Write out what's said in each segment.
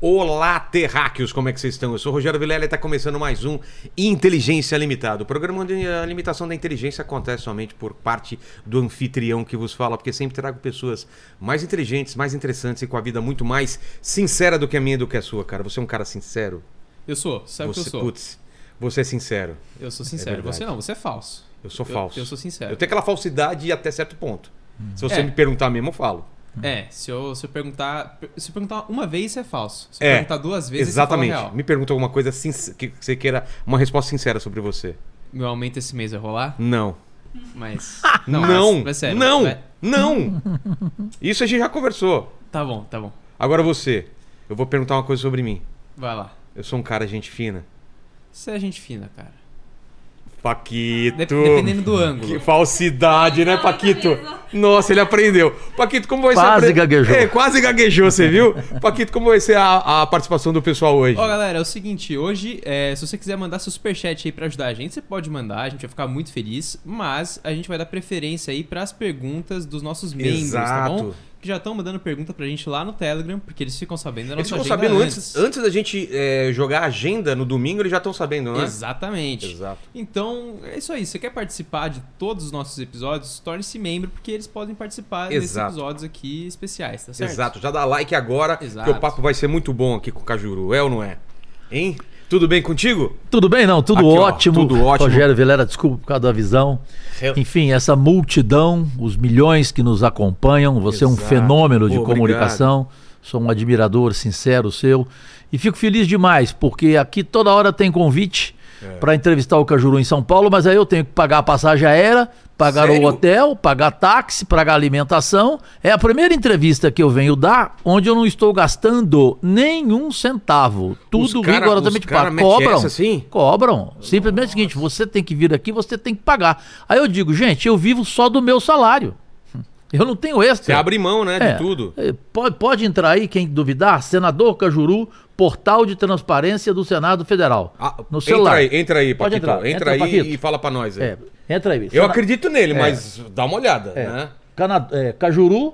Olá, terráqueos, como é que vocês estão? Eu sou o Rogério Vilela e está começando mais um Inteligência Limitada. O programa onde a limitação da inteligência acontece somente por parte do anfitrião que vos fala, porque sempre trago pessoas mais inteligentes, mais interessantes e com a vida muito mais sincera do que a minha e do que a sua, cara. Você é um cara sincero? Eu sou, sabe o que você, eu sou? putz, você é sincero. Eu sou sincero. verdade. você não, você é falso. Eu sou falso. Eu, sou sincero. Eu tenho aquela falsidade até certo ponto. Se você É. me perguntar mesmo, eu falo. É, se eu, se eu perguntar. Se eu perguntar uma vez, você é falso. Se eu É, perguntar duas vezes, Exatamente. você fala real. Me pergunta alguma coisa sinc- que você queira uma resposta sincera sobre você. Meu aumento esse mês vai rolar? Não. Mas. Não, mas, Ah, não, mas sério, não, vai- Isso a gente já conversou. Tá bom, tá bom. Agora você, eu vou perguntar uma coisa sobre mim. Vai lá. Eu sou um cara gente fina. Você é gente fina, cara. Paquito. Dep- dependendo do ângulo. Que falsidade, né, Paquito? Nossa, ele aprendeu. Paquito, como vai Quase ser... a pre- gaguejou. É, quase gaguejou, você viu? Paquito, como vai ser a, a participação do pessoal hoje? Ó, galera, é o seguinte, hoje, é, se você quiser mandar seu superchat aí pra ajudar a gente, você pode mandar, a gente vai ficar muito feliz, mas a gente vai dar preferência aí pras perguntas dos nossos membros, tá bom? Exato. Que já estão mandando pergunta pra gente lá no Telegram, porque eles ficam sabendo da Eles nossa ficam agenda sabendo antes, antes da gente é, jogar a agenda no domingo, eles já estão sabendo, né? Exatamente. Exato. Então, é isso aí. Se você quer participar de todos os nossos episódios, torne-se membro, porque eles podem participar desses Exato. episódios aqui especiais, tá certo? Exato, já dá like agora, Exato. que o papo vai ser muito bom aqui com o Cajuru, é ou não é? Hein? Tudo bem contigo? Tudo bem, não? Tudo Aqui, ó, ótimo. tudo ótimo. Rogério Velera, desculpa por causa da visão. Eu- Enfim, essa multidão, os milhões que nos acompanham, você é um Exato. fenômeno de Pô, comunicação. Sou um admirador sincero seu. E fico feliz demais, porque aqui toda hora tem convite É. para entrevistar o Cajuru em São Paulo, mas aí eu tenho que pagar a passagem aérea, pagar Sério? o hotel, pagar táxi, pagar alimentação. É a primeira entrevista que eu venho dar onde eu não estou gastando nenhum centavo. Tudo Os cara- rigorosamente os cara pago. mete Cobram. essa assim? Cobram. Simplesmente é o seguinte: você tem que vir aqui, você tem que pagar. Aí eu digo, gente, eu vivo só do meu salário. Eu não tenho extra. Você abre mão, né, É, de tudo. é, Pode, pode entrar aí, quem duvidar, senador Cajuru, portal de transparência do Senado Federal. Ah, no celular. Entra aí, entra aí, Pode Paquito. entrar, Entra, entra, aí Paquito. e fala pra nós aí. É, entra aí. Eu Sena- acredito nele, mas dá uma olhada, é, né? Cana- é, Cajuru,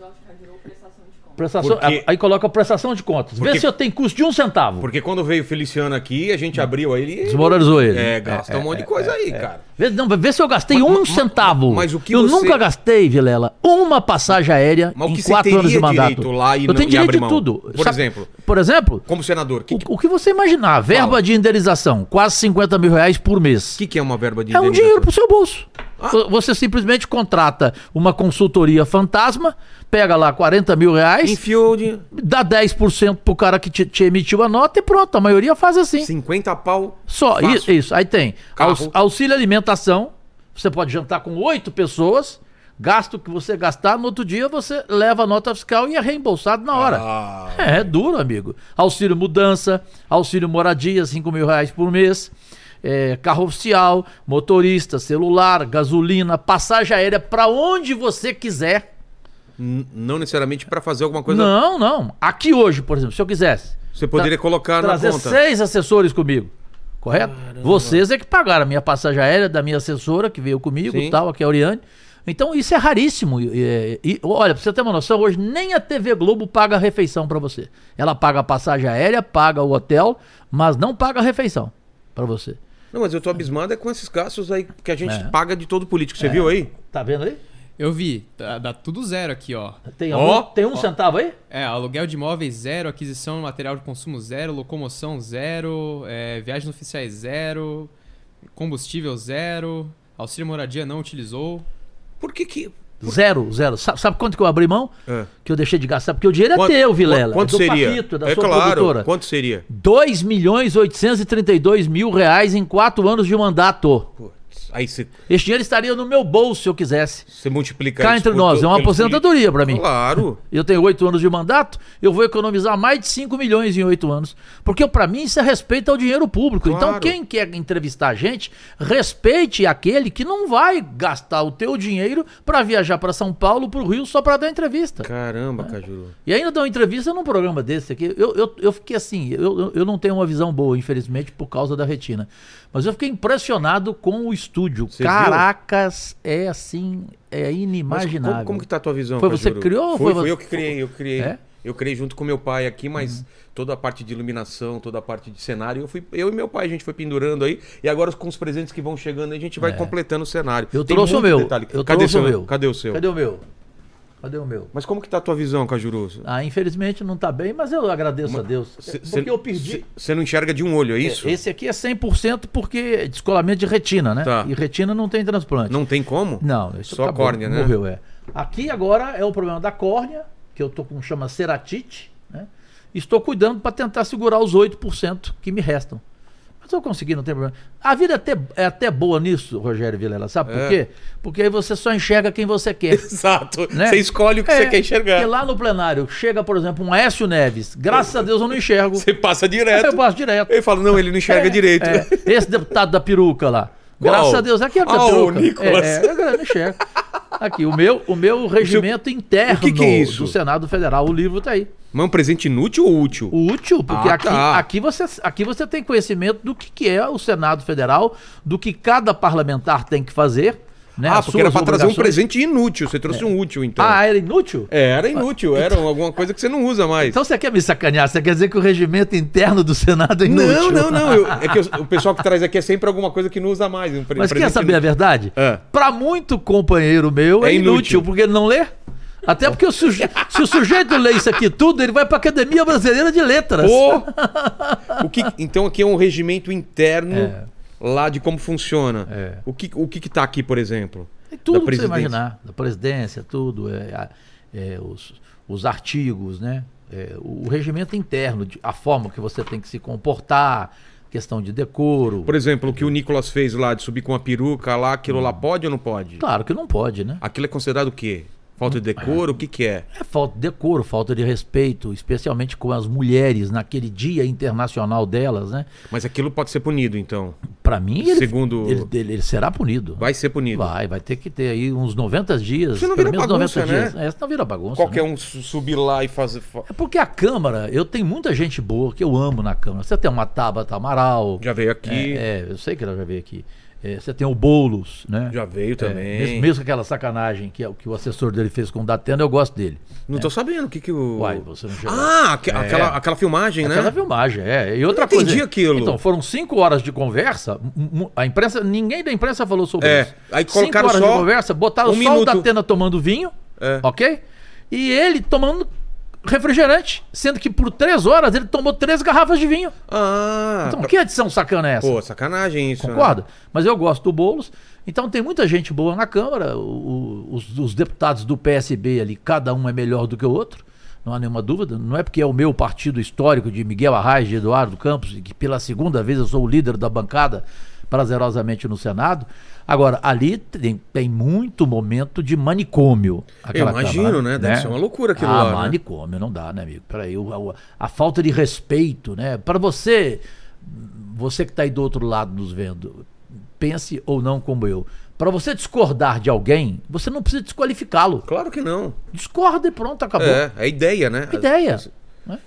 Jorge Cajuru, prestação de contas. prestação, Porque- aí coloca prestação de contas. Porque- Vê se eu tenho custo de um centavo. Porque quando veio o Feliciano aqui, a Hum. gente abriu aí ele... Desmoralizou ele. É, gasta um monte de coisa aí, é. cara. Vê, não, vê se eu gastei um centavo. mas o que eu você- nunca gastei, Vilela, uma passagem aérea Mas o que em você quatro anos de teria mandato. direito lá e eu não- tenho e direito abrir de mão? tudo. Por exemplo? Por exemplo, Como senador, o que, o, o que você imaginar? Verba Fala. de indenização, quase 50 mil reais por mês. que, que é uma verba de É um indenização? Ah. dinheiro pro seu bolso. Vo- Você simplesmente contrata uma consultoria fantasma, pega lá 40 mil reais, Enfiou de dá 10% pro cara que te, te emitiu a nota e pronto. A maioria faz assim. 50 pau. Só i- isso, fácil. Aí tem Carro. aux- auxílio alimentação. Você pode jantar com oito pessoas. Gasto o que você gastar, no outro dia você leva a nota fiscal e é reembolsado na hora. Ah. é, é duro, amigo. Auxílio mudança, auxílio moradia, 5 mil reais por mês. é, carro oficial, motorista, celular, gasolina, passagem aérea para onde você quiser. N- Não necessariamente pra fazer alguma coisa. Não, não. Aqui hoje, por exemplo, se eu quisesse. Você poderia colocar na trazer conta. seis assessores comigo. Correto? Vocês é que pagaram a minha passagem aérea da minha assessora que veio comigo Sim. e tal, aqui é a Oriane. Então isso é raríssimo. E, e- e- olha, pra você ter uma noção, hoje nem a TV Globo paga a refeição pra você. Ela paga a passagem aérea, paga o hotel, mas não paga a refeição pra você. Não, mas eu tô abismado é com esses casos aí que a gente É. paga de todo político. Você viu aí? Tá vendo aí? Eu vi, tá- dá tudo zero aqui, ó. Tem, Ó, algum- tem um centavo aí? É, aluguel de imóveis zero, aquisição de material de consumo zero, locomoção zero, é, viagens oficiais zero, combustível zero, auxílio moradia não utilizou. Por que que. Zero, zero. Sa- Sabe, quanto que eu abri mão? É. Que eu deixei de gastar? Porque o dinheiro é teu, Vilela. Quanto é do seria? Paquito, é da é sua claro. produtora. Quanto seria? 2 milhões 832 mil reais em 4 anos de mandato. Putz, aí você, Esse dinheiro estaria no meu bolso se eu quisesse. você multiplica Cá entre por nós, to- é uma pelos aposentadoria pra mim. políticos. Claro. Eu tenho 8 anos de mandato, eu vou economizar mais de 5 milhões em 8 anos. Porque pra mim isso é respeito ao dinheiro público. Claro. Então quem quer entrevistar a gente, respeite aquele que não vai gastar o teu dinheiro pra viajar pra São Paulo, pro Rio, só pra dar entrevista. Caramba, Cajuru. E ainda dá uma entrevista num programa desse aqui. Eu, eu, eu fiquei assim, eu, eu- eu não tenho uma visão boa, infelizmente, por causa da retina. Mas eu fiquei impressionado com o estúdio. Você viu? Caracas, é assim, é Mas inimaginável. Como, como que tá a tua visão? Foi você Cajuru? que criou Foi, ou foi foi eu você- que criei, eu criei. É? Uhum. Eu criei junto com meu pai aqui, mas toda a parte de iluminação, toda a parte de cenário, eu, fui, eu e meu pai, a gente foi pendurando aí. E agora com os presentes que vão chegando, aí, a gente vai completando o cenário. É. Eu Tem trouxe o muito meu. detalhe. Eu Cadê trouxe o o seu? meu. Cadê o seu? Cadê o meu? Cadê o meu? Mas como que tá a tua visão, Cajuru? Ah, infelizmente não tá bem, mas eu agradeço a Deus. É Cê- porque cê- eu perdi. cê- Você não enxerga de um olho, é isso? Esse aqui é 100% porque é descolamento de retina, né? Tá. E retina não tem transplante. Não tem como? Não, isso Só acabou, córnea, né? Morreu, é. Aqui agora é o problema da córnea, que eu tô com chama ceratite, né? Estou cuidando para tentar segurar os 8% que me restam. Mas eu consegui, não tem problema. A vida é até, é até boa nisso, Rogério Vilela, sabe por É. quê? Porque aí você só enxerga quem você quer. Exato. né? Você escolhe o que É, você quer enxergar. Porque lá no plenário chega, por exemplo, um Écio Neves. Graças a Deus eu não enxergo. Você passa direto. Eu passo direto. Ele fala, não, ele não enxerga É, direito. é. Esse deputado da peruca lá. Qual? Graças a Deus, aqui é da Ah, o peruca. Nicolas. É, é, eu não enxergo. Aqui, o meu, o meu regimento interno o que que é isso? do Senado Federal. O livro tá aí. Mas é um presente inútil ou útil? O útil, porque Ah, aqui, tá. aqui, você, aqui você tem conhecimento do que, que é o Senado Federal, do que cada parlamentar tem que fazer. Né, ah, as porque era suas pra trazer um obrigações. presente inútil. Você trouxe um útil, então. Ah, era inútil? É, era inútil, era alguma coisa que você não usa mais. Então você quer me sacanear? Você quer dizer que o regimento interno do Senado é inútil? não, não, não. eu- é que eu- o pessoal que traz aqui é sempre alguma coisa que não usa mais. um pre- Mas quer presente saber a inútil. verdade? É. Pra muito companheiro meu é, É inútil. inútil. porque ele não lê. Até porque o suje- se o sujeito lê isso aqui tudo, ele vai pra Academia Brasileira de Letras. Pô! O que, então aqui é um regimento interno É. lá de como funciona. É. O, que, o que que tá aqui, por exemplo? É tudo que você presidência. imaginar. Da presidência, tudo. é, a- é, os, os artigos, né? É, o regimento interno, de- a forma que você tem que se comportar, questão de decoro. Por exemplo, o que o Nicolas fez lá de subir com a peruca lá, aquilo lá pode ou não pode? Hum. Claro que não pode, né? Aquilo é considerado o quê? Falta de decoro? O que que é? É falta de decoro, falta de respeito, especialmente com as mulheres, naquele dia internacional delas, né? Mas aquilo pode ser punido, então. Pra mim, ele, Segundo- ele, ele- ele será punido. Vai ser punido. Vai, vai ter que ter aí uns 90 dias. Isso não vira bagunça, dias. né? É, isso não vira bagunça. Qualquer né? um su- subir lá e fazer... fa- É porque a Câmara, eu tenho muita gente boa que eu amo na Câmara. Você tem uma Tabata Amaral. Já veio aqui, É, é, eu sei que ela já veio aqui. É, você tem o Boulos, né? já veio também. É, mesmo, mesmo com aquela sacanagem que, é o que o assessor dele fez com o Datena, eu gosto dele. Não tô sabendo o que que o... é. Uai, você não chegou. É. Ah, aque- aquela, aquela filmagem, né? Aquela filmagem, é. E outra não entendi coisa. aquilo. Então, foram cinco horas de conversa. mu- mu- A imprensa, ninguém da imprensa falou sobre É, isso. aí colocaram cinco horas só de conversa, botaram um só o minuto. Datena tomando vinho, É. ok? E ele tomando refrigerante, sendo que por três horas ele tomou três garrafas de vinho. Ah, Então, pra- que adição sacana é essa? pô, sacanagem isso, né? Concorda? Mas eu gosto do Boulos. Então tem muita gente boa na Câmara. o- o- os, os deputados do PSB ali, cada um é melhor do que o outro. Não há nenhuma dúvida. Não é porque é o meu partido histórico de Miguel Arraes, de Eduardo Campos, e que pela segunda vez eu sou o líder da bancada, prazerosamente no Senado. Agora, ali tem, tem muito momento de manicômio. aquela imagino, né? Deve ser uma loucura aquilo ah, lá, né? manicômio, não dá, né, amigo? Peraí, o- o- a falta de respeito, né? Para você, você que está aí do outro lado nos vendo, pense ou não como eu. Para você discordar de alguém, você não precisa desqualificá-lo. Claro que não. Discorda e pronto, acabou. É, é ideia, né? Ideia.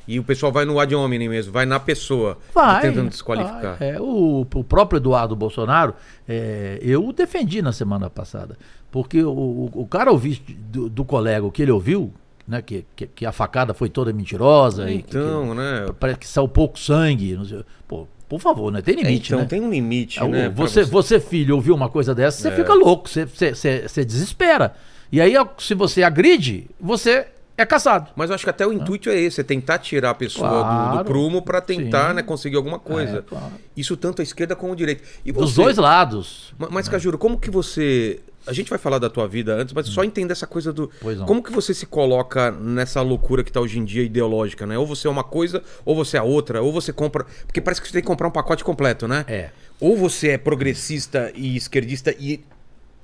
E o pessoal vai no ad hominem mesmo, vai na pessoa. tá Vai. Tentando desqualificar. vai. É, o, o próprio Eduardo Bolsonaro, é, eu o defendi na semana passada. Porque o, o, o cara ouvir do, do colega o que ele ouviu, né, que, que, que a facada foi toda mentirosa. e é, que- Então, que, é né? Parece que saiu pouco sangue. Não sei. Pô, por favor, né? Tem É, limite, então né? tem um limite, É, o- né? pra É. você, você, filho, ouviu uma coisa dessa, você fica louco, você, você, você, você desespera. E aí, se você agride, você é caçado. Mas eu acho que até o intuito é esse, é tentar tirar a pessoa do- do, Ah. Claro. prumo pra tentar Sim. né, conseguir alguma coisa. É, claro. Isso tanto a esquerda como a direita. E Dos você- dois lados. Ma- Mas, Cajuro, como que você. A gente vai falar da tua vida antes, mas só entender essa coisa do. Hum. Pois não. Como que você se coloca nessa loucura que tá hoje em dia ideológica, né? Ou você é uma coisa, ou você é outra, ou você compra. Porque parece que você tem que comprar um pacote completo, né? É. Ou você é progressista e esquerdista e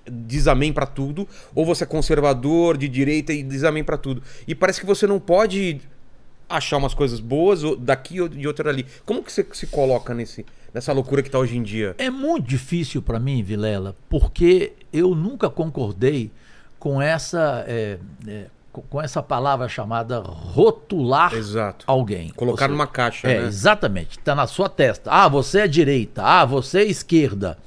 diz amém pra tudo, ou você é conservador de direita e diz amém pra tudo. E parece que você não pode achar umas coisas boas ou daqui ou de outra ali. Como que você se coloca nesse, nessa loucura que tá hoje em dia? É muito difícil para mim, Vilela, porque eu nunca concordei com essa, é, é, co- com essa palavra chamada rotular Exato. alguém. Colocar Ou seja, numa caixa, É, né? exatamente. Está na sua testa. Ah, você é direita. Ah, você é esquerda.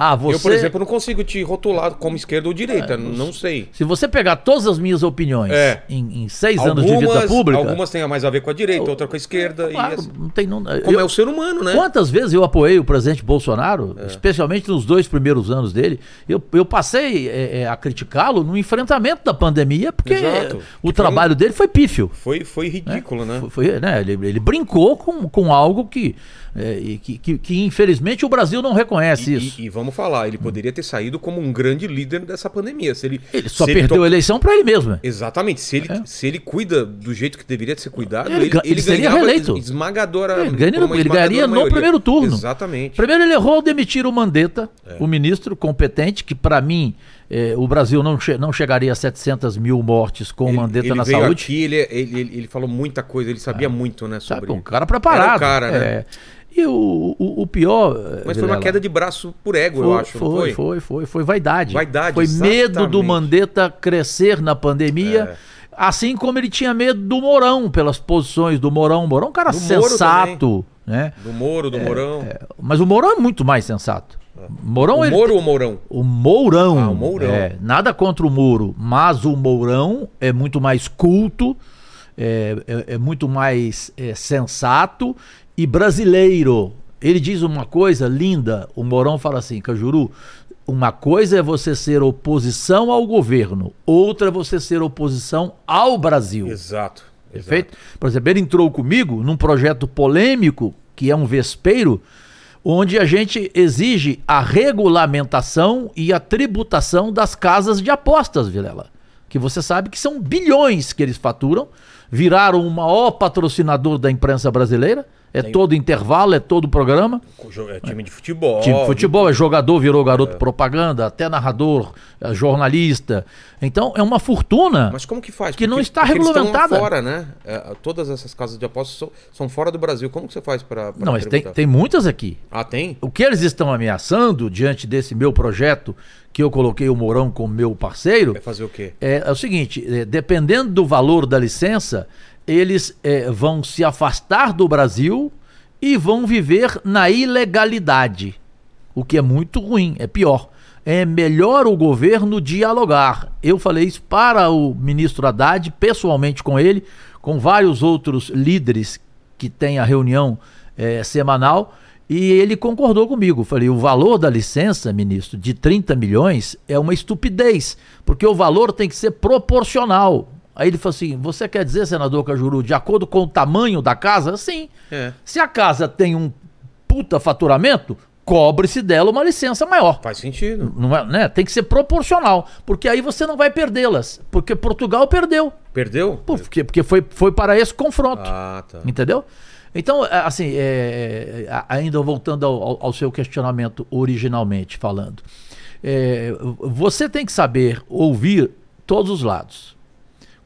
Ah, você. Eu, por exemplo, não consigo te rotular como esquerda ou direita. não sei. Se você pegar todas as minhas opiniões É. em, em seis anos de vida pública. algumas têm mais a ver com a direita, outra com a esquerda. e claro, assim. não tem. Não, Como eu- é o ser humano, né? É. Quantas vezes eu apoiei o presidente Bolsonaro, especialmente nos dois primeiros anos dele, eu, eu passei é, é, a criticá-lo no enfrentamento da pandemia, porque Exato. é, Que o foi um trabalho dele foi pífio. Foi, foi ridículo, né? É, Foi- foi, né, ele, ele brincou com, com algo que, é, e que, que- que, infelizmente o Brasil não reconhece E, isso. e- e vamos falar, ele poderia ter saído como um grande líder dessa pandemia. Se ele, ele só se perdeu to- a eleição para ele mesmo. né? Exatamente. Se ele, É. se ele cuida do jeito que deveria ser cuidado, Ele ele, ga- ele, ele seria ganhava reeleito. es- esmagadora. Ele ganharia- por uma ele ganharia esmagadora no maioria. primeiro turno. Exatamente. É. Primeiro ele errou ao demitir o Mandetta, o ministro competente, que para mim é, o Brasil não, che- não chegaria a 700 mil mortes com o Mandetta ele na veio saúde. É. Aqui, ele, é- ele, ele, ele falou muita coisa, ele sabia muito, né? Sabe, Sobre. um cara preparado. Era o cara, né? É. E o, o, o pior. eh, Mas foi uma queda de braço por ego, eu acho. não Foi, foi, foi, foi, foi vaidade. Vaidade, foi medo do exatamente. É. Mandetta crescer na pandemia. Assim como ele tinha medo do Mourão, pelas posições do Mourão. O Mourão é um cara Do Moro sensato, né? Do Moro, do Mourão. Mas o Mourão é muito mais sensato. Mourão, É. O ele- Moro ou Mourão? o Mourão. Ah, o Mourão. é, nada contra o Moro, mas o Mourão é muito mais culto, é, é- é muito mais é, sensato e brasileiro. Ele diz uma coisa linda, o Mourão fala assim, Cajuru, uma coisa é você ser oposição ao governo, outra é você ser oposição ao Brasil. Exato. Perfeito? Por exemplo, ele entrou comigo num projeto polêmico, que é um vespeiro, onde a gente exige a regulamentação e a tributação das casas de apostas, Vilela. Que você sabe que são bilhões que eles faturam, viraram o maior patrocinador da imprensa brasileira, é todo intervalo, é todo programa. Co- jo- é time de futebol. Time de futebol, é jogador, virou garoto propaganda, até narrador, é jornalista. Então é uma fortuna. Mas como que faz? Que não Porque- está porque eles estão lá regulamentada. fora, né? É, todas essas casas de apostas são, são fora do Brasil. Como que você faz para Não, mas tem, tem muitas aqui. Ah, tem? O que eles estão ameaçando diante desse meu projeto que eu coloquei o Mourão como meu parceiro Vai fazer o quê? é, é o seguinte: é, dependendo do valor da licença, eles é, vão se afastar do Brasil e vão viver na ilegalidade, o que é muito ruim, é pior. É melhor o governo dialogar. Eu falei isso para o ministro Haddad, pessoalmente com ele, com vários outros líderes que têm a reunião é, semanal. E ele concordou comigo. Falei, o valor da licença, ministro, de 30 milhões é uma estupidez, porque o valor tem que ser proporcional. Aí ele falou assim: você quer dizer, senador Cajuru, de acordo com o tamanho da casa? Sim. É. Se a casa tem um puta faturamento, cobre-se dela uma licença maior. Faz sentido. Não é, né? Tem que ser proporcional, porque aí você não vai perdê-las. Porque Portugal perdeu, Perdeu? porque, porque foi, foi para esse confronto. Ah, tá. Entendeu? Então, a- assim, é, é, a- ainda voltando ao, ao- ao seu questionamento originalmente falando, é, você tem que saber ouvir todos os lados.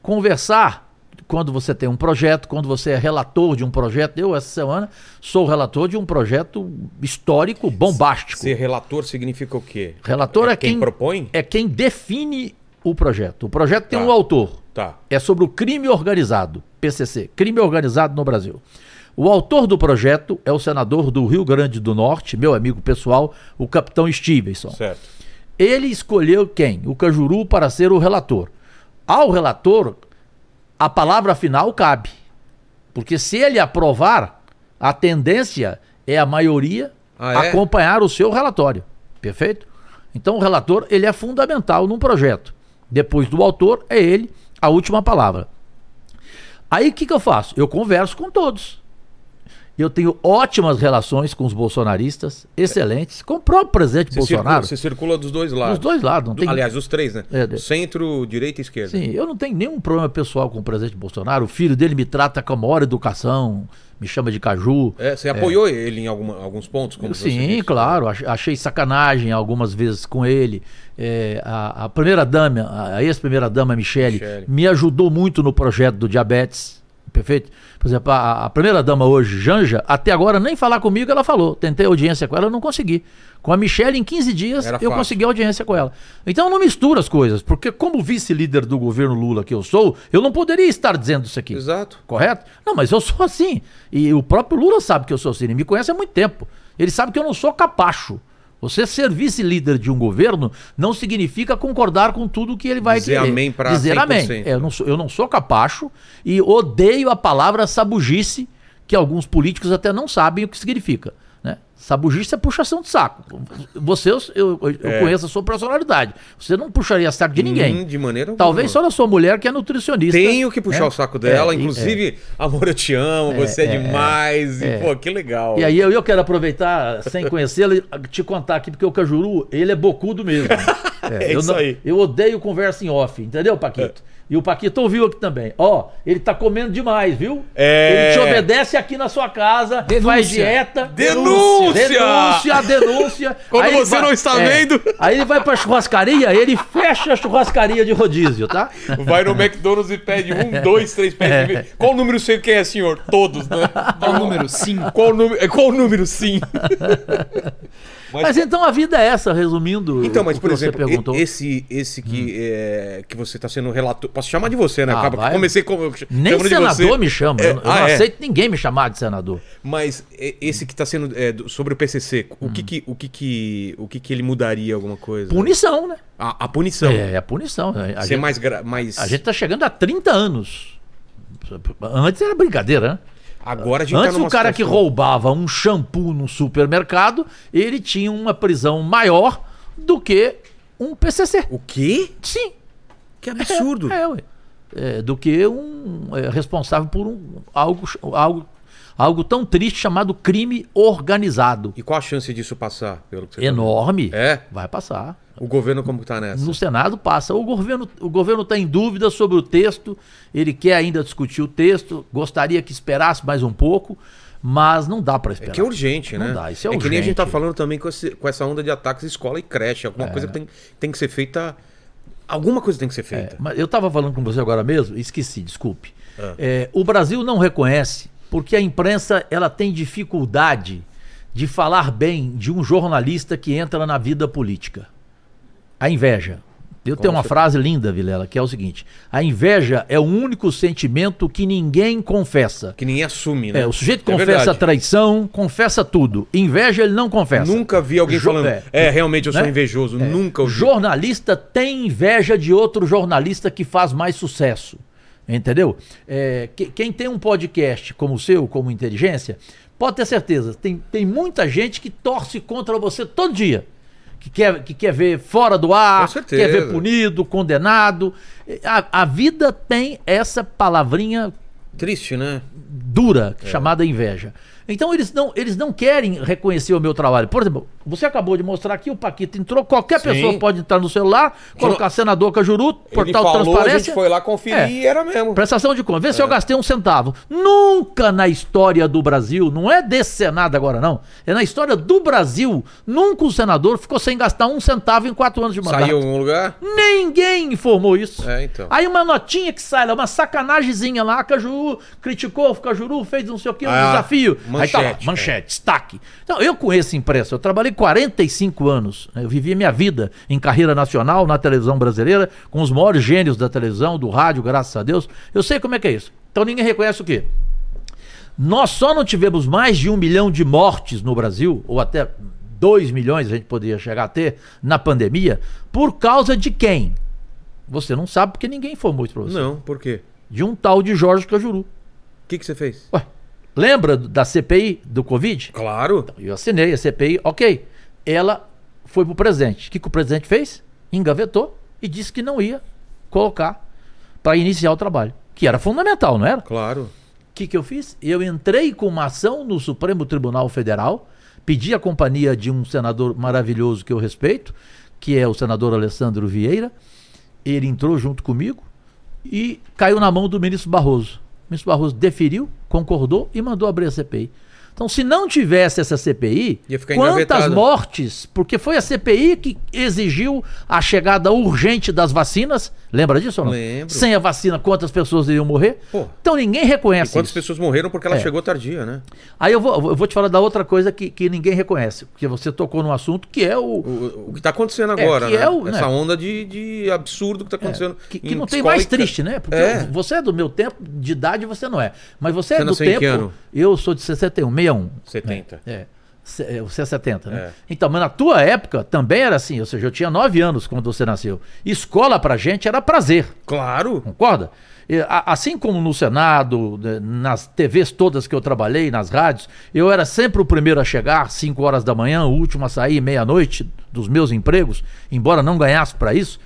Conversar quando você tem um projeto, quando você é relator de um projeto. Eu, essa semana, sou relator de um projeto histórico, bombástico. Ser relator significa o quê? Relator é quem- propõe? É quem define o projeto. O projeto tem Tá. um autor. Tá. É sobre o crime organizado, PCC, crime organizado no Brasil. O autor do projeto é o senador do Rio Grande do Norte, meu amigo pessoal, o capitão Stevenson. Certo. Ele escolheu quem? O Cajuru para ser o relator. Ao relator, a palavra final cabe. Porque se ele aprovar, a tendência é a maioria Ah, é? acompanhar o seu relatório. Perfeito? Então o relator, ele é fundamental num projeto. Depois do autor, é ele a última palavra. Aí o que, que eu faço? Eu converso com todos. Eu tenho ótimas relações com os bolsonaristas, excelentes, com o próprio presidente Você, Bolsonaro. Circula, você circula dos dois lados. Dos dois lados, não Do- tem. Aliás, dos três, né? É, de- Centro, direita e esquerda. Sim, eu não tenho nenhum problema pessoal com o presidente Bolsonaro. O filho dele me trata com a maior educação, me chama de caju. É, você apoiou ele em alguma- alguns pontos? Como você Sim, disse? né? claro. ach- Achei sacanagem algumas vezes com ele. É, a, a primeira dama, a- a ex-primeira dama Michele, Michele. me ajudou muito no projeto do diabetes. Perfeito? Por exemplo, a, a primeira dama hoje, Janja, até agora nem falar comigo ela falou. Tentei audiência com ela, eu não consegui. Com a Michelle, em 15 dias, Era eu fácil. consegui audiência com ela. Então não mistura as coisas, porque como vice-líder do governo Lula que eu sou, eu não poderia estar dizendo isso aqui Exato. correto? Não, mas eu sou assim. E o próprio Lula sabe que eu sou assim. Ele me conhece há muito tempo. Ele sabe que eu não sou capacho. Você ser vice-líder de um governo não significa concordar com tudo que ele vai Dizer querer. amém pra Dizer 100%. amém. É, eu, não sou, eu não sou capacho e odeio a palavra sabugice, que alguns políticos até não sabem o que significa. Né? Sabugice é puxação de saco. Você, eu, eu- eu conheço a sua personalidade. Você não puxaria saco de É. ninguém. Hum, de maneira Talvez alguma. só da sua mulher, que é nutricionista. Tenho que puxar né? o saco dela, É, e- inclusive, amor, eu te amo, você é, demais. e, pô, que legal. E aí eu, eu quero aproveitar, sem conhecê-lo, e te contar aqui, porque o Cajuru, ele é bocudo mesmo. É eu isso não- aí. É. Eu odeio conversa em off, entendeu, Paquito? E o Paquito ouviu aqui também. Ó, ele tá comendo demais, viu? É. Ele te obedece aqui na sua casa, faz dieta. Denúncia! Denúncia, denúncia. Quando ele é. você não está vendo. Aí ele vai pra churrascaria, ele fecha a churrascaria de rodízio, tá? Vai no McDonald's e pede É. um, dois, três, pede. Qual número você quer, senhor? Todos, né? Qual o número? 5. Qual número? é, Qual número sim? Mas então a vida é essa, resumindo Então, mas o que por você exemplo, perguntou. Hum. e- esse, esse que, é, que você está sendo relator. Posso chamar de você, né? Ah, Acaba que vai. comecei como. eu ch- Nem chamando de senador você. me chama. É, eu não, eu ah, não é. aceito ninguém me chamar de senador. Mas e- esse que está sendo é, do- sobre o PCC, o, Hum. que, que, o, que, que, o que, que ele mudaria alguma coisa? Punição, né? A, a punição. É, é a punição. né? A Ser gente, Então. mais. gra- mais... a gente tá chegando a 30 anos. Antes era brincadeira, né? Agora a gente tá Antes o numa cara que situação- roubava um shampoo num supermercado, ele tinha uma prisão maior do que um PCC. O quê? Sim. Que absurdo. É, ué. É, do que um é, responsável por um, algo, algo, algo tão triste chamado crime organizado. E qual a chance disso passar, pelo que você tá Enorme. É? Vai passar. O governo como que tá nessa? No Senado passa. O governo o governo está em dúvida sobre o texto, ele quer ainda discutir o texto, gostaria que esperasse mais um pouco, mas não dá É para esperar. que é urgente, Não né? dá, isso é que nem a gente tá urgente. É. falando também com, esse- com essa onda de ataques à escola e creche. Alguma coisa que tem, tem que ser feita. Alguma coisa tem que ser feita. Mas eu estava falando com você agora mesmo, esqueci, desculpe. Ah. É, o Brasil não reconhece porque a imprensa ela tem dificuldade de falar bem de um jornalista que entra na vida política. A inveja. Eu tenho uma frase linda, Vilela, que é o seguinte: a inveja é o único sentimento que ninguém confessa. Que ninguém assume, né? É, o sujeito É confessa verdade. traição, confessa tudo. Inveja ele não confessa. Nunca vi alguém Jo- falando. é. É, realmente eu sou Né? invejoso. Nunca ouvi. Jornalista tem inveja de outro jornalista que faz mais sucesso. Entendeu? É, que- quem tem um podcast como o seu, como inteligência, pode ter certeza, tem, tem muita gente que torce contra você todo dia. Que quer, que quer ver fora do ar, Com certeza. quer ver punido, condenado. É, A, a vida tem essa palavrinha Triste, né? dura, chamada inveja. Então eles não, eles não querem reconhecer o meu trabalho. Por exemplo, você acabou de mostrar aqui, o Paquito entrou, qualquer Sim. pessoa pode entrar no celular, colocar senador Cajuru, portal transparência. lá É. e era um- É. mesmo. Prestação de conta. Vê se eu gastei um centavo. Nunca na história do Brasil, não é desse Senado agora, não. É na história do Brasil, nunca um senador ficou sem gastar um centavo em quatro anos de mandato. Saiu em algum lugar? Ninguém informou isso. É, então. Aí uma notinha que sai lá, uma sacanagemzinha lá, Cajuru criticou, Cajuru fez não sei o que, um Ah, desafio. Aí tá lá, manchete, é. manchete, destaque. Então, eu conheço imprensa, eu trabalhei 45 anos, né, eu vivi minha vida em carreira nacional, na televisão brasileira, com os maiores gênios da televisão, do rádio, graças a Deus. Eu sei como é que é isso. Então ninguém reconhece o quê? Nós só não tivemos mais de um milhão de mortes no Brasil, ou até dois milhões a gente poderia chegar a ter, na pandemia, por causa de quem? Você não sabe porque ninguém informou isso pra você. Não, por quê? De um tal de Jorge Cajuru. O que, que você fez? Ué, lembra do- da CPI do Covid? Claro. Eu assinei a CPI, ok. Ela foi pro presidente. O que, que o presidente fez? Engavetou e disse que não ia colocar para iniciar o trabalho. Que era fundamental, não era? Claro. O que, que eu fiz? Eu entrei com uma ação no Supremo Tribunal Federal, pedi a companhia de um senador maravilhoso que eu respeito, que é o senador Alessandro Vieira. Ele entrou junto comigo e caiu na mão do ministro Barroso. O ministro Barroso deferiu, concordou e mandou abrir a CPI. Então, se não tivesse essa CPI, Ia ficar quantas engavetado. mortes? Porque foi a CPI que exigiu a chegada urgente das vacinas. Lembra disso ou não? Lembro. Sem a vacina, quantas pessoas iriam morrer? Pô. Então ninguém reconhece Quantas isso. pessoas morreram porque ela É. chegou tardia, né? Aí eu vou, eu vou te falar da outra coisa que, que ninguém reconhece, porque você tocou num assunto que é o. O, o que tá acontecendo agora, que né? é o- Essa né? onda de, de absurdo que tá acontecendo. Que, que em não tem escola mais e cre- triste, né? Porque É. eu- você é do meu tempo, de idade você não é. Mas você, Você é do nasceu em que tempo. ano? Eu sou de 61, 61. 70. É. se- é, o C70, né? É. Então, mas na tua época também era assim, ou seja, eu tinha 9 anos quando você nasceu. Escola pra gente era prazer. Claro. Concorda? E, a- Assim como no Senado, né, nas TVs todas que eu trabalhei, nas rádios, eu era sempre o primeiro a chegar, 5 horas da manhã, o último a sair, meia-noite dos meus empregos, embora não ganhasse para isso.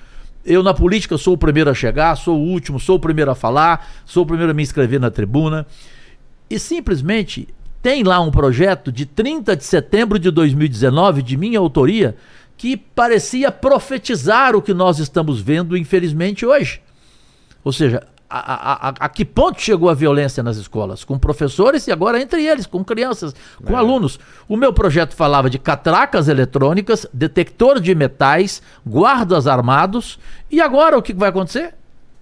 Eu, na política, sou o primeiro a chegar, sou o último, sou o primeiro a falar, sou o primeiro a me inscrever na tribuna. E simplesmente tem lá um projeto de 30 de setembro de 2019, de minha autoria, que parecia profetizar o que nós estamos vendo, infelizmente, hoje. Ou seja, a, a- a- a que ponto chegou a violência nas escolas? Com professores e agora entre eles, com crianças, com alunos. O meu projeto falava de catracas eletrônicas, detector de metais, guardas armados. E agora o que vai acontecer?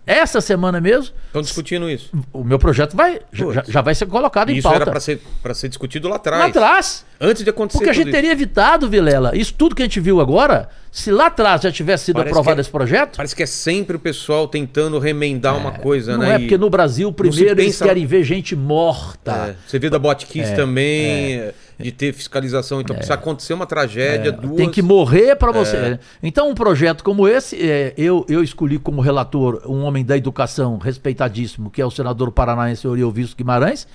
Essa semana mesmo, Estão discutindo isso. o meu projeto vai, já, Putz. já vai ser colocado em Isso pauta. era pra ser, pra ser discutido lá atrás. Lá atrás. Antes de acontecer Porque a tudo gente teria evitado, Vilela, isso tudo que a gente viu agora, se lá atrás já tivesse sido Parece aprovado que- esse projeto, Parece que é sempre o pessoal tentando remendar uma coisa, não né? é porque no Brasil, primeiro, eles pensa- querem ver gente É, morta. você vê da Botkiss também, É. é, de ter fiscalização. Então, precisa acontecer uma tragédia, duas... É. Tem que morrer para você. Então, um projeto como esse, é, eu, eu escolhi como relator um homem da educação respeitadíssimo, que é o senador paranaense Oriovisto Guimarães.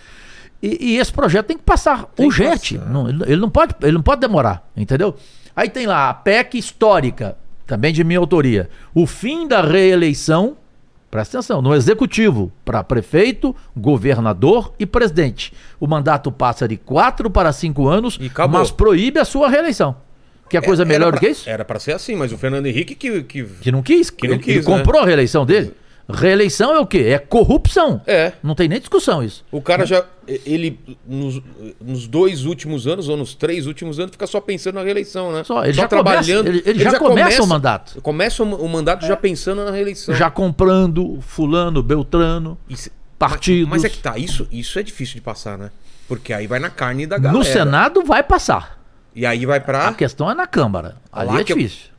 E, e esse projeto tem que passar urgente. Não- ele ele não pode, ele não pode demorar, entendeu? Aí tem lá a PEC histórica, também de minha autoria. O fim da reeleição Presta atenção, no executivo, para prefeito, governador e presidente. O mandato passa de 4 para 5 anos, E acabou. É, mas proíbe a sua reeleição. Quer coisa Era melhor pra- do que isso? Era pra ser assim, mas o Fernando Henrique que... que... Que não quis. não ele, quis, né? ele comprou a reeleição dele. Reeleição é o quê? É corrupção. É. Não tem nem discussão isso. O cara já... Ele, nos, nos dois últimos anos, ou nos três últimos anos, fica só pensando na reeleição, né? Só, ele já começa- ele- ele já começa o mandato. Começa o, o mandato já pensando na reeleição. Já comprando fulano, beltrano, Isso- partidos. Mas, mas é que tá, isso, isso é difícil de passar, né? Porque aí vai na carne da galera. No Senado vai passar. E aí vai pra... A questão é na Câmara. Ali Lá é que eu- difícil.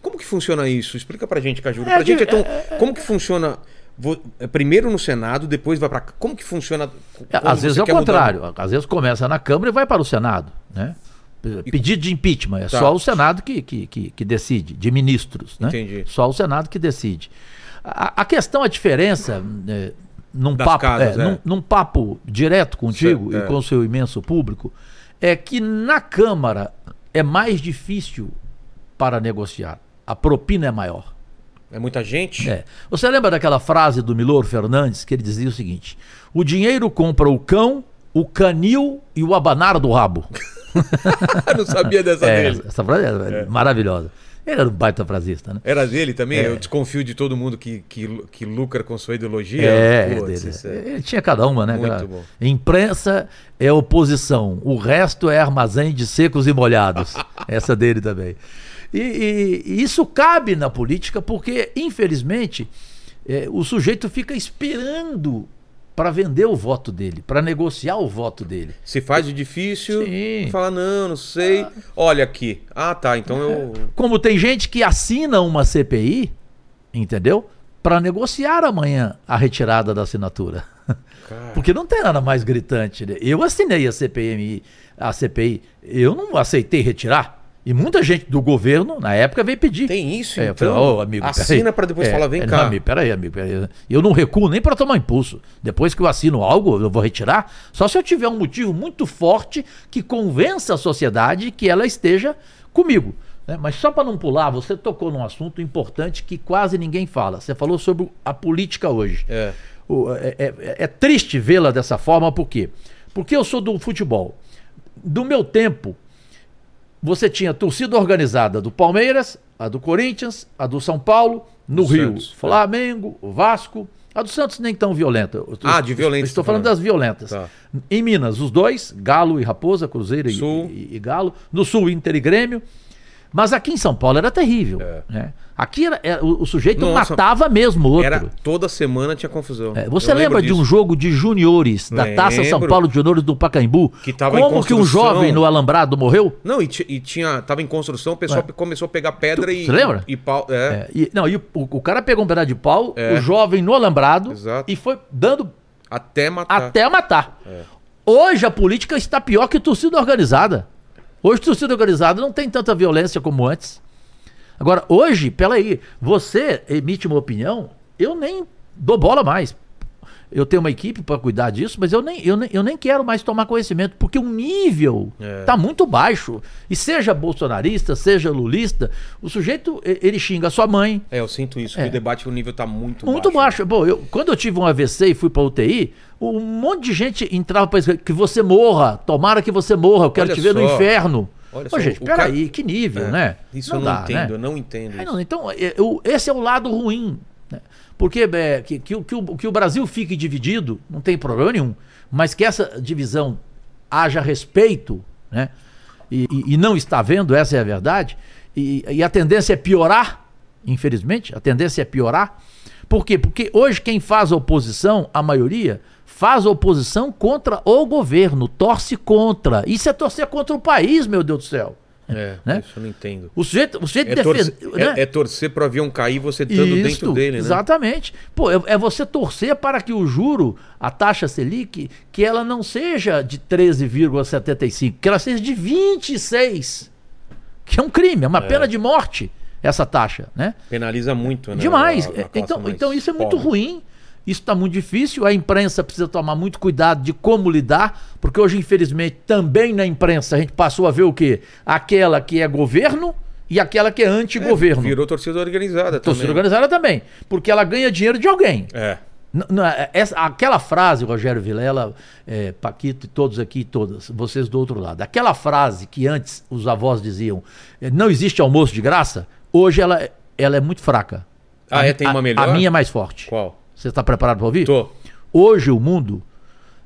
Como que funciona isso? Explica pra gente, Cajuru. É, pra gente, de- então, como que funciona... vo- é, Primeiro no Senado, depois vai pra... Como que funciona... É, como Às vezes você é o quer mudar? contrário. Às vezes começa na Câmara e vai para o Senado. Né? P- Pedido de impeachment. É Tá. só o Senado que, que, que, que decide, de ministros. Né? Entendi. Só o Senado que decide. A, a questão, a diferença, é, num, Das papo, casas, é, é. num- num papo direto contigo Certo, e é. com o seu imenso público, é que na Câmara é mais difícil para negociar. A propina é maior. É muita gente? É. Você lembra daquela frase do Milor Fernandes que ele dizia o seguinte: o dinheiro compra o cão, o canil e o abanar do rabo. Eu Ah, não sabia dessa É, dele. essa frase é, maravilhosa. Ele era um baita frasista, né? Era dele também? Eu desconfio de todo mundo que, que, lu- que lucra com sua ideologia. É, é Putz, dele. isso é- Ele tinha cada uma, né? Muito cara? bom. Imprensa é oposição, o resto é armazém de secos e molhados. Essa é dele também. E, e- e isso cabe na política porque, infelizmente, é, o sujeito fica esperando para vender o voto dele, para negociar o voto dele. Se faz de difícil, Sim. fala, não, não sei. Olha aqui. Ah, tá, então eu... Como tem gente que assina uma CPI, entendeu? Para negociar amanhã a retirada da assinatura. Cara, Porque não tem nada mais gritante. né? Eu assinei a CPMI, a CPI, eu não aceitei retirar. E muita gente do governo, na época, veio pedir. tem isso, É, eu então? falei, ô, amigo, É, Assina pra depois falar, vem cá. Amigo, peraí, amigo, peraí. Eu não recuo nem para tomar impulso. Depois que eu assino algo, eu vou retirar. Só se eu tiver um motivo muito forte que convença a sociedade que ela esteja comigo. né? Mas só para não pular, você tocou num assunto importante que quase ninguém fala. Você falou sobre a política hoje. É. O- é, é- é triste vê-la dessa forma, por quê? Porque eu sou do futebol. Do meu tempo, você tinha a torcida organizada do Palmeiras, a do Corinthians, a do São Paulo, no Do Rio, Santos, é. Flamengo, o Vasco. A do Santos nem tão violenta. Eu tô- Ah, de violenta, Estou você tá falando falando. das violentas. Tá. Em Minas, os dois, Galo e Raposa, Cruzeiro e, Sul. e- e Galo. No Sul, Inter e Grêmio. Mas aqui em São Paulo era terrível. É. né? Aqui era- era- o, o sujeito Nossa. matava mesmo o outro. Era, toda semana tinha confusão. É, você Eu lembro lembra de um disso. jogo de juniores da Taça São Lembro. Paulo de Juniores do Pacaembu? Que tava em Como que um construção. jovem no alambrado morreu? Não, e, ti- e tinha. Tava em construção, o pessoal pe- começou a pegar pedra É. Tu- e. você lembra? E pau. É. É, e- não, e o, o cara pegou um pedaço de pau, o jovem no alambrado Exato. e foi dando Até matar. É. até matar. Hoje a política está pior que torcida organizada. Hoje, torcida organizada não tem tanta violência como antes. Agora, hoje, peraí, você emite uma opinião, eu nem dou bola mais. Eu tenho uma equipe para cuidar disso, mas eu nem, eu, nem, eu nem quero mais tomar conhecimento, porque o nível É. tá muito baixo. E seja bolsonarista, seja lulista, o sujeito, e- ele xinga a sua mãe, É, eu sinto isso, que É. o debate, o nível tá muito, muito baixo. baixo. Um Bom, eu, quando eu tive um AVC e fui pra UTI, um monte de gente entrava pra escrever que você morra, tomara que você morra, eu quero Olha te ver no só. inferno. Olha Pô, só, gente, o cara- peraí, que nível, É, né? Isso eu não entendo, eu não entendo Aí isso. não, então, é, eu- esse é o lado ruim. né? Porque é, que, que o- que o, que o Brasil fique dividido, não tem problema nenhum. Mas que essa divisão haja respeito, né? E, e- e não está vendo, essa é a verdade. E, e a tendência é piorar, infelizmente, a tendência é piorar. Por quê? Porque hoje quem faz oposição, a maioria, faz oposição contra o governo, torce contra. Isso é torcer contra o país, meu Deus do céu. É, né? isso eu não entendo. O sujeito, o sujeito É, defende. né? torcer é, é torcer pro avião cair você estando dentro dele, né? Exatamente. Pô, é, é você torcer para que o juro, a taxa Selic, que ela não seja de 13,75, que ela seja de 26, que é um crime, é uma pena de morte essa taxa, né? Penaliza muito, né? Demais. a- a classe então, mais então isso é muito pobre. ruim. Isso está muito difícil. A imprensa precisa tomar muito cuidado de como lidar, porque hoje, infelizmente, também na imprensa a gente passou a ver o quê? Aquela que é governo e aquela que é É, antigoverno. Virou torcida organizada Torcida também. organizada também, porque ela ganha dinheiro de alguém. É. N- n- essa- aquela frase, Rogério Vilela, eh, Paquito e todos aqui, e todas, vocês do outro lado, aquela frase que antes os avós diziam, eh, não existe almoço de graça, hoje ela, ela é muito fraca. Ah, a, é? Tem uma a- melhor? A minha é mais forte. Qual? Você está preparado para ouvir? Tô. Hoje o mundo,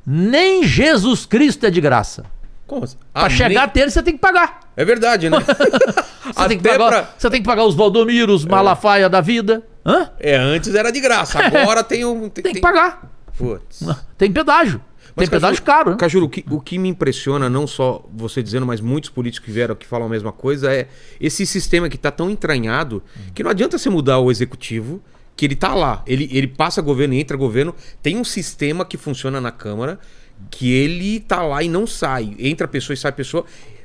nem Jesus Cristo é de graça. Como assim? Para Ah, chegar nem- até ele, você tem que pagar. É verdade, né? Você, tem, que Até pagar pra- você tem que pagar os Valdomiros, Malafaia da vida. Hã? É, antes era de graça, agora tem um... Tem que pagar. Putz. Tem pedágio. Mas, tem pedágio caro, né? Cajuru, o que, o que me impressiona, não só você dizendo, mas muitos políticos que vieram que falam a mesma coisa, é esse sistema que está tão entranhado que não adianta você mudar o executivo, que ele tá lá. Ele, ele passa governo e entra governo. Tem um sistema que funciona na Câmara que ele tá lá e não sai. Entra pessoa e sai pessoa.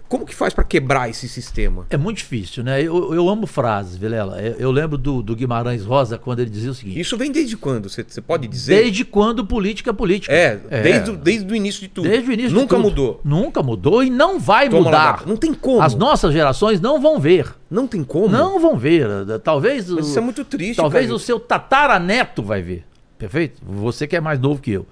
Como que faz para quebrar esse sistema? É muito difícil, né? Eu, eu amo frases, Vilela. Eu, eu lembro do, do Guimarães Rosa quando ele dizia o seguinte: Isso vem desde quando? Você você pode dizer? Desde quando política é política? É, Desde, o- desde o início de tudo. Desde o início. de Nunca tudo. mudou. Nunca mudou e não vai Toma lá, mudar. dá. Não tem como. As nossas gerações não vão ver. Não tem como. Não vão ver. Talvez. Mas o- isso é muito triste. Talvez cara. o seu tataraneto vai ver. Perfeito? Você que é mais novo que eu.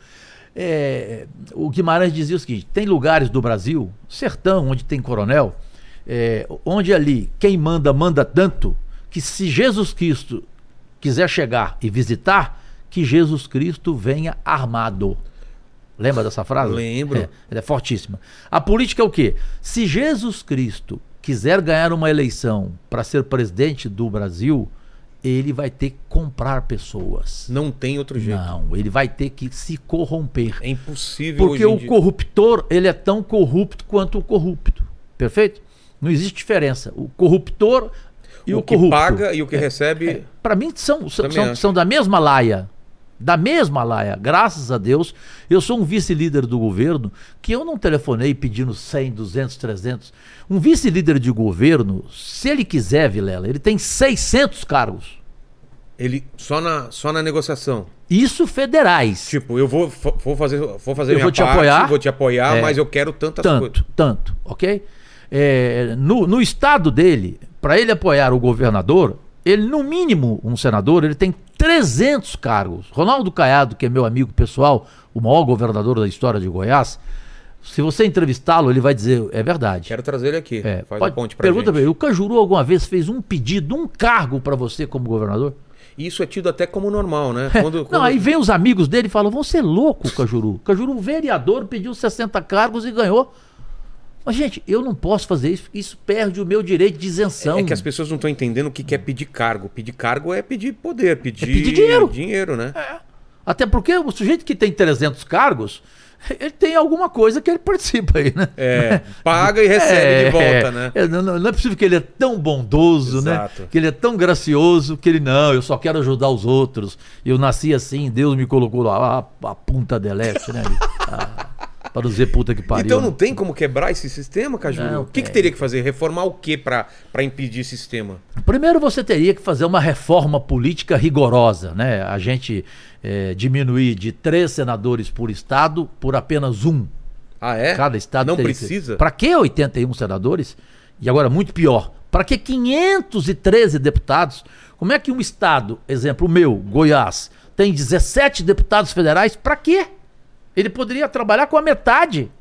É, o Guimarães dizia o seguinte: tem lugares do Brasil, sertão, onde tem coronel, é, onde ali quem manda, manda tanto, que se Jesus Cristo quiser chegar e visitar, que Jesus Cristo venha armado. Lembra dessa frase? Lembro. É, ela é fortíssima. A política é o quê? Se Jesus Cristo quiser ganhar uma eleição para ser presidente do Brasil, ele vai ter que comprar pessoas. Não tem outro jeito. Não, ele vai ter que se corromper. É impossível Porque hoje em o dia. corruptor, ele é tão corrupto quanto o corrupto. Perfeito? Não existe diferença. O corruptor e o, o que corrupto. É, paga e o que recebe. Para mim são, são, Também são- acho. são da mesma laia. Da mesma laia. Graças a Deus, eu sou um vice-líder do governo que eu não telefonei pedindo 100, 200, 300. Um vice-líder de governo, se ele quiser, Vilela, ele tem 600 cargos. Ele só na, só na negociação. Isso federais. Tipo, eu vou, fa- vou fazer, vou fazer Eu minha vou te parte, apoiar. vou te apoiar, É. mas eu quero tantas tanto, coisas. tanto, ok? É, no, no estado dele, para ele apoiar o governador, ele, no mínimo, um senador, ele tem 300 cargos. Ronaldo Caiado, que é meu amigo pessoal, o maior governador da história de Goiás, se você entrevistá-lo, ele vai dizer, é verdade. Quero trazer ele aqui. É, Faz pode- a ponte pra pergunta pra gente. ele, o Cajuru alguma vez fez um pedido, um cargo para você como governador? Isso é tido até como normal, né? Quando- quando- É. Não, aí vem os amigos dele e falam: você é louco, Cajuru. Cajuru, um vereador, pediu 60 cargos e ganhou. Mas, gente, eu não posso fazer isso, porque isso perde o meu direito de isenção. É que as pessoas não estão entendendo o que que é pedir cargo. Pedir cargo é pedir poder, pedir, pedir dinheiro. né? Até porque o sujeito que tem 300 cargos, ele tem alguma coisa que ele participa aí, né? É, paga e recebe de volta, né? é, não, não- não é possível que ele é tão bondoso, Exato. né? Que ele é tão gracioso, que ele, não, eu só quero ajudar os outros. Eu nasci assim, Deus me colocou lá, a, a punta deleste, né? Ah, Pra não dizer puta que pariu. Então não né? tem como quebrar esse sistema, Caju? Não O que, que tem. teria que fazer? Reformar o que para impedir esse sistema? Primeiro você teria que fazer uma reforma política rigorosa, né? A gente eh, diminuir de três senadores por estado por apenas um. Ah, é? Cada estado Não teria precisa? Que... Para que 81 senadores? E agora muito pior, para que 513 deputados? Como é que um estado, exemplo o meu, Goiás, tem 17 deputados federais? Para quê? Ele poderia trabalhar com a metade.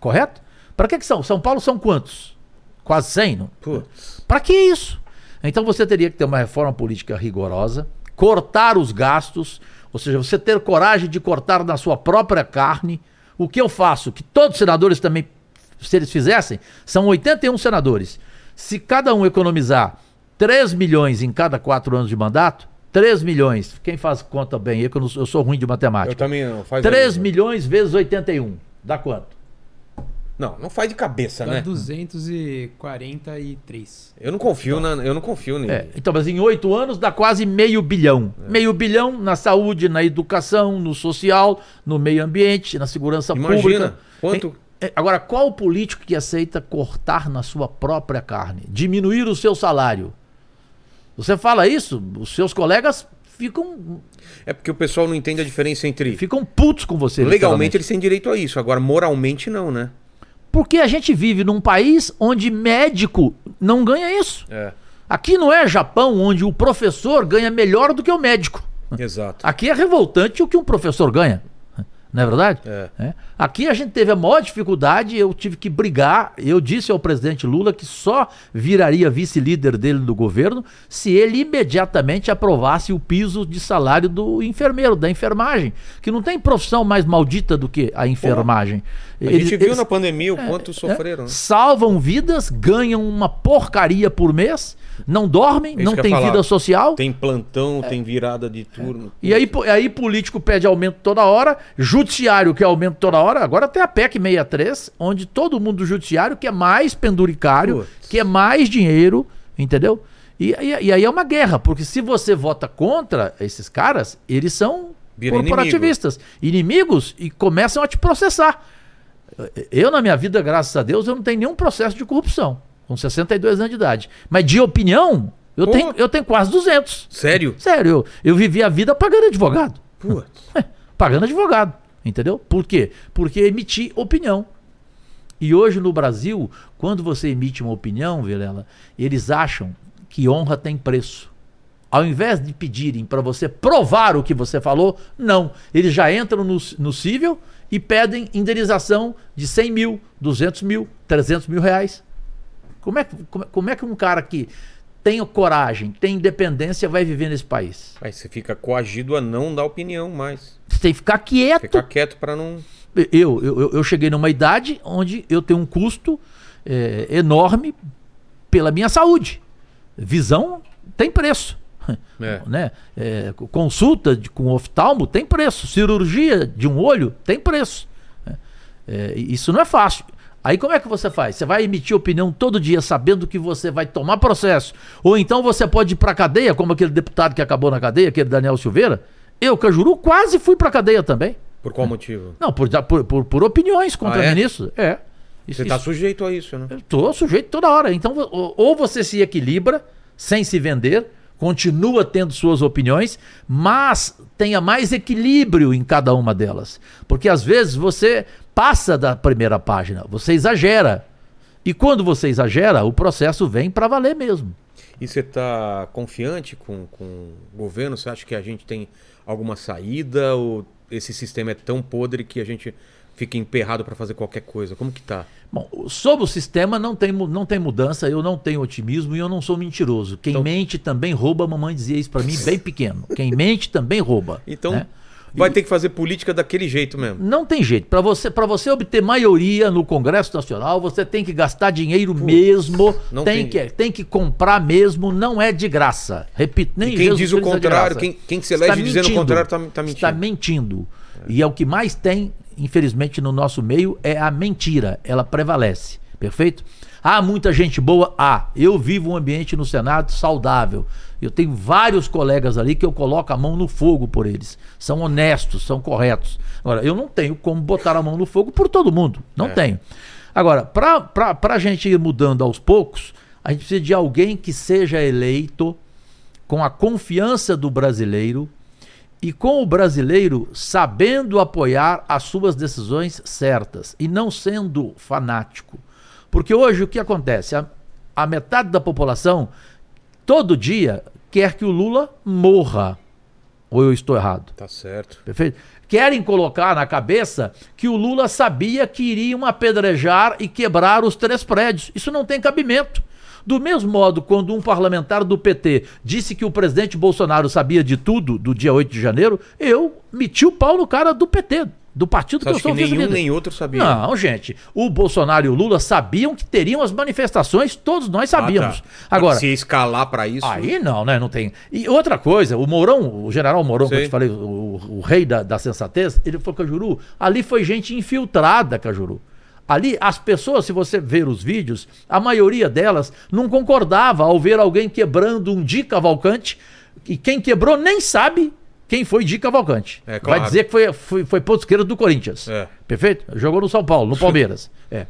Correto? Para que que são? São Paulo são quantos? Quase 100, não? Putz. Para que isso? Então você teria que ter uma reforma política rigorosa, cortar os gastos, ou seja, você ter coragem de cortar na sua própria carne. O que eu faço? Que todos os senadores também, se eles fizessem, são 81 senadores. Se cada um economizar 3 milhões em cada quatro anos de mandato, 3 milhões, quem faz conta bem, eu, que não sou- eu sou ruim de Eu matemática. também não. Faz 3 aí. milhões vezes 81, dá quanto? Não, não faz de cabeça, Dá né? 243. Eu não confio na, eu não confio nele. É, então, mas em oito anos dá quase meio bilhão. É. Meio bilhão na saúde, na educação, no social, no meio ambiente, na segurança Imagina pública. quanto- É, é, Agora, qual político que aceita cortar na sua própria carne? Diminuir o seu salário? Você fala isso, os seus colegas ficam, É porque o pessoal não entende a diferença entre ficam putos com você. literalmente. legalmente eles têm direito a isso, agora moralmente não, né? Porque a gente vive num país onde médico não ganha isso. É. Aqui não é Japão, onde o professor ganha melhor do que o médico. Exato. Aqui é revoltante o que um professor ganha. Não é verdade? É. Aqui a gente teve a maior dificuldade, eu tive que brigar. Eu disse ao presidente Lula que só viraria vice-líder dele do governo se ele imediatamente aprovasse o piso de salário do enfermeiro, da enfermagem. Que não tem profissão mais maldita do que a enfermagem. A Eles- gente viu eles- na pandemia o quanto né? sofreram. né? Salvam vidas, ganham uma porcaria por mês, não dormem, É isso não que eu tem ia falar. vida social. Tem plantão, tem virada de turno. É. E aí, po- aí político pede aumento toda hora, judiciário quer aumento toda hora, agora tem a PEC 63, onde todo mundo do judiciário quer mais penduricário, Putz. quer mais dinheiro, entendeu? E, e- e aí é uma guerra, porque se você vota contra esses caras, eles são Vira corporativistas, inimigos e começam a te processar. Eu, na minha vida, graças a Deus, eu não tenho nenhum processo de corrupção, com 62 anos de idade. Mas de opinião, eu, Pô. tenho, eu tenho quase 200. Sério? Sério, eu, eu vivi a vida pagando advogado. Putz. É, pagando advogado, entendeu? Por quê? Porque emiti opinião. E hoje no Brasil, quando você emite uma opinião, Vilela, eles acham que honra tem preço. Ao invés de pedirem para você provar o que você falou, não. Eles já entram no, no cível e pedem indenização de 100 mil, 200 mil, 300 mil reais. Como é, que- como é- como é que um cara que tem coragem, tem independência, vai viver nesse país? Aí você fica coagido a não dar opinião mais. Você tem que ficar quieto. Ficar quieto pra não. eu, eu, eu- eu cheguei numa idade onde eu tenho um custo é, enorme pela minha saúde. Visão tem preço. É. Né? É, co- consulta de- com oftalmo tem preço. Cirurgia de um olho tem preço. né? É, e isso não é fácil. Aí como é que você faz? Você vai emitir opinião todo dia sabendo que você vai tomar processo. Ou então você pode ir pra cadeia, como aquele deputado que acabou na cadeia, aquele Daniel Silveira. Eu, Cajuru, quase fui pra cadeia também. Por qual motivo? Não, por, por, por, por opiniões contra Ah, é? ministros. É. Isso, Você tá isso- sujeito a isso, né? eu tô sujeito toda hora. Então, vo- ou- ou você se equilibra sem se vender, continua tendo suas opiniões, mas tenha mais equilíbrio em cada uma delas. Porque às vezes você passa da primeira página, você exagera. E quando você exagera, o processo vem para valer mesmo. E você tá confiante com, com o governo? Você acha que a gente tem alguma saída? Ou esse sistema é tão podre que a gente fica emperrado pra fazer qualquer coisa? Como que tá? Bom, sobre o sistema não tem, mu- não tem mudança, eu não tenho otimismo e eu não sou mentiroso. Quem Então- mente também rouba, a mamãe dizia isso pra mim bem pequeno. Quem mente também rouba. Então, né? vai ter que fazer política daquele jeito mesmo. Não tem jeito. Para você, pra você obter maioria no Congresso Nacional, você tem que gastar dinheiro mesmo, não tem tem, que, tem que comprar mesmo, não é de graça. Repito, nem E quem Jesus diz o Cristo é de contrário, graça. quem, quem se Está elege dizendo o mentindo. contrário tá, tá mentindo. Está mentindo. E é o que mais tem, infelizmente, no nosso meio, é a mentira. é Ela prevalece. Perfeito? Há muita gente boa? Há. Eu vivo um ambiente no Senado saudável. Eu tenho vários colegas ali que eu coloco a mão no fogo por eles. São honestos, são corretos. Agora, eu não tenho como botar a mão no fogo por todo mundo. Não É. tenho. Agora, para a gente ir mudando aos poucos, a gente precisa de alguém que seja eleito com a confiança do brasileiro e com o brasileiro sabendo apoiar as suas decisões certas e não sendo fanático. Porque hoje o que acontece? A, a metade da população, todo dia, quer que o Lula morra. Ou eu estou errado? Tá certo. Perfeito? Querem colocar na cabeça que o Lula sabia que iriam apedrejar e quebrar os três prédios. Isso não tem cabimento. Do mesmo modo, quando um parlamentar do PT disse que o presidente Bolsonaro sabia de tudo do dia 8 de janeiro, eu meti o pau no cara do PT, do partido Você que eu acha que sou nenhum vice-líder. nem outro sabia? Então, Ah, Não, gente. O Bolsonaro e o Lula sabiam que teriam as manifestações, todos nós sabíamos. Ah, tá. Agora, Se escalar pra isso. Aí não, né? Não tem. E outra coisa, o Mourão, o general Mourão, que eu Sim. te falei, o, o- o rei da, da sensatez, ele falou, Cajuru, ali foi gente infiltrada, Cajuru. Ali, as pessoas, se você ver os vídeos, a maioria delas não concordava ao ver alguém quebrando um Di Cavalcante, e quem quebrou nem sabe quem foi Di Cavalcante. É, claro. Vai dizer que foi, foi, foi ponto esquerdo do Corinthians. É. Perfeito? Jogou no São Paulo, no Palmeiras. é.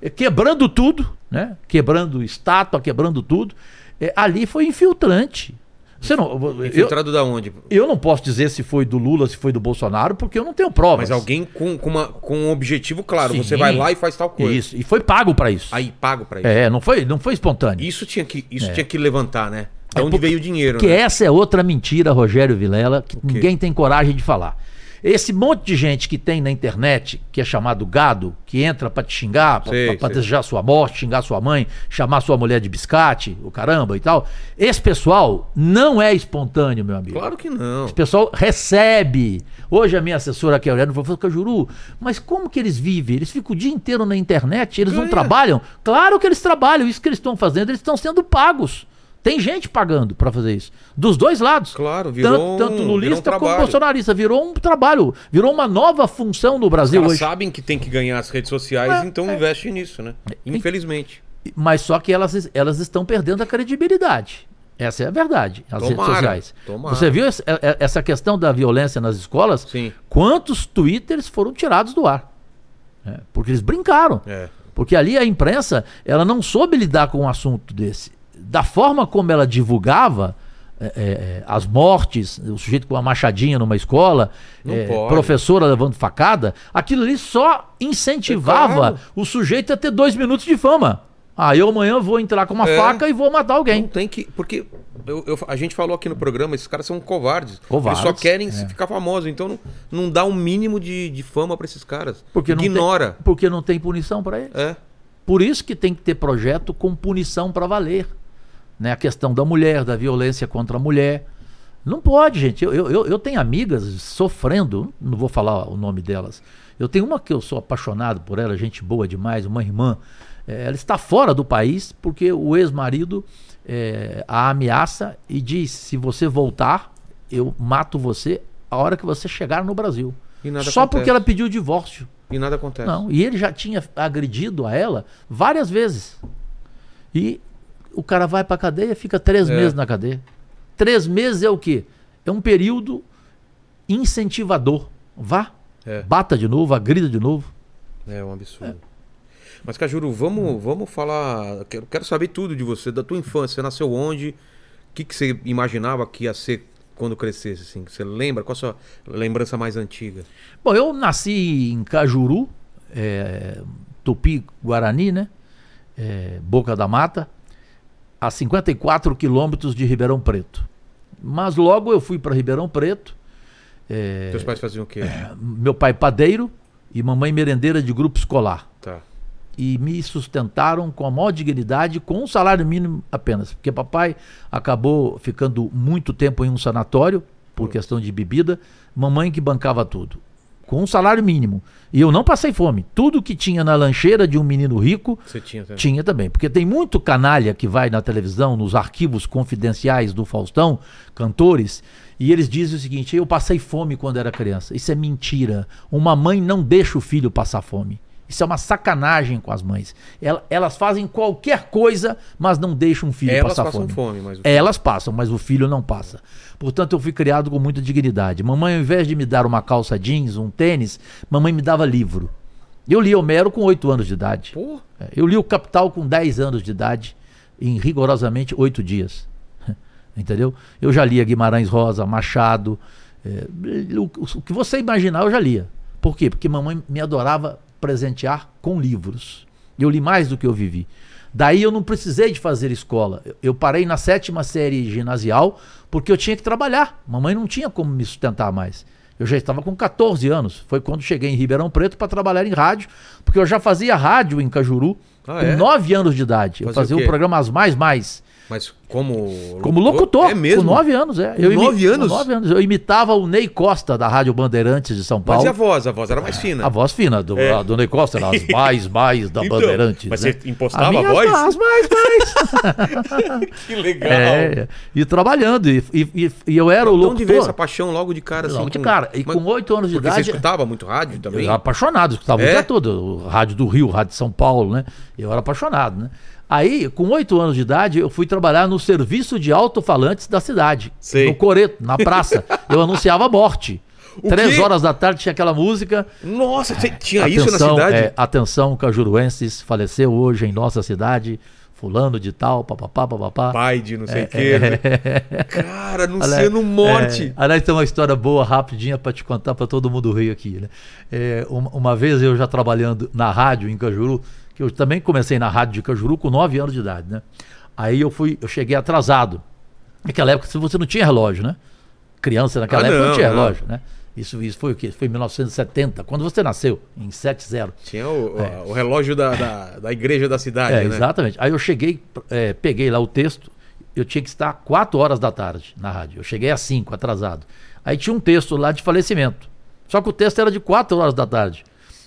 É, Quebrando tudo, né? Quebrando estátua, quebrando tudo. É, ali foi infiltrante. Você não, eu, Infiltrado da onde? eu não posso dizer se foi do Lula, se foi do Bolsonaro, porque eu não tenho Mas provas. alguém com, com, uma- com um objetivo claro. Sim. Você vai lá e faz tal coisa. Isso, e foi pago pra isso. Aí pago pra isso. É, não foi, não foi espontâneo. Isso tinha que, isso tinha que levantar, né? De É onde porque- veio o dinheiro, Que né? essa é outra mentira, Rogério Vilela, que quê? ninguém tem coragem de falar. Esse monte de gente que tem na internet, que é chamado gado, que entra pra te xingar, pra- Sei, pra pra sei. desejar sua morte, xingar sua mãe, chamar sua mulher de biscate, o caramba e tal. Esse pessoal não é espontâneo, meu amigo. Claro que não. O pessoal recebe. Hoje a minha assessora aqui, a Aurélio, falou, Cajuru, mas como que eles vivem? Eles ficam o dia inteiro na internet, eles não Ganha. trabalham? Claro que eles trabalham, isso que eles estão fazendo, eles estão sendo pagos. Tem gente pagando para fazer isso. Dos dois lados. Claro, virou tanto, tanto um- lulista virou um como trabalho. bolsonarista. Virou um trabalho, virou uma nova função no Brasil Elas hoje. É, sabem que tem que ganhar as redes sociais, então investem nisso, né? Infelizmente. Mas só que elas, elas estão perdendo a credibilidade. Essa é a verdade, as redes Tomara, sociais. tomara. Você viu esse- é- é- essa questão da violência nas escolas? Sim. Quantos twitters foram tirados do ar? É, porque eles brincaram. É. Porque ali a imprensa, ela não soube lidar com um assunto desse. Da forma como ela divulgava é, é, é, as mortes, o sujeito com uma machadinha numa escola, Não é, pode. professora levando facada, aquilo ali só incentivava É claro. o sujeito a ter dois minutos de fama. Ah, eu amanhã vou entrar com uma É. faca e vou matar Não alguém. Então tem que. Porque eu- eu- a gente falou aqui no programa, esses caras são covardes. Covardes, Eles só querem é. se ficar famosos. Então não, não dá um mínimo de, de fama pra esses caras. Porque não tem- Ignora. Porque não tem punição pra ele. É. Por isso que tem que ter projeto com punição para valer. Né? A questão da mulher, da violência contra a mulher. Não pode, gente. Eu, eu, eu- eu tenho amigas sofrendo, não vou falar o nome delas. Eu tenho uma que eu sou apaixonado por ela, gente boa demais, uma irmã. Eh, ela está fora do país porque o ex-marido eh, a ameaça e diz: se você voltar, eu mato você a hora que você chegar no Brasil. E nada Só acontece. porque ela pediu o divórcio. E nada acontece. Não, e ele já tinha agredido a ela várias vezes. E o cara vai pra cadeia, fica três É. meses na cadeia. Três meses é o quê? É um período incentivador. Vá, É. bata de novo, agrida de novo. É um absurdo. Mas, Cajuru, vamos, vamos falar. Quero, quero saber tudo de você, da tua infância. Você nasceu onde? O que, que você imaginava que ia ser quando crescesse? Assim? Você lembra? Qual a sua lembrança mais antiga? Bom, eu nasci em Cajuru, é, Tupi Guarani, né? É, Boca da Mata, a 54 quilômetros de Ribeirão Preto. Mas logo eu fui para Ribeirão Preto. é, Teus pais faziam o quê? meu pai padeiro e mamãe merendeira de grupo escolar. Tá. E me sustentaram com a maior dignidade, com um salário mínimo apenas. Porque papai acabou ficando muito tempo em um sanatório, por questão de bebida. Mamãe que bancava tudo. Com um salário mínimo. E eu não passei fome. Tudo que tinha na lancheira de um menino rico, Você tinha também? tinha também, porque tem muito canalha que vai na televisão, nos arquivos confidenciais do Faustão, cantores, e eles dizem o seguinte: eu passei fome quando era criança. Isso é mentira. Uma mãe não deixa o filho passar fome. Isso é uma sacanagem com as mães. Ela- Elas fazem qualquer coisa, mas não deixam o filho Elas passar passam fome. É. fome, mas o filho- Elas passam, mas o filho não passa. Portanto, eu fui criado com muita dignidade. Mamãe, ao invés de me dar uma calça jeans, um tênis, mamãe me dava livro. Eu li Homero com 8 anos de idade. Pô, É, Eu li o Capital com 10 anos de idade, em rigorosamente 8 dias. Entendeu? Eu já lia Guimarães Rosa, Machado, é, o, o que você imaginar eu já lia. Por quê? Porque mamãe me adorava presentear com livros. Eu li mais do que eu vivi. Daí eu não precisei de fazer escola. Eu- Eu parei na sétima série ginasial porque eu tinha que trabalhar. Mamãe não tinha como me sustentar mais. Eu já estava com 14 anos. Foi quando cheguei em Ribeirão Preto para trabalhar em rádio, porque eu já fazia rádio em Cajuru Ah, com é? 9 anos de idade. Fazia eu o fazia quê? o programa As Mais Mais. mas como. Como locutor, É mesmo? com nove anos, é. Com imi- nove anos? Com nove anos. Eu imitava o Ney Costa da Rádio Bandeirantes de São Mas Paulo. e a voz? A voz era mais fina. Ah, A voz fina do, É. a do Ney Costa, era as mais, mais da Então, Bandeirantes. mas né? você impostava a minha, voz? As mais, mais. Que legal. é, e trabalhando. E, e- e- e eu era o Então, de ver essa locutor. paixão logo de cara, assim. Logo de cara. E Mas- com oito anos de Porque você idade. escutava muito rádio também? Eu era apaixonado, escutava É? o dia todo. o Rádio do Rio, Rádio de São Paulo, né? Eu era apaixonado, né? Aí, com oito anos de idade, eu fui trabalhar no serviço de alto-falantes da cidade. Sei. No Coreto, na praça. eu anunciava a morte. O Três quê? horas da tarde tinha aquela música. Nossa, você tinha isso na cidade? é, atenção, cajuruenses, faleceu hoje em nossa cidade. Fulano de tal, papapá, papapá. Pai de não sei o quê. né? Cara, Luciano É, Morte. aliás, tem uma história boa, rapidinha, pra te contar, pra todo mundo rir aqui, né? É, uma, uma vez eu já trabalhando na rádio em Cajuru, que eu também comecei na rádio de Cajuru com 9 anos de idade, né? Aí eu fui, eu cheguei atrasado. Naquela época se você não tinha relógio, né? Criança naquela Ah, época não, não, tinha não. relógio, né? Isso, isso foi o quê? Foi em 1970, quando você nasceu, em 70. Tinha o, o relógio da, da, da igreja da cidade, É, né? exatamente. Aí eu cheguei, é, peguei lá o texto, eu tinha que estar 4 horas da tarde na rádio. Eu cheguei às 5, atrasado. Aí tinha um texto lá de falecimento. Só que o texto era de 4 horas da tarde.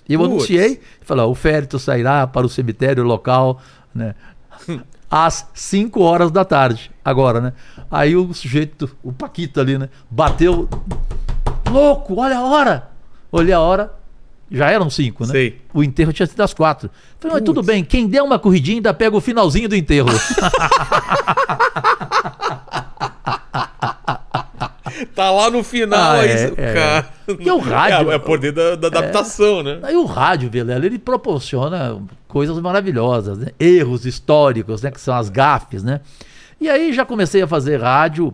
E eu Putz. anunciei, falei, ó, o férito sairá para o cemitério local, né? Às 5 horas da tarde, agora, né? Aí o sujeito, o Paquito ali, né? Bateu. Louco, olha a hora! Olhei a hora, já eram 5, né? Sei. O enterro tinha sido às quatro. Falei, mas tudo bem, quem der uma corridinha ainda pega o finalzinho do enterro. Tá lá no final, Ah, aí, é, é. cara. E o rádio? É, é poder da, da adaptação, né? Aí o rádio, Vilela, ele proporciona coisas maravilhosas, né? erros históricos, né? que são as gafes, né? E aí já comecei a fazer rádio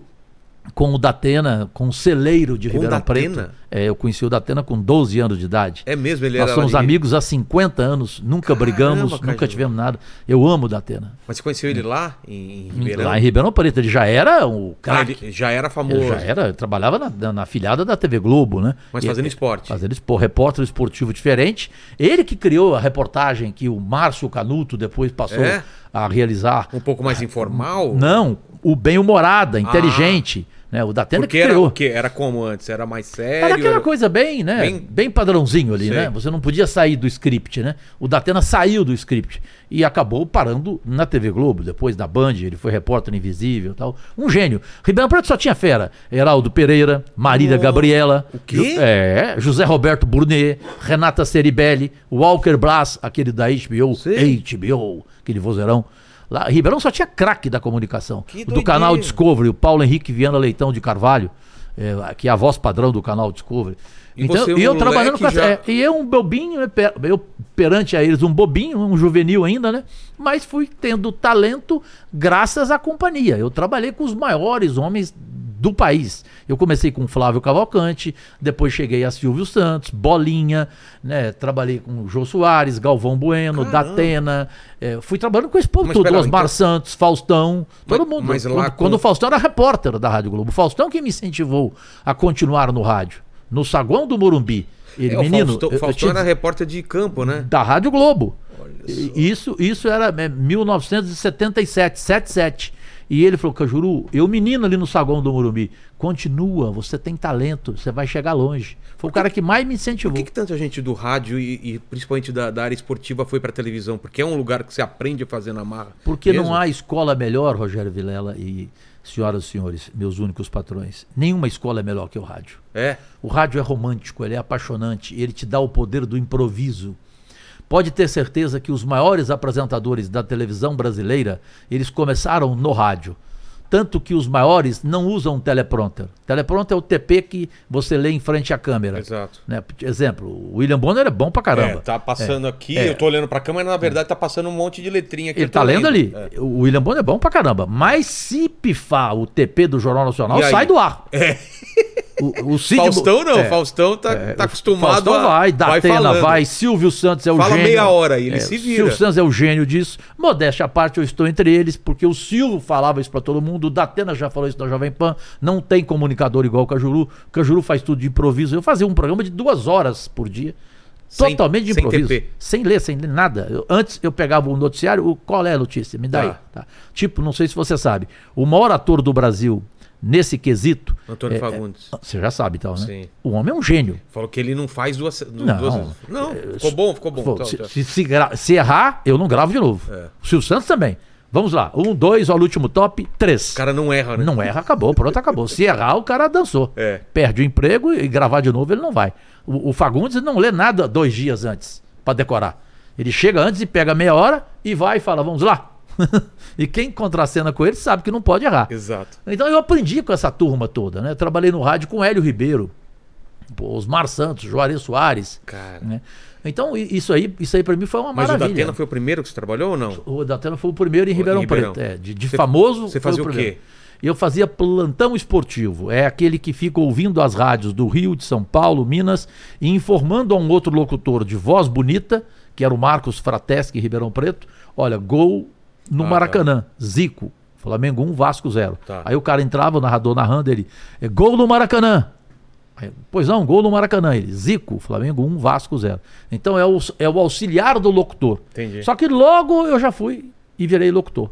com o Datena, com o celeiro de Com o Ribeirão Datena? Preto. É, eu conheci o Datena com 12 anos de idade. É mesmo, ele Nós era. somos lá de- amigos há 50 anos, nunca Caramba, brigamos, nunca Caju. tivemos nada. Eu amo o Datena. Mas você conheceu ele lá em, em Ribeirão? Lá em Ribeirão Preto, ele já era o Ah, craque. ele já era famoso. Ele já era, trabalhava na, na, na filiada da TV Globo, né? Mas E- fazendo esporte. Fazendo esporte, repórter esportivo diferente. Ele que criou a reportagem que o Márcio Canuto depois passou É? a realizar. Um pouco mais informal? Ah, Não, o bem-humorada, inteligente, né? O Datena Ah. Porque que era criou. o quê? Era como antes? Era mais sério? Era aquela Era- coisa bem, né? Bem- Bem, padrãozinho ali, Sei. né? Você não podia sair do script, né? O Datena saiu do script e acabou parando na TV Globo, depois da Band, ele foi repórter invisível e tal. Um gênio. Ribeirão Preto só tinha fera. Heraldo Pereira, Marília Nossa, Gabriela. O Oh, quê? é, José Roberto Burnet, Renata Ceribelli, Walker Blas, aquele da HBO, Sei. HBO, aquele vozeirão. Lá, Ribeirão só tinha craque da comunicação. Que do canal doideira. Discovery. Discovery, o Paulo Henrique Viana Leitão de Carvalho, é, que é a voz padrão do canal Discovery. Então, E você, um e eu moleque trabalhando com já- essa, é, E eu um bobinho, né, per- eu perante a eles um bobinho, um juvenil ainda, né? Mas fui tendo talento graças à companhia. Eu trabalhei com os maiores homens do país. Eu comecei com Flávio Cavalcante, depois cheguei a Silvio Santos, Bolinha, né? Trabalhei com o Jô Soares, Galvão Bueno, Caramba. Datena. é, fui trabalhando com esse povo Mas todo, pera lá, Osmar então- Santos, Faustão, todo Mas- mundo. mas lá quando, com- quando o Faustão era repórter da Rádio Globo. O Faustão que me incentivou a continuar no rádio, no saguão do Morumbi. Ele, É, o menino, Faustão, eu- eu Faustão tinha- era repórter de campo, né? da Rádio Globo. Olha E- Isso, isso era é, 1977, 77. E ele falou, Cajuru, eu menino ali no saguão do Morumbi, continua, você tem talento, você vai chegar longe. Foi o cara que mais me incentivou. Por que, que tanta gente do rádio e, e principalmente da, da área esportiva foi pra televisão? Porque é um lugar que você aprende a fazer na marra. Porque mesmo? não há escola melhor, Rogério Vilela e senhoras e senhores, meus únicos patrões. Nenhuma escola é melhor que o rádio. É. O rádio é romântico, ele é apaixonante, ele te dá o poder do improviso. Pode ter certeza que os maiores apresentadores da televisão brasileira, eles começaram no rádio. Tanto que os maiores não usam teleprompter. Teleprompter é o TP que você lê em frente à câmera. Exato. Né? Exemplo, o William Bonner é bom pra caramba. é. É, tá passando aqui, eu tô olhando pra câmera, na verdade tá passando um monte de letrinha aqui. Ele eu tô tá lendo ali. É. O William Bonner é bom pra caramba. Mas se pifar o TP do Jornal Nacional, E aí? É. sai do ar. O, o Cid- Faustão não, é, Faustão tá, tá acostumado Faustão a... vai, Datena falando. vai, Silvio Santos é o Fala gênio. meia hora e ele É, se vira. Silvio Santos é o gênio disso. Modéstia à parte, eu estou entre eles, porque o Silvio falava isso pra todo mundo, o Datena já falou isso na Jovem Pan, não tem comunicador igual o Cajuru. O Cajuru faz tudo de improviso. Eu fazia um programa de duas horas por dia. Sem- totalmente de sem improviso. TP. Sem ler, sem ler nada. Eu- antes eu pegava o noticiário, o, qual é a notícia? Me dá Tá. aí. tá? Tipo, não sei se você sabe, o maior ator do Brasil nesse quesito. Antônio é- Fagundes. é- você já sabe, então, né? Sim. O homem é um gênio. Falou que ele não faz duas... du- Não. É, duas vezes. não ficou bom, ficou bom. Pô, tá, se, tá. se- se gra- se errar, eu não gravo de novo. É. O Silvio Santos também. Vamos lá. Um, dois, olha o último top, três. O cara não erra, né? Não é. erra, acabou, pronto, acabou. Se errar, o cara dançou. É. Perde o emprego e gravar de novo ele não vai. O, o Fagundes não lê nada dois dias antes pra decorar. Ele chega antes e pega meia hora e vai e fala, vamos lá. e quem contracena com ele sabe que não pode errar. Exato. Então eu aprendi com essa turma toda, né? Eu trabalhei no rádio com Hélio Ribeiro, pô, Osmar Santos, Juarez Soares, Cara. né? Então i- isso aí, isso aí para mim foi uma Mas o maravilha. Datena foi o primeiro que você trabalhou ou não? O Datena foi o primeiro em Ribeirão, Ribeirão. Preto. É, de de Você- famoso. você foi fazia o primeiro. quê? Eu fazia plantão esportivo. É aquele que fica ouvindo as rádios do Rio, de São Paulo, Minas, e informando a um outro locutor de voz bonita, que era o Marcos Frateschi, Ribeirão Preto, olha, gol no Ah, tá. Maracanã, Zico. Flamengo 1, Vasco 0. Tá. Aí o cara entrava, o narrador narrando, ele, é, gol no Maracanã. Aí, pois não, gol no Maracanã. Ele, Zico, Flamengo 1, Vasco 0. Então é o, é o auxiliar do locutor. Entendi. Só que logo eu já fui e virei locutor.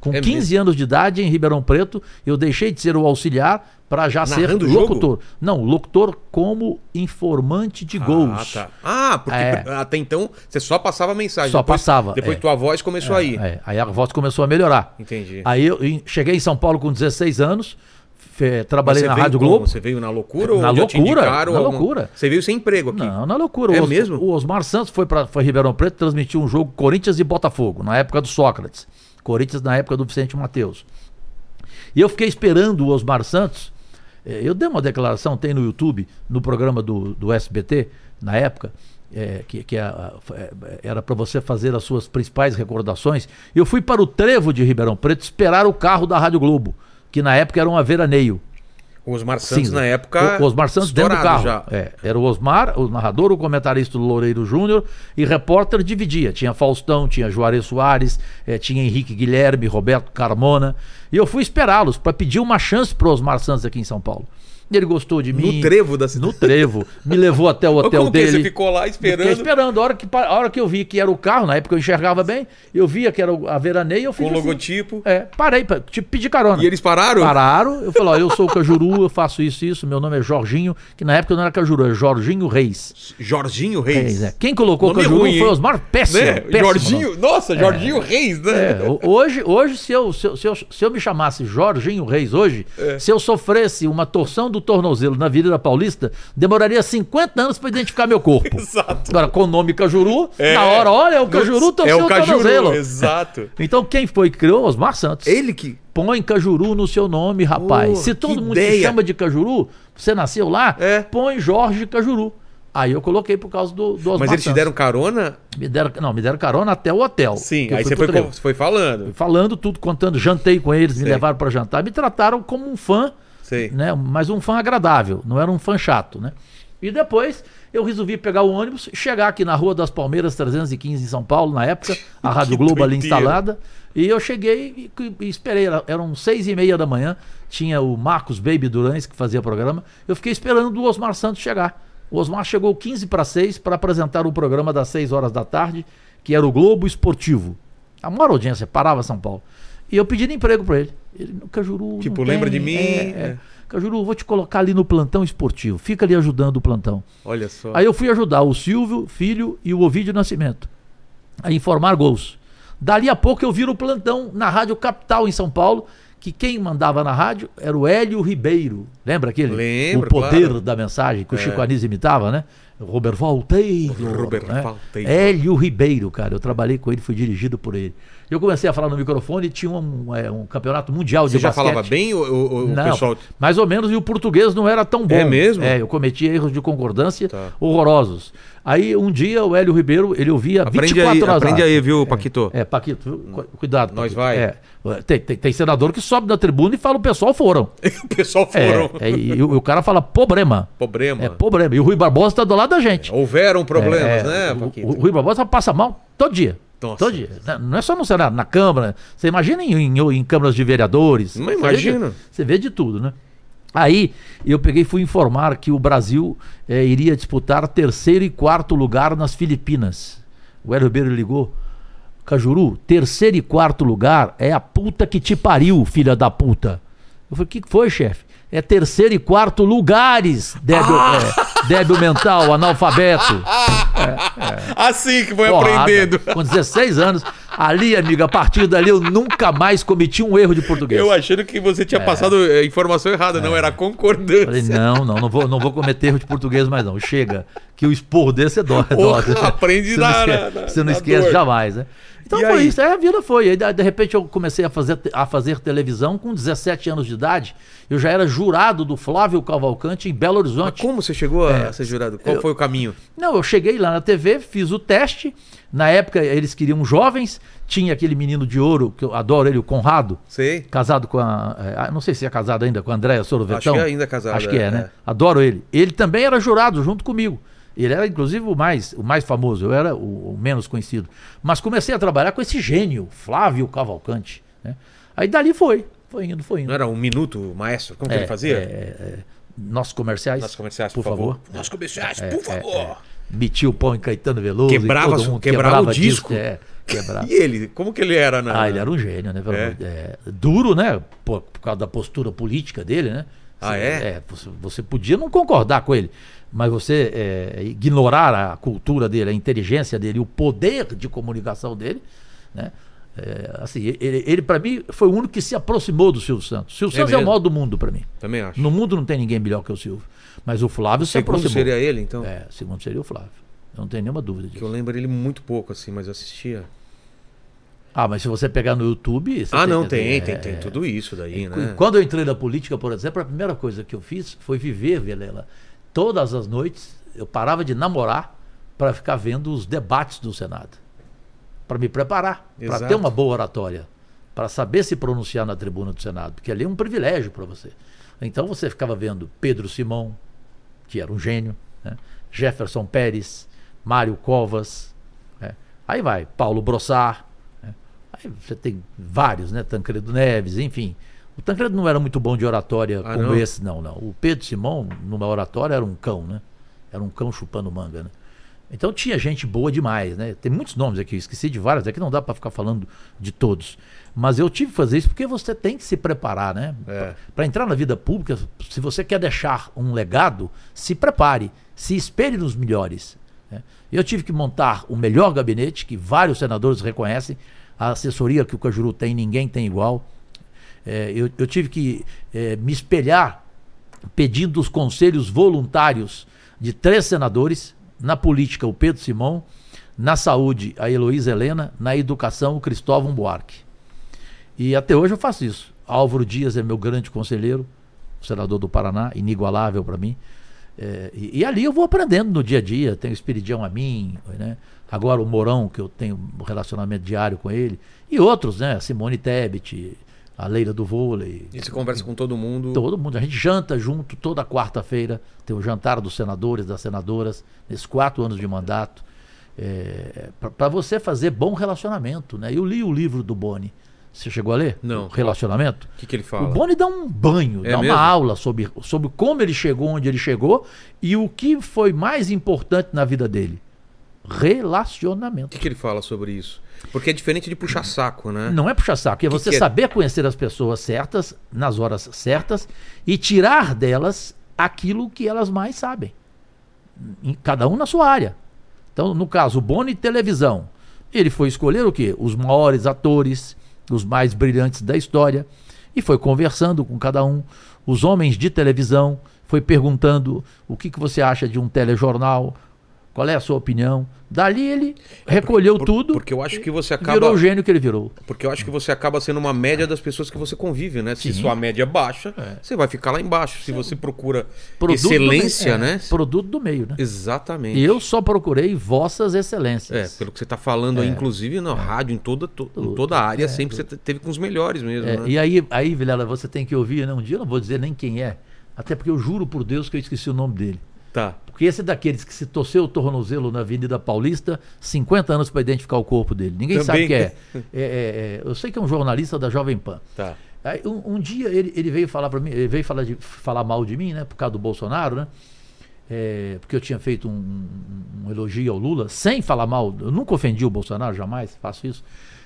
Com É 15 anos de idade, em Ribeirão Preto, eu deixei de ser o auxiliar para já Narrando o ser jogo? locutor. Não, locutor como informante de gols. Ah, tá. Ah, porque É. pr- até então você só passava mensagem. Só depois, passava, Depois é. tua voz começou aí. É, aí a voz começou a melhorar. Entendi. Aí eu em- cheguei em São Paulo com 16 anos, fe- Mas trabalhei você na veio Rádio como? Globo. Você veio na loucura ou Na já te loucura, indicaram na alguma- loucura. Você veio sem emprego aqui. Não, na loucura. É o Os- mesmo? O Osmar Santos foi para foi Ribeirão Preto transmitir um jogo Corinthians e Botafogo, na época do Sócrates. Corinthians na época do Vicente Mateus. E eu fiquei esperando o Osmar Santos. Eh, Eu dei uma declaração, tem no YouTube, no programa do, do SBT, na época, eh, que, que a- a- eh, era para você fazer as suas principais recordações. Eu fui para o Trevo de Ribeirão Preto esperar o carro da Rádio Globo, que na época era um Averaneio. O Osmar Santos Sim, na época. O Osmar Santos dentro do estourado carro. Já. É, era o Osmar, o narrador, o comentarista do Loureiro Júnior e repórter dividia. Tinha Faustão, tinha Juarez Soares, eh, tinha Henrique Guilherme, Roberto Carmona. E eu fui esperá-los para pedir uma chance pro Osmar Santos aqui em São Paulo. Ele gostou de mim. No trevo da cidade. No trevo. Me levou até o Mas hotel Como que dele. você ficou lá Fiquei esperando esperando. A hora, que, pa- a hora que eu vi que era o carro, na época eu enxergava bem, eu via que era o- a veraneia, eu com fiz o assim. logotipo? É, parei, pra, tipo, pedir carona. E eles pararam? Pararam. Eu falei, ó, eu sou o Cajuru, eu faço isso e isso, meu nome é Jorginho, que na época não era Cajuru, era Jorginho Reis. Jorginho Reis. Reis, né? Quem colocou Nome Cajuru ruim, foi hein? Osmar Péssimo. Né? péssimo Jorginho, nome. nossa, Jorginho Reis, né? É, ho- hoje, hoje se, eu, se, eu, se, eu, se eu me chamasse Jorginho Reis hoje, É. se eu sofresse uma torção do tornozelo na Avenida Paulista, demoraria 50 anos para identificar meu corpo. Exato. Agora, com o nome Cajuru, É. na hora, olha, é o Cajuru torceu É o Cajuru, tornozelo. exato. Então, quem foi que criou? Osmar Santos. Ele que. Põe Cajuru no seu nome, rapaz. Porra, Se todo que mundo te ideia. chama de Cajuru, você nasceu lá, É. põe Jorge Cajuru. Aí eu coloquei por causa do, do Osmar Mas eles te Santos. deram carona? Me deram. Não, me deram carona até o hotel. Sim, que eu aí fui você pro foi, trevo. co- foi falando. Falando tudo, contando, jantei com eles, me Sei. levaram pra jantar. Me trataram como um fã, Sei. né? Mas um fã agradável, não era um fã chato, né? E depois eu resolvi pegar o ônibus, chegar aqui na Rua das Palmeiras 315 em São Paulo, na época, a Rádio Globo ali doideira. instalada. Baixada, E eu cheguei e, e esperei. Era- Eram seis e meia da manhã. Tinha o Marcos Baby Durães que fazia programa. Eu fiquei esperando o Osmar Santos chegar. O Osmar chegou 15 para 6 para apresentar o programa das 6 horas da tarde, que era o Globo Esportivo. A maior audiência parava São Paulo. E eu pedindo emprego para ele. Ele, "Não, Cajuru. Tipo, não lembra tem, de mim?" é, é. Cajuru, vou te colocar ali no plantão esportivo. Fica ali ajudando o plantão. Olha só. Aí eu fui ajudar o Silvio, filho e o Ovidio Nascimento a informar gols. Dali a pouco eu viro o plantão na Rádio Capital em São Paulo, que quem mandava na rádio era o Hélio Ribeiro. Lembra aquele? Lembro, O poder claro. É. da mensagem que o Chico Anísio imitava, né? Roberto Valteiro. Roberto né? Valteiro. Hélio Ribeiro, cara. Eu trabalhei com ele, fui dirigido por ele. Eu comecei a falar no microfone e tinha um, é, um campeonato mundial Você de já basquete. falava bem ou, ou- ou o Não, pessoal. mais ou menos, e o português não era tão bom. É mesmo? É, eu cometia erros de concordância Tá. horrorosos. Aí um dia o Hélio Ribeiro, ele ouvia Aprende 24 aí, horas. aprende lá. aí, viu, Paquito? É, Paquito, viu? Cu- cuidado. Nós Paquito. vai. É. Tem, tem- tem senador que sobe da tribuna e fala: o pessoal foram. O pessoal É, foram. é, e, o, e o cara fala: problema. Problema. É problema. E o Rui Barbosa tá do lado da gente. Houveram É, problemas, é, né, o- Paquito? O, Rui Barbosa passa mal todo dia. Nossa. Todo dia. Na- Não é só no Senado, na Câmara. Você imagina em, em- em câmaras de vereadores. Não Você vê imagino. de- Você vê de tudo, né? Aí eu peguei e fui informar que o Brasil eh, iria disputar terceiro e quarto lugar nas Filipinas. O Hélio Ribeiro ligou. Cajuru, terceiro e quarto lugar é a puta que te pariu, filha da puta. Eu falei, o que que foi, chefe? É terceiro e quarto lugares, débil, Ah! é, débil mental, analfabeto. Assim que foi Porrada, aprendendo. Com 16 anos. Ali, amiga, a partir dali eu nunca mais cometi um erro de português. Eu achando que você tinha passado eh, informação errada, não, era É. Falei, concordância. não, não, não vou, não vou cometer erro de português mais não. Chega, que o esporro desse é dó. dó- aprende você não na- esquece, na- na- você não na esquece dor. jamais, né? Então E foi aí? isso, aí a vida foi. Aí, da- de repente eu comecei a fazer, te- a fazer televisão com 17 anos de idade. Eu já era jurado do Flávio Cavalcante em Belo Horizonte. Como você chegou É. a ser jurado? Qual foi o caminho? Não, eu cheguei lá na TV, fiz o teste. Na época eles queriam jovens. Tinha aquele menino de ouro, que eu adoro ele, o Conrado. Sei. Casado com a. eh, ah, Não sei se é casado ainda com a Andréa Sorvetão. Acho que é ainda casado, Acho que é, é. né? Adoro ele. Ele também era jurado junto comigo. Ele era, inclusive, o mais, o mais famoso. Eu era o, o menos conhecido. Mas comecei a trabalhar com esse gênio, Flávio Cavalcante. né? Aí dali foi. Foi indo, foi indo. Não era um minuto, maestro? Como que ele fazia? Nossos comerciais. Nossos comerciais, É, por, por favor. É, favor. Nossos comerciais, por favor. Metia o pau em Caetano Veloso. e Quebrava todo su- mundo quebrava o disco. é, quebrava. E ele? Como que ele era na. Ah, ele era um gênio, né? Pelo É. amor de- é, duro, né? Por, por causa da postura política dele, né? Ah, Você- é? você, você podia não concordar com ele, mas você é, ignorar a cultura dele, a inteligência dele, o poder de comunicação dele, né? É, assim, ele, ele para mim foi o único que se aproximou do Silvio Santos. Silvio É Santos é o mesmo? maior do mundo para mim. Também acho. No mundo não tem ninguém melhor que o Silvio, mas o Flávio se Segundo aproximou. seria ele, então? É, segundo seria o Flávio. Eu não tenho nenhuma dúvida Que eu disso. lembro ele muito pouco, assim, mas eu assistia. Ah, mas se você pegar no YouTube, você ah, não, tem, é, tem, tem tudo isso daí, Qu- né? Quando eu entrei na política, por exemplo, a primeira coisa que eu fiz foi viver, Vilela. Todas as noites eu parava de namorar para ficar vendo os debates do Senado. Para me preparar, para Exato. ter uma boa oratória, para saber se pronunciar na tribuna do Senado, porque ali é um privilégio para você. Então você ficava vendo Pedro Simão, que era um gênio, né? Jefferson Pérez, Mário Covas, né? aí vai, Paulo Brossar, né? aí você tem vários, né? Tancredo Neves, enfim. O Tancredo não era muito bom de oratória Ah, como não? esse, não, não. O Pedro Simão, numa oratória, era um cão, né? Era um cão chupando manga, né? Então tinha gente boa demais, né? Tem muitos nomes aqui, eu esqueci de vários, aqui não dá para ficar falando de todos. Mas eu tive que fazer isso porque você tem que se preparar, né? É. Para entrar na vida pública, se você quer deixar um legado, se prepare, se espelhe nos melhores. né? Eu tive que montar o melhor gabinete, que vários senadores reconhecem, a assessoria que o Cajuru tem, ninguém tem igual. É, eu, eu tive que é, me espelhar pedindo os conselhos voluntários de três senadores, na política o Pedro Simão, na saúde a Heloísa Helena, na educação o Cristóvão Buarque. E até hoje eu faço isso. Álvaro Dias é meu grande conselheiro, senador do Paraná, inigualável para mim. É, e, e ali eu vou aprendendo no dia a dia. Tenho o Espiridião a mim, né? agora o Mourão, que eu tenho um relacionamento diário com ele, e outros, né? Simone Tebet, a Leila do Vôlei. E você conversa com todo mundo. Todo mundo, a gente janta junto toda quarta-feira, tem o jantar dos senadores, das senadoras, nesses quatro anos de mandato, para você fazer bom relacionamento. Né? Eu li o livro do Boni. Você chegou a ler? Não. O relacionamento? O que, que ele O fala? Boni dá um banho, É dá uma mesmo? aula sobre, sobre como ele chegou onde ele chegou e o que foi mais importante na vida dele: O relacionamento. que, que ele fala sobre isso? Porque é diferente de puxar saco, né? Não é puxar saco, é Que você que é? saber conhecer as pessoas certas, nas horas certas, e tirar delas aquilo que elas mais sabem. Em- cada um na sua área. Então, no caso, o Boni televisão. Ele foi escolher o quê? Os maiores atores, os mais brilhantes da história. e foi conversando com cada um, os homens de televisão, foi perguntando o que, que você acha de um telejornal, qual é a sua opinião. Dali ele recolheu É, Por- tudo, Porque eu acho que você acaba. virou o gênio que ele virou. Porque eu acho que você acaba sendo uma média das pessoas que você convive, né? Se Sim. sua média é baixa, você vai ficar lá embaixo. Se você procura Produto do excelência, meio, é, né? Produto do meio, né? Exatamente. Eu só procurei vossas É, excelências. pelo que você está falando aí, inclusive É. na rádio, em toda, to- em toda a área, sempre você te- teve com os melhores mesmo, É, né? e aí, aí, Vilela, você tem que ouvir, né? Um dia eu não vou dizer nem quem é, até porque eu juro por Deus que eu esqueci o nome dele. Tá. Porque esse é daqueles que se torceu o tornozelo na Avenida Paulista, 50 anos para identificar o corpo dele. Ninguém sabe Também. quem é. É, é, é. Eu sei que é um jornalista da Jovem Pan. Tá. Aí, um, um dia ele, ele veio falar para mim, ele veio falar, de- falar mal de mim, né? Por causa do Bolsonaro, né? É, porque eu tinha feito um, um- um elogio ao Lula, sem falar mal. Eu nunca ofendi o Bolsonaro, jamais faço isso.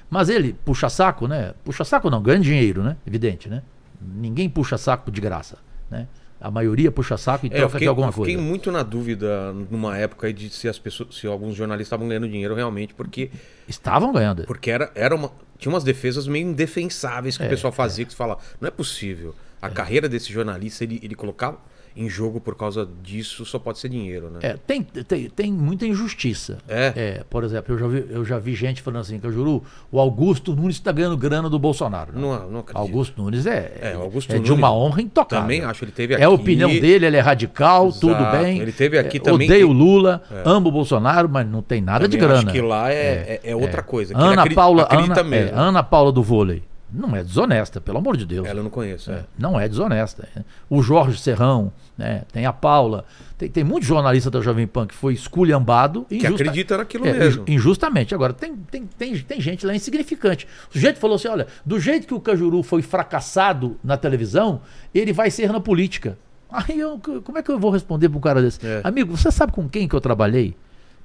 Mas ele, puxa saco, né? Puxa saco não, ganha dinheiro, né? Evidente, né? Ninguém puxa saco de graça, né? A maioria puxa saco e É, eu troca fiquei, de alguma eu fiquei coisa. muito na dúvida numa época aí de se as pessoas, se alguns jornalistas estavam ganhando dinheiro realmente, porque Estavam ganhando. Porque era, era uma. Tinha umas defesas meio indefensáveis que É, o pessoal fazia, que você fala, não é possível. A carreira desse jornalista, ele, ele colocar em jogo por causa disso, só pode ser dinheiro, né? É, tem, tem, tem muita injustiça. É. por exemplo, eu já, vi, eu já vi gente falando assim, que eu juro, o Augusto Nunes está ganhando grana do Bolsonaro. né? Não, Não, não acredito. Augusto Nunes é, É, o Augusto é de uma Nunes honra intocável. Também acho, ele teve É aqui. a opinião dele, ele é radical, Exato. tudo bem. Ele teve aqui É, também Odeio que- É. o Lula, amo o Bolsonaro, mas não tem nada de Também grana. Acho que lá é, é, é outra coisa. que ele Ana acri- Paula, acredita Ana, mesmo. é, Ana Paula do vôlei. Não é desonesta, pelo amor de Deus. Ela eu não conheço. é. Não é desonesta. O Jorge Serrão, né? tem a Paula, tem, tem muito jornalista da Jovem Pan que foi esculhambado. Que injusta- acredita naquilo é, mesmo. inju- Injustamente. Agora, tem, tem, tem, tem gente lá insignificante. O sujeito falou assim: olha, do jeito que o Cajuru foi fracassado na televisão, ele vai ser na política. Aí eu, c- como é que eu vou responder para um cara desse? É. Amigo, você sabe com quem que eu trabalhei?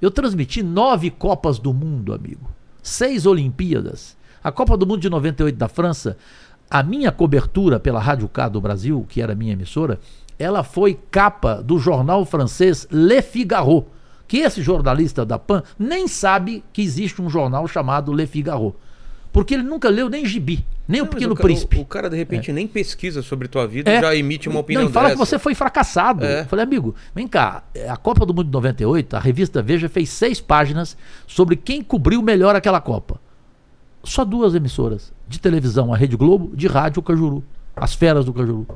Eu transmiti nove Copas do Mundo, amigo. Seis Olimpíadas. A Copa do Mundo de 98 da França, a minha cobertura pela Rádio K do Brasil, que era minha emissora, ela foi capa do jornal francês Le Figaro. Que esse jornalista da PAN nem sabe que existe um jornal chamado Le Figaro. Porque ele nunca leu nem Gibi, nem Não, o mas Pequeno ca- Príncipe. O, cara, de repente, nem pesquisa sobre tua vida É. e já emite uma opinião Não, e fala que dessa. você foi fracassado. É. Eu falei, amigo, vem cá, é, a Copa do Mundo de 98, a revista Veja fez seis páginas sobre quem cobriu melhor aquela Copa. Só duas emissoras, de televisão, a Rede Globo, de rádio, o Cajuru. As feras do Cajuru.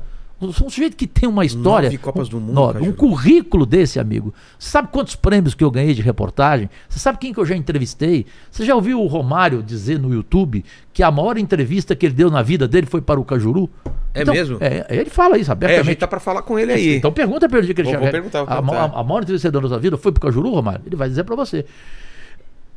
Um sujeito que tem uma história. Nove Copas do Mundo, Nove. Um Cajuru. currículo desse, amigo. Você sabe quantos prêmios que eu ganhei de reportagem? Você sabe quem que eu já entrevistei? Você já ouviu o Romário dizer no YouTube que a maior entrevista que ele deu na vida dele foi para o Cajuru? É mesmo? É, ele fala isso É, a gente abertamente. tá pra falar com ele aí. Então pergunta pra ele de Cristiano vou Reck. perguntar, vou A, ma- perguntar. a maior entrevistadora da sua vida foi pro Cajuru, Romário? Ele vai dizer pra você.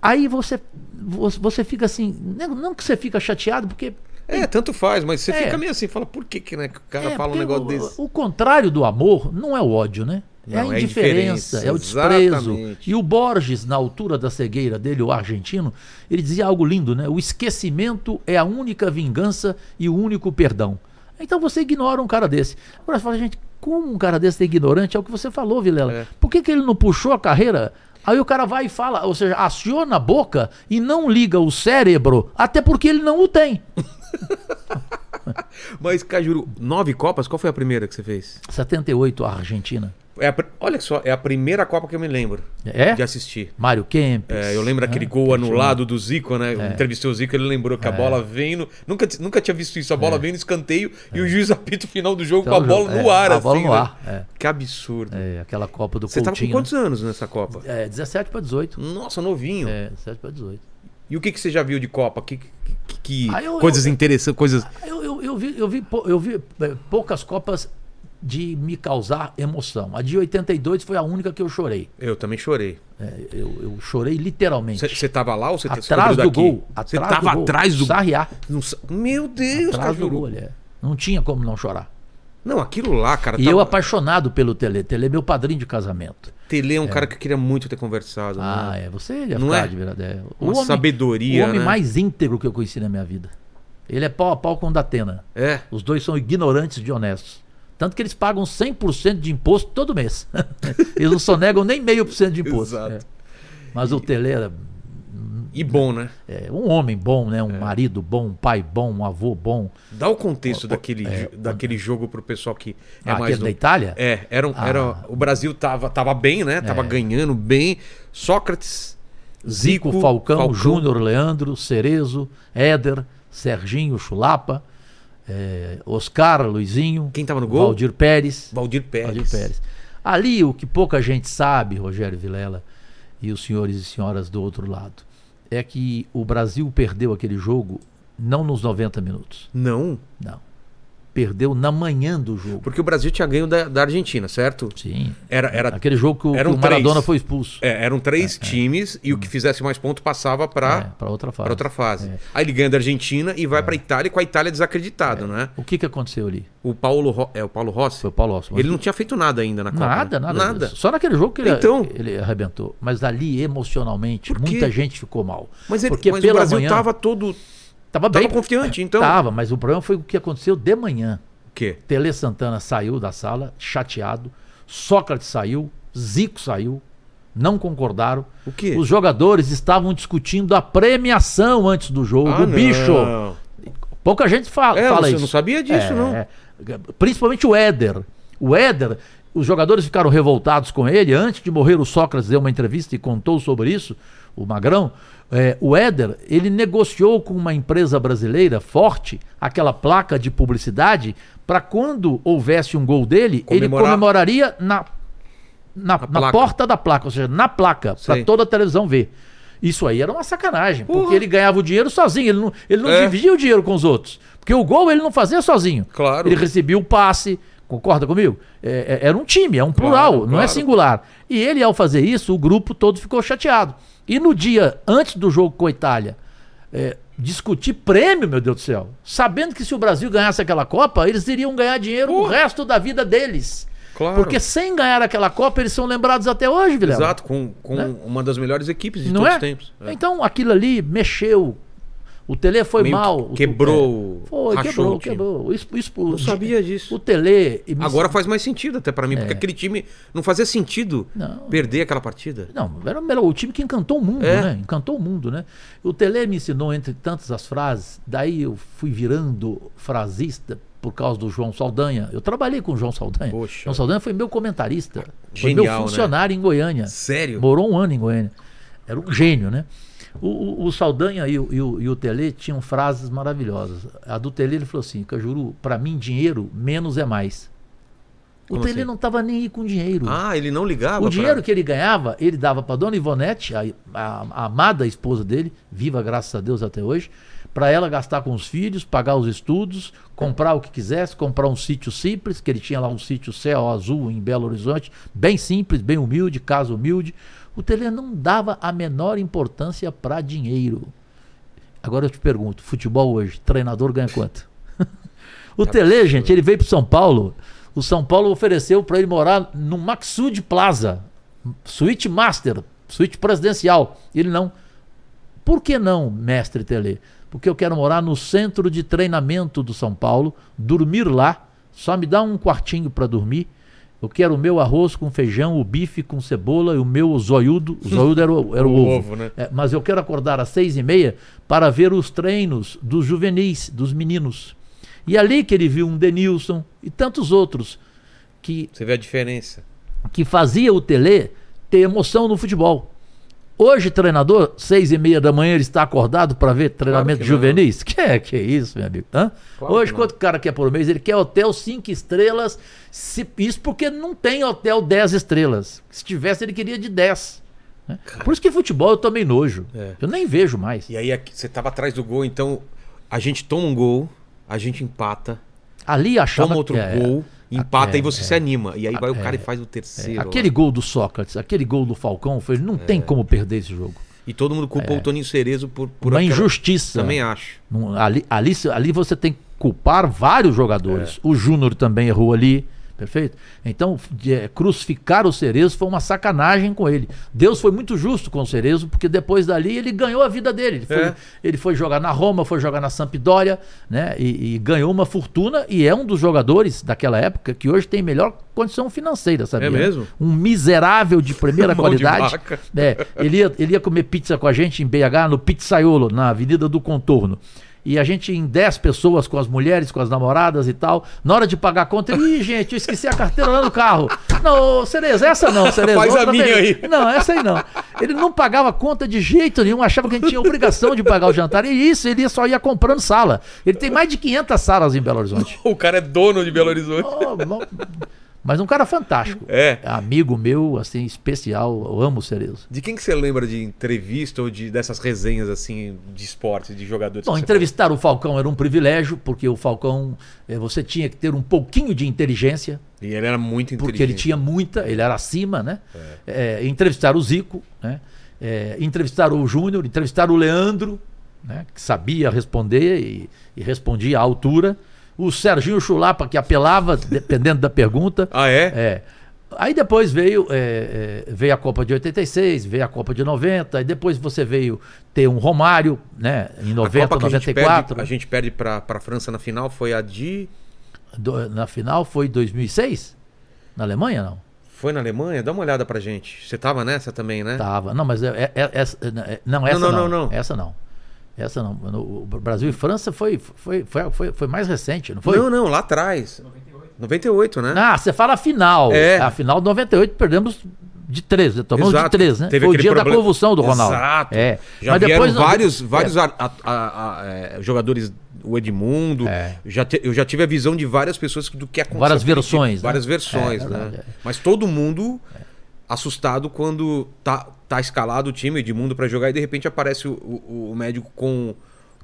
Aí você, você, você fica assim, não não que você fica chateado, porque. É, tanto faz, mas você É. fica meio assim, fala, por que, que né, que o cara é, fala um porque negócio o, desse? o contrário do amor não é o ódio, né? é a Não, é a indiferença, é, o indiferença, desprezo. exatamente. E o Borges, na altura da cegueira dele, o argentino, ele dizia algo lindo, né? O esquecimento é a única vingança e o único perdão. Então você ignora um cara desse. Agora você fala, gente, como um cara desse é ignorante? É o que você falou, Vilela. É. Por que, que ele não puxou a carreira? Aí o cara vai e fala, ou seja, aciona a boca e não liga o cérebro, até porque ele não o tem. Mas, Cajuru, nove Copas? Qual foi a primeira que você fez? 78, a Argentina. É a pr- olha só, é a primeira Copa que eu me lembro É? de assistir. Mário Kempes. É, eu lembro aquele né? gol anulado do Zico, né? Eu É. entrevistei o Zico, ele lembrou que a bola vem no. Nunca, t- nunca tinha visto isso, a bola vem no escanteio e o juiz apita o final do jogo É. Então, com a bola é, no ar, a assim. bola no né? ar, é. Que absurdo. É, aquela Copa do você tava com Coutinho. quantos anos nessa Copa? né? É, 17 para 18. Nossa, novinho. É, 17 para 18. E o que, que você já viu de Copa? Que, que- que- Ah, eu- coisas eu- interessantes, coisas. Eu, eu, eu vi, eu, vi, pou- eu vi é, poucas Copas de me causar emoção. A de 82 foi a única que eu chorei. Eu também chorei. É, eu, eu chorei literalmente. Você você tava lá ou você você atrás do cobriu daqui? gol. Você Atrás tava do gol. atrás do Sarriá. Não sa- Meu Deus, Atrás do Cajuru. gol, é. Não tinha como não chorar. Não, aquilo lá, cara. E tava- eu apaixonado pelo Tele. Tele é meu padrinho de casamento. Tele é um cara que eu queria muito ter conversado. Ah, né? é. Você ia Não ficar é? de verdade. é. O Uma sabedoria, O homem né? mais íntegro que eu conheci na minha vida. Ele é pau a pau com o Datena. é. Os dois são ignorantes de honestos. Tanto que eles pagam 100% de imposto todo mês. eles não sonegam nem meio por cento de imposto. Exato. É. Mas o Tele era. E bom, né? É, um homem bom, né? É. Um marido bom, um pai bom, um avô bom. Dá o contexto daquele, jo- daquele jogo pro pessoal que é é, Ah, mais aquele da novo. Itália? É, era, um- Ah. É. era o Brasil tava, tava bem, né? Tava ganhando bem. Sócrates, Zico, Zico, Falcão, Júnior, Leandro, Cerezo, Éder, Serginho, Chulapa, é, Oscar, Luizinho. Quem tava no gol? Valdir Pérez. Valdir Pérez. Valdir Pérez. Ali, o que pouca gente sabe, Rogério Vilela e os senhores e senhoras do outro lado, é que o Brasil perdeu aquele jogo não nos 90 minutos, Não, não. Perdeu na manhã do jogo. porque o Brasil tinha ganho da, da Argentina, certo? Sim. Era, era, Aquele jogo que o, Eram que o Maradona três. foi expulso. é, eram três times e o que fizesse mais ponto passava Hum. É, pra para outra fase. para outra fase. Aí ele ganha da Argentina e vai pra Itália com a Itália desacreditado, né? O que, que aconteceu ali? O Paulo, Ro- é o Paulo Rossi. Foi o Paulo Osman. Ele não tinha feito nada ainda na Copa. Nada, né? nada. Só naquele jogo que ele, Então. ele arrebentou. Mas ali, emocionalmente, Por quê? muita gente ficou mal. Mas, ele, Porque mas o pela Brasil manhã- tava todo. Tava Tava bem. confiante, então. Tava, mas o problema foi o que aconteceu de manhã. O quê? Tele Santana saiu da sala, chateado. Sócrates saiu, Zico saiu. Não concordaram. O quê? Os jogadores estavam discutindo a premiação antes do jogo. Ah, o não. bicho. Pouca gente fala, É, fala você isso. não sabia disso, É, não. é. Principalmente o Éder. O Éder, os jogadores ficaram revoltados com ele. Antes de morrer, o Sócrates deu uma entrevista e contou sobre isso, o Magrão. É, o Éder, ele negociou com uma empresa brasileira forte aquela placa de publicidade para quando houvesse um gol dele, Comemorar. ele comemoraria na, na, na placa. porta da placa, ou seja, na placa, Sei. para toda a televisão ver. Isso aí era uma sacanagem, Porra. porque ele ganhava o dinheiro sozinho, ele não, ele não É. dividia o dinheiro com os outros. Porque o gol ele não fazia sozinho. Claro. Ele recebia o passe, concorda comigo? É, é- era um time, é um plural, Claro, não é claro. singular. E ele, ao fazer isso, o grupo todo ficou chateado. E no dia antes do jogo com a Itália, é, discutir prêmio, meu Deus do céu. Sabendo que se o Brasil ganhasse aquela Copa, eles iriam ganhar dinheiro o resto da vida deles. Claro. Porque sem ganhar aquela Copa, eles são lembrados até hoje, Vilela. Exato, com, com Né? uma das melhores equipes de Não todos é? os tempos. É. Então aquilo ali mexeu. O Tele foi Meio mal. que- quebrou, o- Foi, rachou quebrou, o time. quebrou. Isso, isso, Não sabia disso. O Tele. e me- Agora faz mais sentido até pra mim, porque aquele time não fazia sentido É. Não. perder aquela partida. Não, era o melhor- o time que encantou o mundo, É. né? Encantou o mundo, né? O Tele me ensinou, entre tantas as frases, daí eu fui virando frasista por causa do João Saldanha. Eu trabalhei com o João Saldanha. Poxa. João Saldanha foi meu comentarista. foi Genial, meu né? funcionário em Goiânia. Sério? Morou um ano em Goiânia. Era um gênio, né? O, o, o Saldanha e o, e, o, e o Tele tinham frases maravilhosas. A do Tele, ele falou assim: Cajuru, pra mim, dinheiro menos é mais. O Como Tele assim? não tava nem aí com dinheiro. Ah, ele não ligava. o dinheiro pra... que ele ganhava, ele dava pra dona Ivonete, a, a- a amada esposa dele, viva graças a Deus até hoje, pra ela gastar com os filhos, pagar os estudos, comprar o que quisesse, comprar um sítio simples, que ele tinha lá um sítio céu azul em Belo Horizonte, bem simples, bem humilde, casa humilde. O Tele não dava a menor importância pra dinheiro. Agora eu te pergunto, futebol hoje, treinador ganha quanto? o Tele, gente, ele veio pro São Paulo. O São Paulo ofereceu para ele morar no Maxud Plaza, suíte master, suíte presidencial. Ele não. Por que não, mestre Tele? Porque eu quero morar no centro de treinamento do São Paulo, dormir lá, só me dá um quartinho para dormir. Eu quero o meu arroz com feijão, o bife com cebola e o meu zoiudo. O zoiudo era o, era o O ovo. ovo, né? É, mas eu quero acordar às seis e meia para ver os treinos dos juvenis, dos meninos. E ali que ele viu um Denilson e tantos outros que Você vê a diferença. que fazia o Tele ter emoção no futebol. Hoje, treinador, seis e meia da manhã, ele está acordado para ver treinamento que não. juvenis? Que é, que é isso, meu amigo? Hã? Claro que Hoje, não. quanto o cara quer por mês? Ele quer hotel cinco estrelas, se- isso porque não tem hotel dez estrelas. Se tivesse, ele queria de dez. né? Por isso que futebol eu tomei nojo. É. Eu nem vejo mais. E aí aqui, você tava atrás do gol, então a gente toma um gol, a gente empata, Ali achava toma outro que é, gol, empata é, e você é. se anima. E aí vai o cara e faz o terceiro. lá. Aquele gol do Sócrates, aquele gol do Falcão, eu falei, É. não tem como perder esse jogo. E todo mundo culpou o Toninho Cerezo por, por é. Uma aquela- injustiça. Também acho. É. Não, ali, ali, ali você tem que culpar vários jogadores. O Júnior também errou ali. Perfeito? Então, de- eh, crucificar o Cerezo foi uma sacanagem com ele. Deus foi muito justo com o Cerezo, porque depois dali ele ganhou a vida dele. Ele foi, É. ele foi jogar na Roma, foi jogar na Sampdoria, né? E, e ganhou uma fortuna e é um dos jogadores daquela época que hoje tem melhor condição financeira, sabia? É mesmo? Um miserável de primeira Mão de qualidade. vaca. né? ele, ia, ele ia comer pizza com a gente em BH, no Pizzaiolo, na Avenida do Contorno. E a gente em 10 pessoas, com as mulheres, com as namoradas e tal. Na hora de pagar a conta, eu, ih, gente, eu esqueci a carteira lá no carro. Não, ô, Cereza, essa não, Cereza. Faz a outra minha vez. aí. Não, essa aí não. Ele não pagava a conta de jeito nenhum, achava que a gente tinha obrigação de pagar o jantar. E isso, ele só ia comprando sala. Ele tem mais de 500 salas em Belo Horizonte. O cara é dono de Belo Horizonte. Oh, mo- mas um cara fantástico. É. Amigo meu, assim, especial. Eu amo o Cerezo. De quem que você lembra de entrevista ou de dessas resenhas assim de esporte, de jogadores? Bom, que você entrevistar o Falcão era um privilégio, porque o Falcão, eh, você tinha que ter um pouquinho de inteligência, foi? E ele era muito inteligente. porque ele tinha muita, ele era acima, né? Eh, entrevistar o Zico, né? Eh, entrevistar o Júnior, entrevistar o Leandro, né? Que sabia responder e, e respondia à altura. O Serginho Chulapa, que apelava, dependendo da pergunta. Ah, é? É. Aí depois veio, é, é, veio a Copa de 86, veio a Copa de 90, aí depois você veio ter um Romário, né? Em 90, a Copa que a gente 94. perde, a gente perde pra, pra França na final foi a de. do- na final foi 2006? Na Alemanha, não? Foi na Alemanha? Dá uma olhada pra gente. Você tava nessa também, né? Tava. Não, mas é, é- é- essa, é- é- não, essa não, não, não, não. Essa não. Essa não. No- O Brasil e França foi, foi, foi, foi, foi mais recente, não foi? Não, não, lá atrás. 98. 98, né? Ah, você fala a final. É. A final de 98 perdemos de 13, tomamos Exato. de 13, né? Teve foi o aquele dia da problema- convulsão do Ronaldo. Exato. É. Já Mas vieram depois- vários, É. vários a- a- a- a- é, jogadores, o Edmundo. É. Já te- eu já tive a visão de várias pessoas do que aconteceu. Tipo, Várias versões, né? Várias versões, É, né? é verdade, é. Mas todo mundo assustado quando tá, tá escalado o time, Edmundo, pra jogar e de repente aparece o, o- o médico com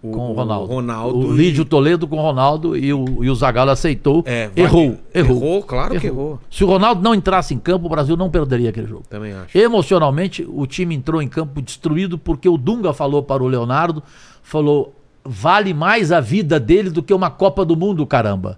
o, com o Ronaldo. Ronaldo O e- Lídio Toledo com o Ronaldo e o, e o Zagallo aceitou. É, vai- errou, errou. Errou, claro que errou. Se o Ronaldo não entrasse em campo, o Brasil não perderia aquele jogo. Também acho. Emocionalmente, o time entrou em campo destruído porque o Dunga falou para o Leonardo, falou, vale mais a vida dele do que uma Copa do Mundo, caramba.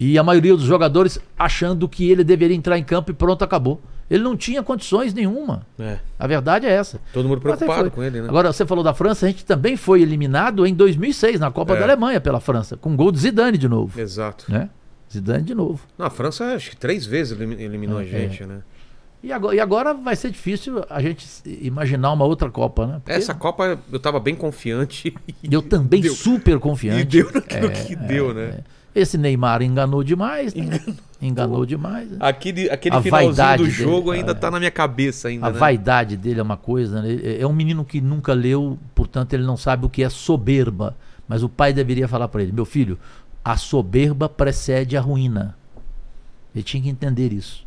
E a maioria dos jogadores achando que ele deveria entrar em campo e pronto, acabou. Ele não tinha condições nenhuma. É. A verdade é essa. Todo mundo Mas aí preocupado foi. com ele, né? Agora, você falou da França, a gente também foi eliminado em 2006, na Copa É. da Alemanha, pela França, com gol de Zidane de novo. Exato. Né? Zidane de novo. Não, a França acho que três vezes elim- eliminou a É. gente, né? E agora, e agora vai ser difícil a gente se- imaginar uma outra Copa, né? Porque Essa Copa eu tava bem confiante. eu também deu- super E confiante. É. deu naquilo que deu, né? Esse Neymar enganou demais, né? Enganou demais. né? Aquele, aquele A finalzinho vaidade do dele, jogo cara, ainda tá na minha cabeça ainda, A né? vaidade dele é uma coisa, né? Ele- É um menino que nunca leu, portanto ele não sabe o que é soberba. Mas o pai deveria falar para ele: meu filho, a soberba precede a ruína. Ele tinha que entender isso.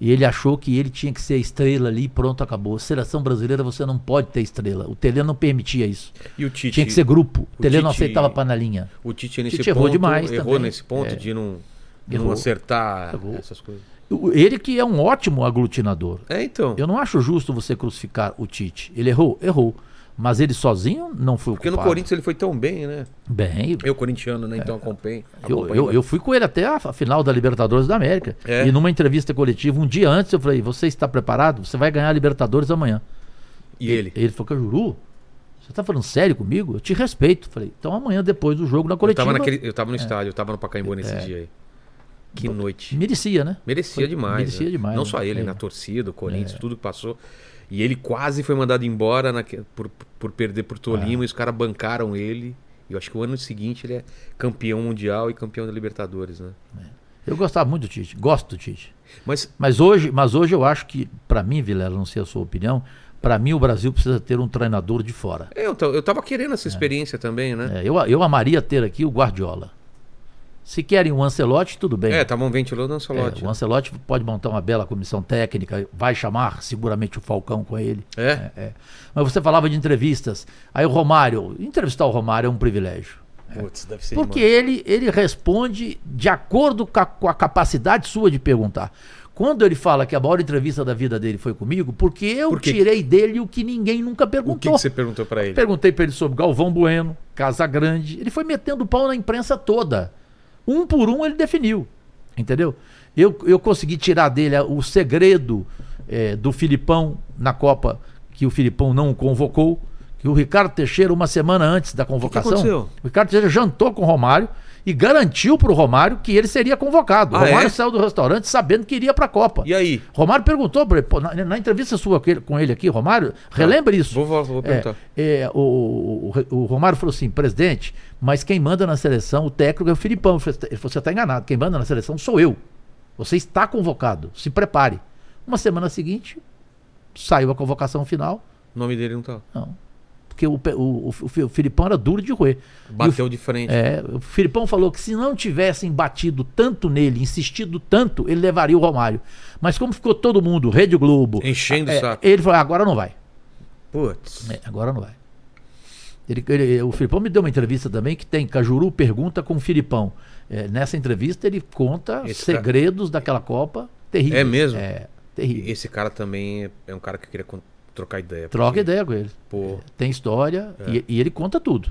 E ele achou que ele tinha que ser a estrela ali e pronto, acabou. Seleção brasileira você não pode ter estrela. O Tele não permitia isso. E o Tite, Tinha que ser grupo. O o Tele não Tite- aceitava panelinha. o Tite nesse Tite errou ponto, demais errou também. nesse ponto É. de não, não Errou. acertar Errou. essas coisas. O- Ele que é um ótimo aglutinador. É, então. Eu não acho justo você crucificar o Tite. Ele errou? Errou. Mas ele sozinho não foi o Porque no culpado. Corinthians ele foi tão bem, né? Bem, Eu corintiano, né? Então né? acompanho. eu, acompanho. eu, eu fui com ele até a fa- final da Libertadores da América. É. E numa entrevista coletiva, um dia antes, eu falei: Você está preparado? Você vai ganhar a Libertadores amanhã. E ele? Ele é falou: Cajuru, você está falando sério comigo? Eu te respeito. Eu Falei: Então amanhã, depois do jogo, na Eu coletiva. tava, naquele, eu É. tava no estádio, eu tava no Pacaembu nesse dia aí. Que noite. Merecia, né? Merecia Foi- demais. Merecia né? demais. Não né? só ele, É. na torcida, o Corinthians, tudo que passou. E ele quase foi mandado embora naque- por, por perder pro É. Tolima e os caras bancaram ele. E eu acho que o ano seguinte ele é campeão mundial e campeão da Libertadores, né? Eu gostava muito do Tite. Gosto do Tite. Mas Mas hoje, mas hoje eu acho que, pra mim, Vilela, não sei a sua opinião, pra mim o Brasil precisa ter um treinador de fora. eu, ta- eu tava querendo essa experiência também, né? É, eu, eu amaria ter aqui o Guardiola. Se querem o Ancelotti, tudo bem. É, estavam ventilando o É, Ancelotti. o Ancelotti pode montar uma bela comissão técnica, vai chamar seguramente o Falcão com ele. É? É. Mas você falava de entrevistas. Aí o Romário, entrevistar o Romário é um privilégio. Putz, deve ser Porque demais. ele, ele responde de acordo ca- com a capacidade sua de perguntar. Quando ele fala que a maior entrevista da vida dele foi comigo, porque eu Por quê? tirei dele o que ninguém nunca O que, perguntou. que você perguntou pra ele? Perguntei pra ele sobre Galvão Bueno, Casa Grande. Ele foi metendo pau na imprensa toda. Um por um ele definiu. Entendeu? Eu, eu consegui tirar dele ah, o segredo eh, do Filipão na Copa, que o Filipão não o convocou. Que o Ricardo Teixeira, uma semana antes da convocação, aconteceu? o Ricardo Teixeira jantou com o Romário e garantiu para o Romário que ele seria convocado. O Ah, Romário é? saiu do restaurante sabendo que iria para a Copa. E aí? Romário perguntou pra ele, pô, na, na entrevista sua com ele- com ele aqui, Romário, relembre isso. Vou- vou- vou perguntar. É, é, o, o- o- o Romário falou assim, presidente, mas quem manda na seleção, o técnico é o Filipão. Ele falou, "Você tá- Você está enganado, quem manda na seleção sou eu. Você está convocado, se prepare. Uma semana seguinte, saiu a convocação final. O nome dele não tá. Não. Porque o, pe- o, o, Fi- o Filipão era duro de roer. E o Bateu de frente. é, o Filipão falou que se não tivessem batido tanto nele, insistido tanto, ele levaria o Romário. Mas como ficou todo mundo, Rede Globo. Enchendo o é, saco. ele falou: agora não vai. Putz. É, agora não vai. Ele- ele- o Filipão me deu uma entrevista também que tem Cajuru pergunta com o Filipão. É, nessa entrevista ele conta Esse cara- segredos daquela Copa terrível. É mesmo? É, terrível. Esse cara também é- é um cara que eu queria con- trocar ideia. Troca porque, ideia com ele. Pô. Tem história É. e, e ele conta tudo.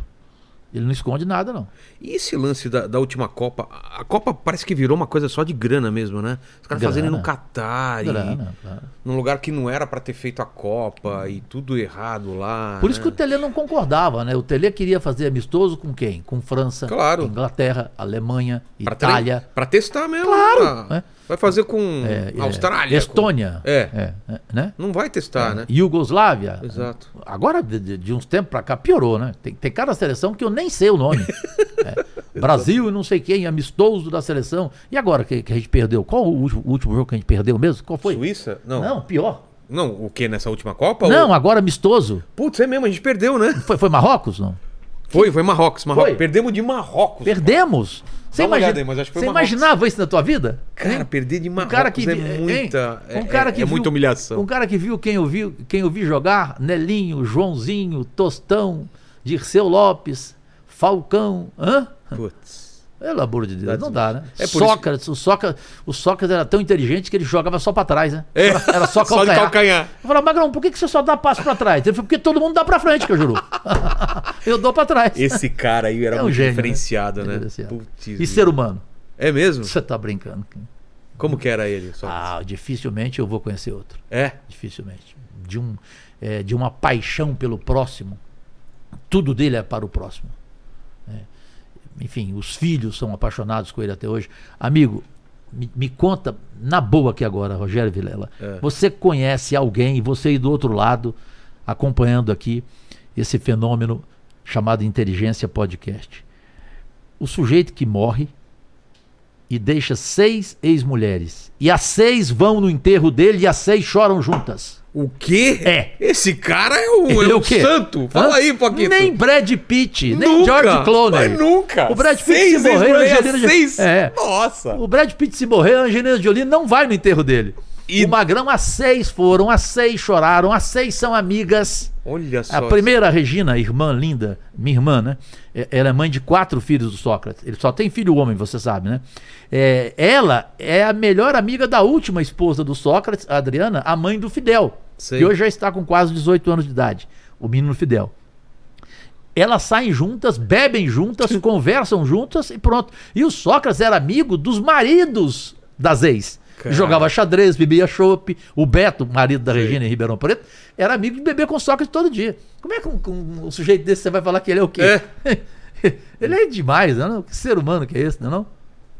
Ele não esconde nada, não. E esse lance da, da última Copa? A a Copa parece que virou uma coisa só de grana mesmo, né? Os caras Grana. fazendo no Catar, e Grana, claro. num lugar que não era pra ter feito a Copa e tudo errado lá. Por isso que né? o Tele não concordava, né? O Tele queria fazer amistoso com quem? Com França, Claro. Inglaterra, Alemanha, Pra tre- Itália, Pra testar mesmo. Claro. né? Vai fazer com é, Austrália. Estônia, com- É. é, é, né? Não vai testar, né? Iugoslávia. Exato. Agora, de, de- de uns tempos pra cá, piorou, né? Tem, tem cada seleção que eu nem sei o nome. É. Brasil e não sei quem, amistoso da seleção. E agora que, que a gente perdeu? Qual o último, o último jogo que a gente perdeu mesmo? Qual foi? Suíça? Não. Não, Não, pior. o que? Nessa última Copa? Não, Ou... agora amistoso. Putz, é mesmo, a gente perdeu, né? Foi, foi Marrocos, não? Foi, foi Marrocos. Marrocos. Foi. Perdemos de Marrocos. Perdemos. Você, Dá uma imagina- olhada aí, mas acho que foi você Marrocos. imaginava isso na tua vida? Cara, Hein? perder de Um Marrocos cara que é vi- hein? muita, é, um cara é- que é viu- muita humilhação. Um cara que viu quem eu vi, quem eu vi jogar, Nelinho, Joãozinho, Tostão, Dirceu Lopes, Falcão, hã? Putz. Pelo amor de Deus, Dá não des- dá, né? É por Sócrates, o Sócrates, o Sócrates era tão inteligente que ele jogava só pra trás, né? Era, era só É, Só de calcanhar. calcanhar. Eu falava, Magrão, por que, que você só dá passo pra trás? Ele falou, porque todo mundo dá pra frente, que eu juro. eu dou pra trás. Esse cara aí era É um muito gênio, né? diferenciado, né? Diferenciado. Putz, E ser humano? É mesmo? Você tá brincando. cara. Como que era ele? Só... Ah, dificilmente eu vou conhecer outro. É? dificilmente. De, um, eh, de uma paixão pelo próximo. Tudo dele é para o próximo. né? Enfim, os filhos são apaixonados com ele até hoje. Amigo, me, me conta, na boa aqui agora, Rogério Vilela. É. Você conhece alguém, você aí do outro lado, acompanhando aqui esse fenômeno chamado Inteligência Podcast. O sujeito que morre e deixa seis ex-mulheres. E as seis vão no enterro dele e as seis choram juntas. O quê? É. Esse cara é um, é Ele um santo. Fala Hã? aí, Paquito. Nem Brad Pitt, nem Nunca, George Clooney. Mas nunca. O Brad Pitt seis se morrer, a ex-mulheres, Angelina Jo- seis. É. Nossa. O Brad Pitt se morrer, a Angelina Jolie não vai no enterro dele. E- O Magrão, as seis foram, as seis choraram, as seis são amigas. Olha só. A primeira, Regina, irmã linda, minha irmã, né? É- Ela é mãe de quatro filhos do Sócrates. Ele só tem filho homem, você sabe, né? É, ela é a melhor amiga da última esposa do Sócrates, a Adriana, a mãe do Fidel, Sei. que hoje já está com quase 18 anos de idade, o menino Fidel. Elas saem juntas, bebem juntas, conversam juntas e pronto. E o Sócrates era amigo dos maridos das ex. Cara. Jogava xadrez, bebia chopp. O Beto, marido da Regina em Ribeirão Preto, era amigo de beber com o Sócrates todo dia. Como é que um, um- um sujeito desse você vai falar que ele é o quê? ele é demais, não é? não? Que ser humano que é esse, não é? Não?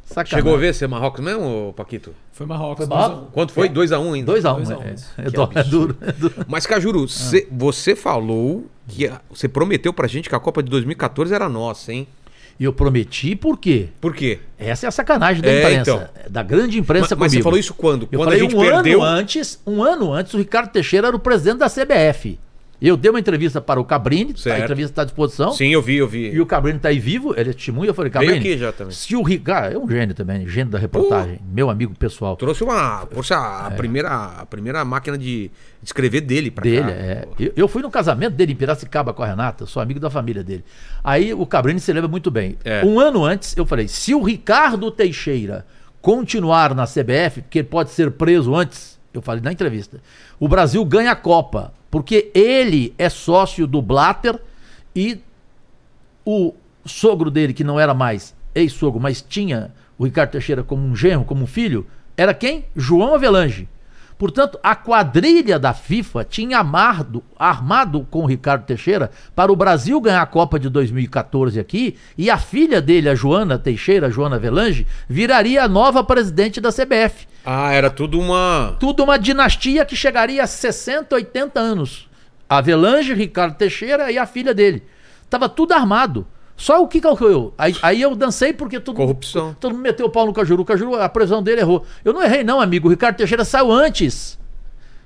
Sacanagem. Chegou a ver ser Marrocos mesmo, ô, Paquito? Foi Marrocos. Foi Marrocos? mas- Quanto foi? 2x1 ainda. 2 a 1 um, Dois a um, é, isso. é, Que dó- é duro. É duro. Mas, Cajuru, cê- você falou que. a- Você prometeu pra gente que a Copa de 2014 era nossa, hein? E eu prometi por quê? Por quê? Essa é a sacanagem da É, imprensa. Da grande imprensa Ma- mas você comigo. falou isso quando? Eu quando falei a gente um perdeu. ano antes, um ano antes, o Ricardo Teixeira era o presidente da CBF. Eu dei uma entrevista para o Cabrini, tá, a Certo. entrevista está à disposição. Sim, eu vi, eu vi. E o Cabrini está aí vivo, ele é testemunha. Eu falei, Veio Cabrini, aqui já também. Uh! se o Ricardo... É um gênio também, gênio da reportagem, meu amigo pessoal. Trouxe uma. Poxa, É. a, primeira, a primeira máquina de, de escrever dele pra cá. Dele, é. Eu, eu fui no casamento dele em Piracicaba com a Renata, sou amigo da família dele. Aí o Cabrini se lembra muito bem. É. Um ano antes, eu falei: se o Ricardo Teixeira continuar na CBF, porque ele pode ser preso antes, eu falei na entrevista, o Brasil ganha a Copa, porque ele é sócio do Blatter e o sogro dele, que não era mais ex-sogro, mas tinha o Ricardo Teixeira como um genro, como um filho, era quem? João Avelange. Portanto, a quadrilha da FIFA tinha amado, armado com o Ricardo Teixeira para o Brasil ganhar a Copa de 2014 aqui e a filha dele, a Joana Teixeira, a Joana Avelange, viraria a nova presidente da CBF. Ah, era tudo uma. Tudo uma dinastia que chegaria a 60, 80 anos. Avelange, Ricardo Teixeira e a filha dele. Tava tudo armado. Só o que calculou? Aí, aí eu dancei porque todo Corrupção. Todo mundo meteu o pau no Cajuru. O Cajuru, a previsão dele errou. Eu não errei, não, amigo. O Ricardo Teixeira saiu antes.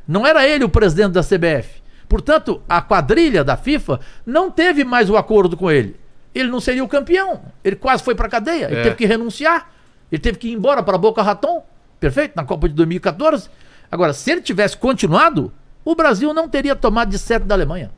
Não era ele o presidente da CBF. Portanto, a quadrilha da FIFA não teve mais o acordo com ele. Ele não seria o campeão. Ele quase foi pra cadeia. Ele É. teve que renunciar. Ele teve que ir embora pra Boca Raton. Perfeito? Na Copa de 2014. Agora, se ele tivesse continuado, o Brasil não teria tomado de sete da Alemanha.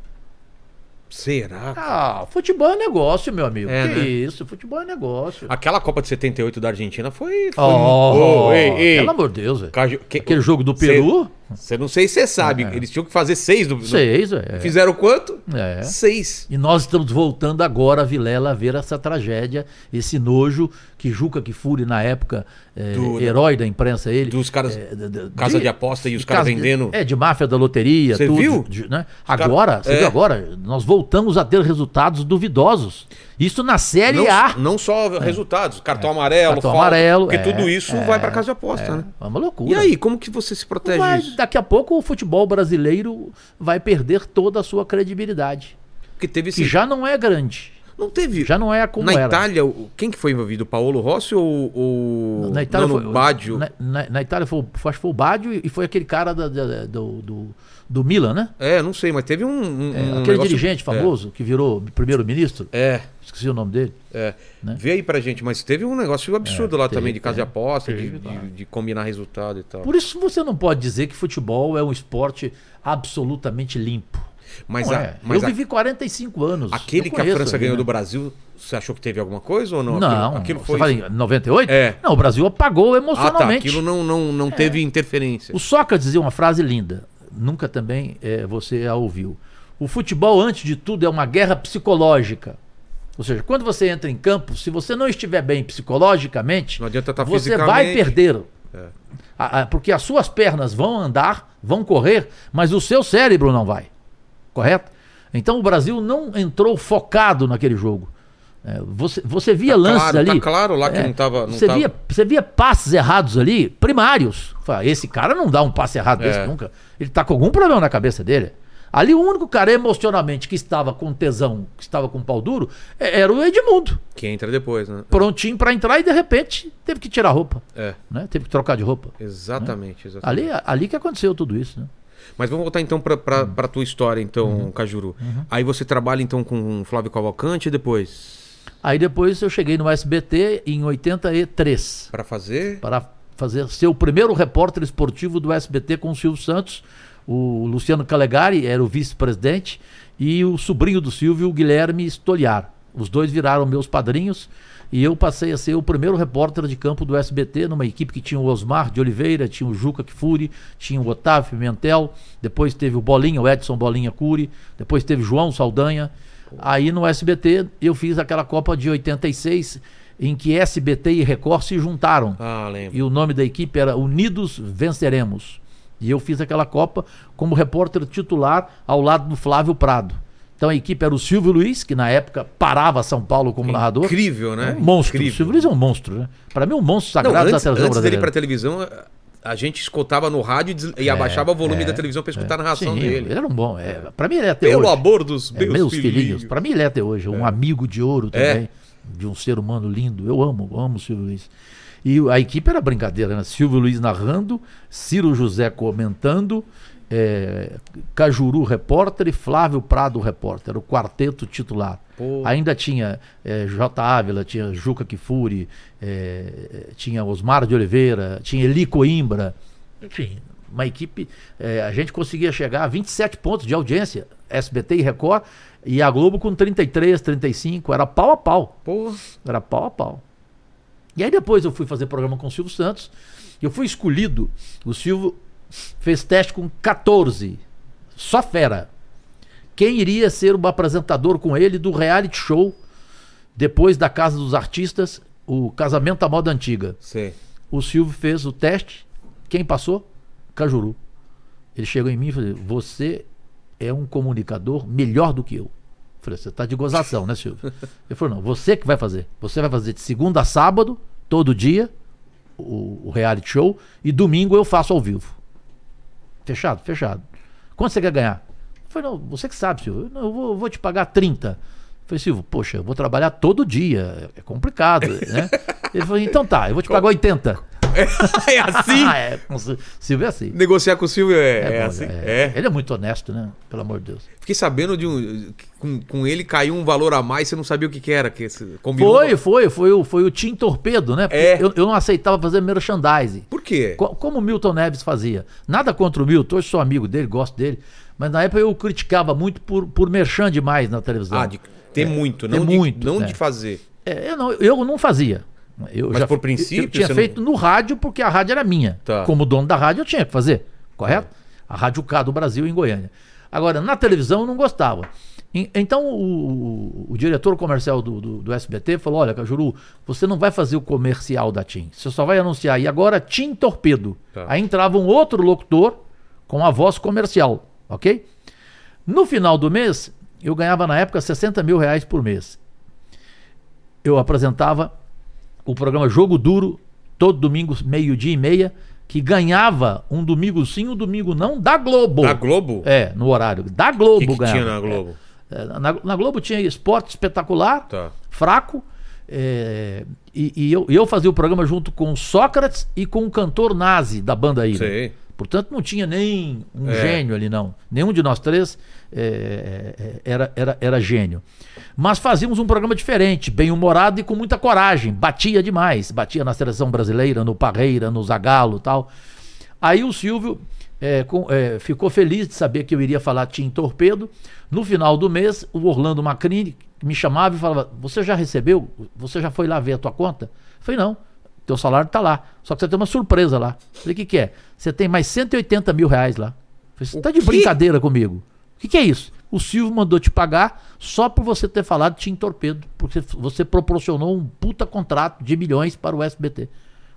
Será? Ah, futebol é negócio, meu amigo. É, que né? isso, futebol é negócio. Aquela Copa de 78 da Argentina foi. foi... Oh, Ô, ei, ei. Pelo amor de Deus, velho. Caju- que- Aquele jogo do Peru? Você não sei se você sabe. É. Eles tinham que fazer seis do. Seis, é. Fizeram quanto? É. Seis. E nós estamos voltando agora, Vilela, a ver essa tragédia, esse nojo que Juca Kifuri, na época, é, Do- herói da imprensa, ele. é, Dos caras- d- d- casa de aposta e os caras casa de- vendendo. É, de máfia da loteria, Você tudo. viu? de- né? caras- Agora, você é. viu agora? Nós voltamos a ter resultados duvidosos. Isso na Série Não, A. É. não só resultados, cartão amarelo, Cartão falta, amarelo, Porque é, tudo isso vai pra casa de aposta, né? É uma loucura. E aí, como que você se protege Vai- disso? daqui a pouco o futebol brasileiro vai perder toda a sua credibilidade. Porque teve esse. Que já não é grande. Não teve. Já não é como Na era. Itália, o- quem que foi envolvido? Paolo Rossi ou. ou... na Itália não, foi, no Baggio? Na, na- na Itália foi, foi- acho que foi o Baggio e foi aquele cara da- da- do, do, do Milan, né? É, não sei, mas teve um. um- É, um aquele negócio- dirigente famoso que virou primeiro-ministro. É, Esqueci o nome dele. é. Né? É, Vê aí pra gente, mas teve um negócio absurdo lá teve, também de casa de teve. aposta, de- Teve, de, claro. de combinar resultado e tal. Por isso você não pode dizer que futebol é um esporte absolutamente limpo. Mas, Não a- é. mas Eu a- vivi 45 anos. aquele Eu que a conheço França ali, ganhou né? do Brasil, você achou que teve alguma coisa ou não? Aquilo- Não, aquilo, você foi. fala em 98? É. Não, o Brasil apagou Ah, tá. emocionalmente. É. Aquilo não, não, não teve interferência. O Sócrates dizia uma frase linda, nunca também eh, você a ouviu. O futebol, antes de tudo, é uma guerra psicológica. Ou seja, quando você entra em campo, se você não estiver bem psicologicamente, Não adianta estar você fisicamente. É. vai perder. A- a- porque as suas pernas vão andar, vão correr, mas o seu cérebro não vai. Correto? Então o Brasil não entrou focado naquele jogo. É, você, você via Tá lances claro, ali. é. tá claro lá que não tava- não você, tava- Via, você via passes errados ali, primários. Fala, Esse cara não dá um passe errado É. desse nunca. Ele tá com algum problema na cabeça dele. Ali o único cara emocionalmente que estava com tesão, que estava com pau duro, é- era o Edmundo. Que entra depois, né? Prontinho pra entrar e de repente teve que tirar a roupa. É, né? Teve que trocar de roupa. exatamente. exatamente. É. Ali, ali que aconteceu tudo isso, né? Mas vamos voltar então pra, Uhum. pra, pra tua história, então, Cajuru. Aí você trabalha então com o Flávio Cavalcante e depois Aí depois eu cheguei no SBT em 83 pra fazer. para fazer ser o primeiro repórter esportivo do SBT com o Silvio Santos. O Luciano Calegari era o vice-presidente e o sobrinho do Silvio, o Guilherme Stoliar. Os dois viraram meus padrinhos e eu passei a ser o primeiro repórter de campo do SBT numa equipe que tinha o Osmar de Oliveira, tinha o Juca Kfouri, tinha o Otávio Pimentel, depois teve o Bolinha, o Edson Bolinha Cury, depois teve João Saldanha. Aí no SBT eu fiz aquela Copa de 86 em que SBT e Record se juntaram. Ah, lembro. E o nome da equipe era Unidos Venceremos. E eu fiz aquela Copa como repórter titular ao lado do Flávio Prado. Então a equipe era o Silvio Luiz, que na época parava São Paulo como narrador. Incrível, né? Um monstro. O Incrível. Silvio Luiz é um monstro, né? Para mim, um monstro Não, sagrado da antes, televisão antes dele ir brasileira. pra televisão, a- a gente escutava no rádio e, des- e abaixava o volume da televisão pra escutar a narração É, Sim, dele. ele era um bom. É, para mim ele é até Pelo hoje. amor dos É, meus, meus filhinhos. É. filhinhos. Pra mim ele é até hoje, um amigo de ouro também, de um ser humano lindo. Eu amo, amo o Silvio Luiz. E a equipe era brincadeira, né? Silvio Luiz narrando, Ciro José comentando, é, Cajuru repórter e Flávio Prado repórter, era o quarteto titular. Pô. Ainda tinha é, J. Ávila, tinha Juca Kifuri, é, tinha Osmar de Oliveira, tinha Eli Coimbra. Enfim, uma equipe. é, a gente conseguia chegar a 27 pontos de audiência, SBT e Record, e a Globo com 33, 35. Era pau a pau. Pô, Era pau a pau. E aí depois eu fui fazer programa com o Silvio Santos. Eu fui escolhido. O Silvio fez teste com 14. Só fera. Quem iria ser o apresentador com ele do reality show depois da Casa dos Artistas, o Casamento à Moda Antiga. sei. O Silvio fez o teste Quem passou? Cajuru. Ele chegou em mim e falou: Você é um comunicador melhor do que eu. Eu falei: Você tá de gozação, né, Silvio? Ele falou: Não, você que vai fazer. Você vai fazer de segunda a sábado, todo dia, o, o reality show, e domingo eu faço ao vivo. Fechado? Fechado. Quanto você quer ganhar? Eu falei: Não, você que sabe, Silvio. Eu, não, eu vou, eu vou te pagar 30. Eu falei, Silvio, poxa, eu vou trabalhar todo dia, é complicado, né? Ele falou, então tá, eu vou te pagar 80. É assim? Ah, é, com Sil- Silvio é assim. Negociar com o Silvio é, é bom, assim. é. É. Ele é muito honesto, né? Pelo amor de Deus. Fiquei sabendo de um. que Com, com ele caiu um valor a mais, você não sabia o que, que era. Que esse, combinou. Foi, foi, foi o, foi o Tim Torpedo, né? Porque É. Eu, eu não aceitava fazer merchandising. Por quê? Co- Como o Milton Neves fazia. Nada contra o Milton, eu sou amigo dele, gosto dele. Mas na época eu o criticava muito por, por merchan demais na televisão. Ah, de ter muito, ter não, de, muito, não né? de fazer. É, eu, não, eu não fazia. Eu Mas por princípio, Eu tinha você não- feito no rádio porque a rádio era minha. Tá. Como dono da rádio, eu tinha que fazer. Correto? A Rádio K do Brasil em Goiânia. Agora, na televisão eu não gostava. En- Então o, o- o diretor comercial do, do- do SBT falou: Olha, Cajuru, você não vai fazer o comercial da TIM. Você só vai anunciar. E agora TIM Torpedo. Tá. Aí entrava um outro locutor com a voz comercial. Ok? No final do mês, eu ganhava na época 60 mil reais por mês eu apresentava o programa Jogo Duro, todo domingo, meio-dia e meia, que ganhava um domingo sim, um domingo não, da Globo. Da Globo? É, no horário. Da O Globo que, que ganhava. tinha na Globo? É, na, na Globo tinha esporte espetacular, Tá. fraco. é, e e eu, eu fazia o programa junto com o Sócrates e com o cantor Nazi da banda Ilha. Sei. Portanto, não tinha nem um É. gênio ali, não. Nenhum de nós três é, é, era, era, era gênio. Mas fazíamos um programa diferente, bem-humorado e com muita coragem. Batia demais. Batia na seleção brasileira, no Parreira, no Zagalo e tal. Aí o Silvio é, com- é, ficou feliz de saber que eu iria falar Tim Torpedo. No final do mês, o Orlando Macrini me chamava e falava: Você já recebeu? Você já foi lá ver a tua conta? Eu falei: Não, teu salário está lá. Só que você tem uma surpresa lá. Eu falei: O que, que é? Você tem mais 180 mil reais lá. Eu falei, Você O está de quê? brincadeira comigo. O que, que é isso? O Silvio mandou te pagar só por você ter falado Tim Torpedo, porque você proporcionou um puta contrato de milhões para o SBT.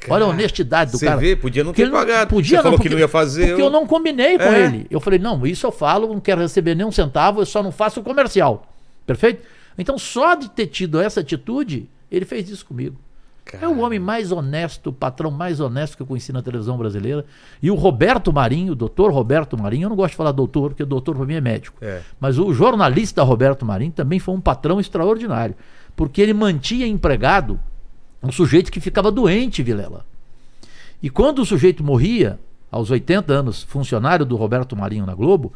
Olha a honestidade do Você cara. vê, podia não Porque ter ele não- pagado. Podia você não, falou porque, que não ia fazer. Porque eu, não combinei com É. ele. Eu falei, não, isso eu falo, não quero receber nem um centavo, eu só não faço comercial. Perfeito? Então, só de ter tido essa atitude, ele fez isso comigo. Cara. É o homem mais honesto, o patrão mais honesto que eu conheci na televisão brasileira. E o Roberto Marinho, o doutor Roberto Marinho, eu não gosto de falar doutor, porque doutor para mim é médico. É. Mas o jornalista Roberto Marinho também foi um patrão extraordinário. Porque ele mantinha empregado um sujeito que ficava doente, Vilela. E quando o sujeito morria, aos 80 anos, funcionário do Roberto Marinho na Globo,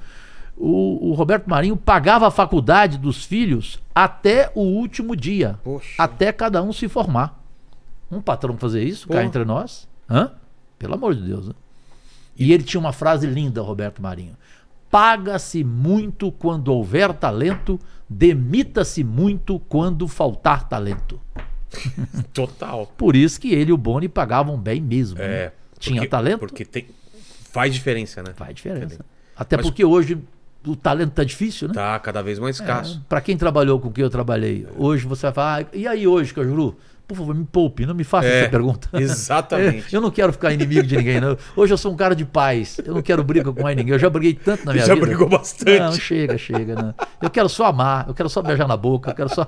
o, o Roberto Marinho pagava a faculdade dos filhos até o último dia. Poxa. Até cada um se formar. Um patrão fazer isso, Pô. cá entre nós? Hã? Pelo amor de Deus, né? E ele tinha uma frase linda, Roberto Marinho. Paga-se muito quando houver talento, demita-se muito quando faltar talento. Total. Por isso que ele e o Boni pagavam bem mesmo. né? É. Tinha porque- talento, Porque tem. Faz diferença, né? faz diferença. Até Mas- porque hoje o talento tá difícil, né? Tá cada vez mais escasso. Pra quem trabalhou com quem eu trabalhei, hoje você vai falar, "Ah, e aí hoje, Cajuru? Por favor, me poupe, não me faça É, essa pergunta. exatamente. Eu não quero ficar inimigo de ninguém, não. Hoje eu sou um cara de paz. Eu não quero briga com mais ninguém. Eu já briguei tanto na minha Já vida. brigou bastante. Não, chega, chega. Não. Eu quero só amar, eu quero só beijar na boca, eu quero só.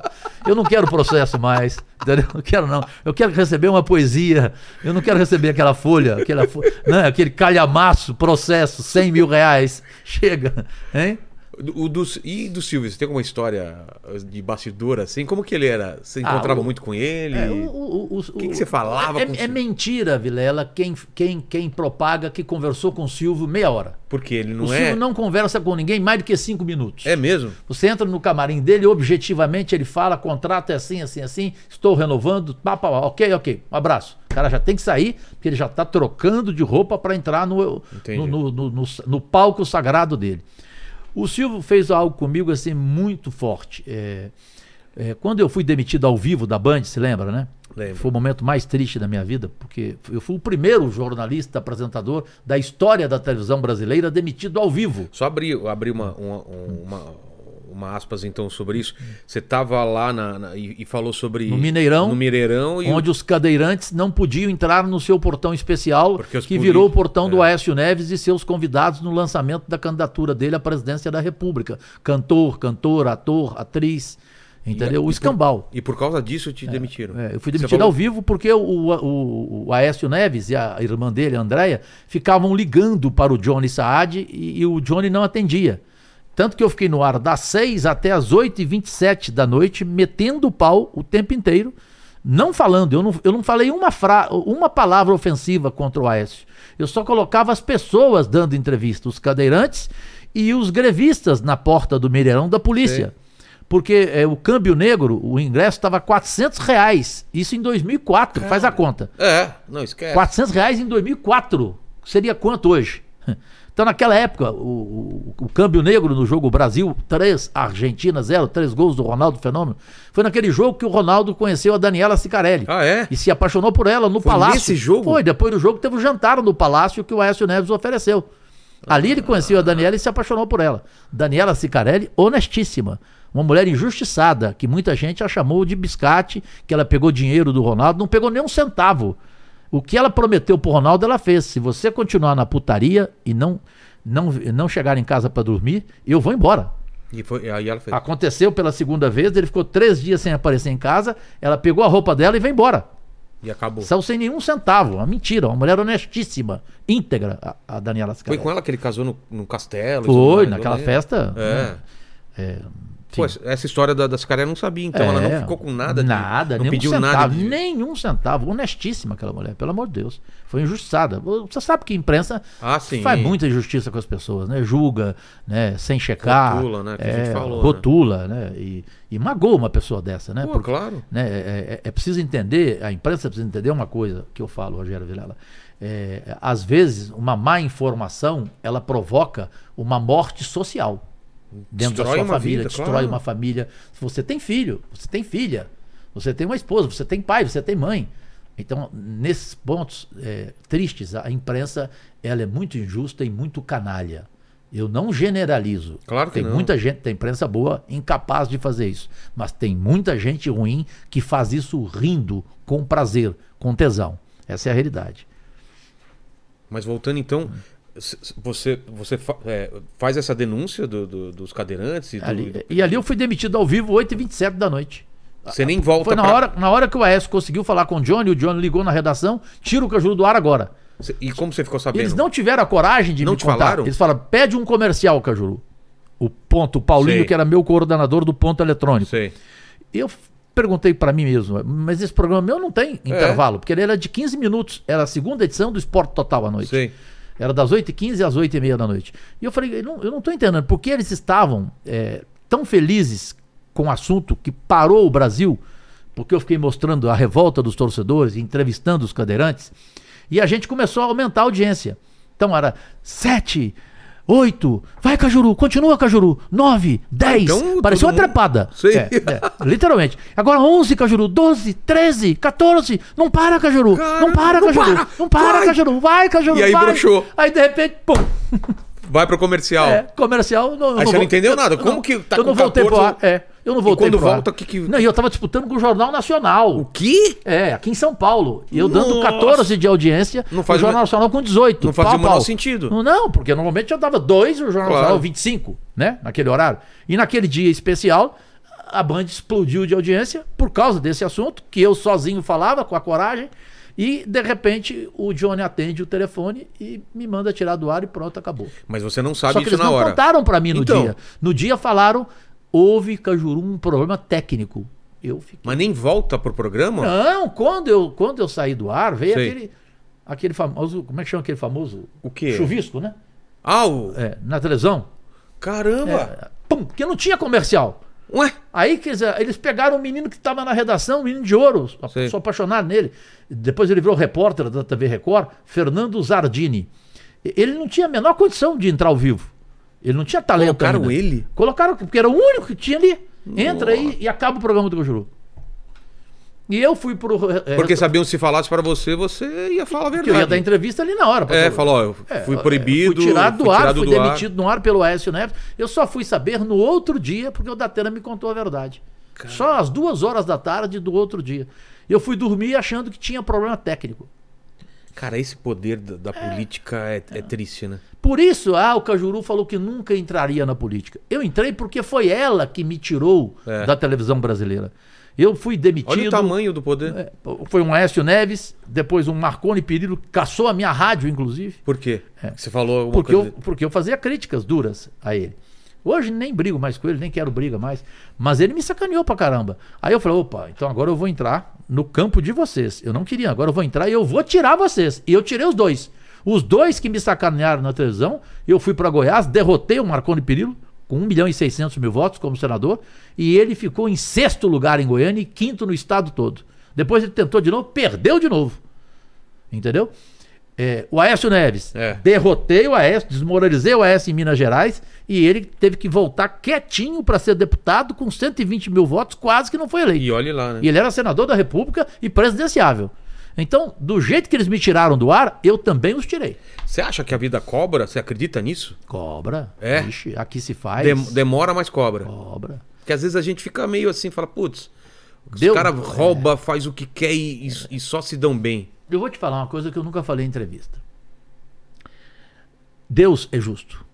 Eu não quero processo mais. Entendeu? Eu Não quero, não. Eu quero receber uma poesia. Eu não quero receber aquela folha, aquela fo- né? aquele calhamaço, processo, 100 mil reais. Chega, hein? Do- O do, e do Silvio, você tem alguma história ah, de bastidor assim? Como que ele era? Você encontrava o- muito com ele? É, o- o- o- o- que que você falava É, com o é Silvio? mentira, Vilela, quem, quem, quem propaga que conversou com o Silvio meia hora. Porque ele o não Silvio é. não conversa com ninguém mais do que cinco minutos. É mesmo? Você entra no camarim dele, objetivamente ele fala, contrato é assim, assim, assim, estou renovando, pá, pá, pá, ok, ok, um abraço. O cara já tem que sair, porque ele já está trocando de roupa para entrar no, Entendi. no, no, no- no- no palco sagrado dele. O Silvio fez algo comigo assim muito forte. É, é, quando eu fui demitido ao vivo da Band, se lembra, né? Lembro. Foi o momento mais triste da minha vida, porque eu fui o primeiro jornalista apresentador da história da televisão brasileira demitido ao vivo. Só abrir abri uma, uma, uma- um uma aspas então sobre isso. Você estava lá na- na- e, e falou sobre. No Mineirão. No Mineirão e. onde os cadeirantes não podiam entrar no seu portão especial, Porque os que virou o políticos- é. portão do Aécio Neves e seus convidados no lançamento da candidatura dele à presidência da República. Cantor, cantor, ator, atriz, entendeu? o escambau. é E por causa disso te demitiram. É, eu fui Você demitido falou- ao vivo porque o, o- o Aécio Neves e a irmã dele, a Andréia, ficavam ligando para o Johnny Saad e, e o Johnny não atendia. Tanto que eu fiquei no ar das 6 até as 8h27 da noite, metendo o pau o tempo inteiro, não falando. Eu não, eu não falei uma, fra- uma palavra ofensiva contra o Aécio. Eu só colocava as pessoas dando entrevista, os cadeirantes e os grevistas na porta do Mineirão da polícia. Porque é, o câmbio negro, o ingresso estava 400 reais. Isso em 2004, faz a conta. É, não esquece. 400 reais em 2004. Seria quanto hoje? Então, naquela época, o, o- o câmbio negro no jogo Brasil 3, Argentina 0, três gols do Ronaldo Fenômeno. Foi naquele jogo que o Ronaldo conheceu a Daniela Sicarelli. Ah, é? E se apaixonou por ela no Foi Palácio. nesse jogo? Foi, depois do jogo teve um jantar no Palácio que o Aécio Neves ofereceu. Ali ele conheceu a Daniela e se apaixonou por ela. Daniela Sicarelli, honestíssima. Uma mulher injustiçada, que muita gente a chamou de biscate, que ela pegou dinheiro do Ronaldo, não pegou nem um centavo. O que ela prometeu pro Ronaldo, ela fez. Se você continuar na putaria e não, não, não chegar em casa para dormir, eu vou embora. E foi, aí ela Ah, fez. Aconteceu pela segunda vez, ele ficou três dias sem aparecer em casa, ela pegou a roupa dela e veio embora. E acabou. Saiu sem nenhum centavo. Uma mentira. Uma mulher honestíssima, íntegra, a, a Daniela Foi Scarelli. com ela que ele casou no, no castelo. e tudo Foi, mais, naquela eu lembro. festa. né? É. Pô, essa- essa história da, das caras eu não sabia, então. Ela É. não ficou com nada. de- Nada, não nenhum pediu centavo. nada. de- Nenhum centavo. Honestíssima aquela mulher, pelo amor de Deus. Foi injustiçada. Você sabe que a imprensa Ah, sim. faz muita injustiça com as pessoas, né? Julga, né? Sem checar. É, Rotula, né? Que a gente falou, né? Rotula, né? E, e magoa uma pessoa dessa, né? Pô, Porque- claro. né, é, é- é preciso entender, a imprensa precisa entender uma coisa que eu falo, Rogério Vilela. É, às vezes, uma má informação ela provoca uma morte social dentro Destrói da uma sua família, vida, destrói claro. uma família. Se Você tem filho, você tem filha, você tem uma esposa, você tem pai, você tem mãe. Então, nesses pontos é, tristes, a imprensa ela é muito injusta e muito canalha. Eu não generalizo. Claro que tem não. muita muita gente, tem imprensa boa, incapaz de fazer isso. Mas tem muita gente ruim que faz isso rindo, com prazer, com tesão. Essa é a realidade. Mas voltando então, s- s- você, você fa- é, faz essa denúncia do- do- dos cadeirantes e do, Ali- e ali eu fui demitido ao vivo, 8h27 da noite. Você nem volta Foi na pra- hora, na hora que o AES conseguiu falar com o Johnny, o Johnny ligou na redação, tira o cajuru do ar agora. Você- E como você ficou E sabendo? eles não tiveram a coragem de Tá Não me te contar. falaram? Eles falaram, pede um comercial, Cajuru. O ponto, o Paulinho, Sei. que era meu coordenador do ponto eletrônico. Sei. eu f- perguntei pra mim mesmo, mas esse programa meu não tem É. intervalo, porque ele era de 15 minutos, era a segunda edição do Esporte Total à noite. Sei. Era das 8h15 às 8h30 da noite. E eu falei, eu não, eu não tô entendendo, por que eles estavam é, tão felizes com o assunto que parou o Brasil, porque eu fiquei mostrando a revolta dos torcedores, entrevistando os cadeirantes, e a gente começou a aumentar a audiência. Então era 7, 8, vai Cajuru, continua Cajuru, 9, 10, então, parecia uma todo mundo- trepada. Sei. É, é. Literalmente. Agora 11, Cajuru. 12, 13, 14. Não para, Cajuru. não para, não Cajuru. para. Não para, Vai. Cajuru. Vai, Cajuru. E aí vai. broxou. Aí de repente, pum. Vai pro comercial. É, comercial. Não, eu Aí você não vou- entendeu eu- nada. eu Como não- que tá Eu com não voltei pro ar. 14? É, eu não voltei quando pro ar. volta, o que que- Não, e eu tava disputando com o Jornal Nacional. O quê? É, aqui em São Paulo. E eu dando Nossa. 14 de audiência, Não faz o Jornal o men- Nacional com 18. não fazia pau, o menor pau. sentido. Não, Não, porque normalmente eu dava 2 o Jornal Claro. Nacional 25, né? Naquele horário. E naquele dia especial, a Band explodiu de audiência por causa desse assunto, que eu sozinho falava com a coragem. E, de repente, o Johnny atende o telefone e me manda tirar do ar e pronto, acabou. Mas você não sabe Só que isso eles Tá na não hora. contaram pra mim no Então. dia. No dia falaram, houve, Cajuru, um problema técnico. Eu fiquei... Mas nem volta pro programa? Não, quando eu, quando eu saí do ar, veio Sei. aquele, aquele famoso. Como é que chama aquele famoso? O quê? Chuvisco, né? Ah, o... É, na televisão. Caramba! Pum, porque não tinha comercial. Ué? Aí quer dizer, eles pegaram um menino que estava na redação, um menino de ouro, a Sei. pessoa apaixonada nele. Depois ele virou repórter da TV Record, Fernando Zardini. E- Ele não tinha a menor condição de entrar ao vivo. Ele não tinha talento. Colocaram ainda. ele? Colocaram, porque era o único que tinha ali. Entra aí e acaba o programa do Cajuru. E eu fui pro. é, Porque sabiam se falasse pra você, você ia falar a que eu verdade. ia dar entrevista ali na hora. pra É, todo- falou, ó, eu É, fui é, proibido. Fui tirado do ar, fui do ar. demitido no ar pelo Aécio Neves. Eu só fui saber no outro dia, porque o Datena me contou a verdade. Só às duas horas da tarde do outro dia. Eu fui dormir achando que tinha problema técnico. Cara, esse poder da, da política é, é triste, né? Por isso, ah, o Cajuru falou que nunca entraria na política. Eu entrei porque foi ela que me tirou É. da televisão brasileira. Eu fui demitido. Olha o tamanho do poder. É, Foi um Aécio Neves, depois um Marconi Perillo, caçou a minha rádio, inclusive. Por quê? Você falou alguma É. porque coisa. eu, porque eu fazia críticas duras a ele. Hoje nem brigo mais com ele, nem quero briga mais. Mas ele me sacaneou pra caramba. Aí eu falei, opa, então agora eu vou entrar no campo de vocês. Eu não queria, agora eu vou entrar e eu vou tirar vocês. E eu tirei os dois. Os dois que me sacanearam na televisão, eu fui pra Goiás, derrotei o Marconi Perillo com 1 milhão e 600 mil votos como senador, e ele ficou em sexto lugar em Goiânia e quinto no estado todo. Depois ele tentou de novo, perdeu de novo. Entendeu? É, o Aécio Neves. É. Derrotei o Aécio, desmoralizei o Aécio em Minas Gerais e ele teve que voltar quietinho para ser deputado com 120 mil votos, quase que não foi eleito. E olhe lá, né? E ele era senador da República e presidenciável. Então, do jeito que eles me tiraram do ar, eu também os tirei. Você acha que a vida cobra? Você acredita nisso? Cobra. É. Ixi, aqui se faz. Dem- demora, mas cobra. Cobra. Porque às vezes a gente fica meio assim, fala, putz, os Deu- um-" É. caras roubam, faz o que quer e, e- e só se dão bem. Eu vou te falar uma coisa que eu nunca falei em entrevista. Deus é justo.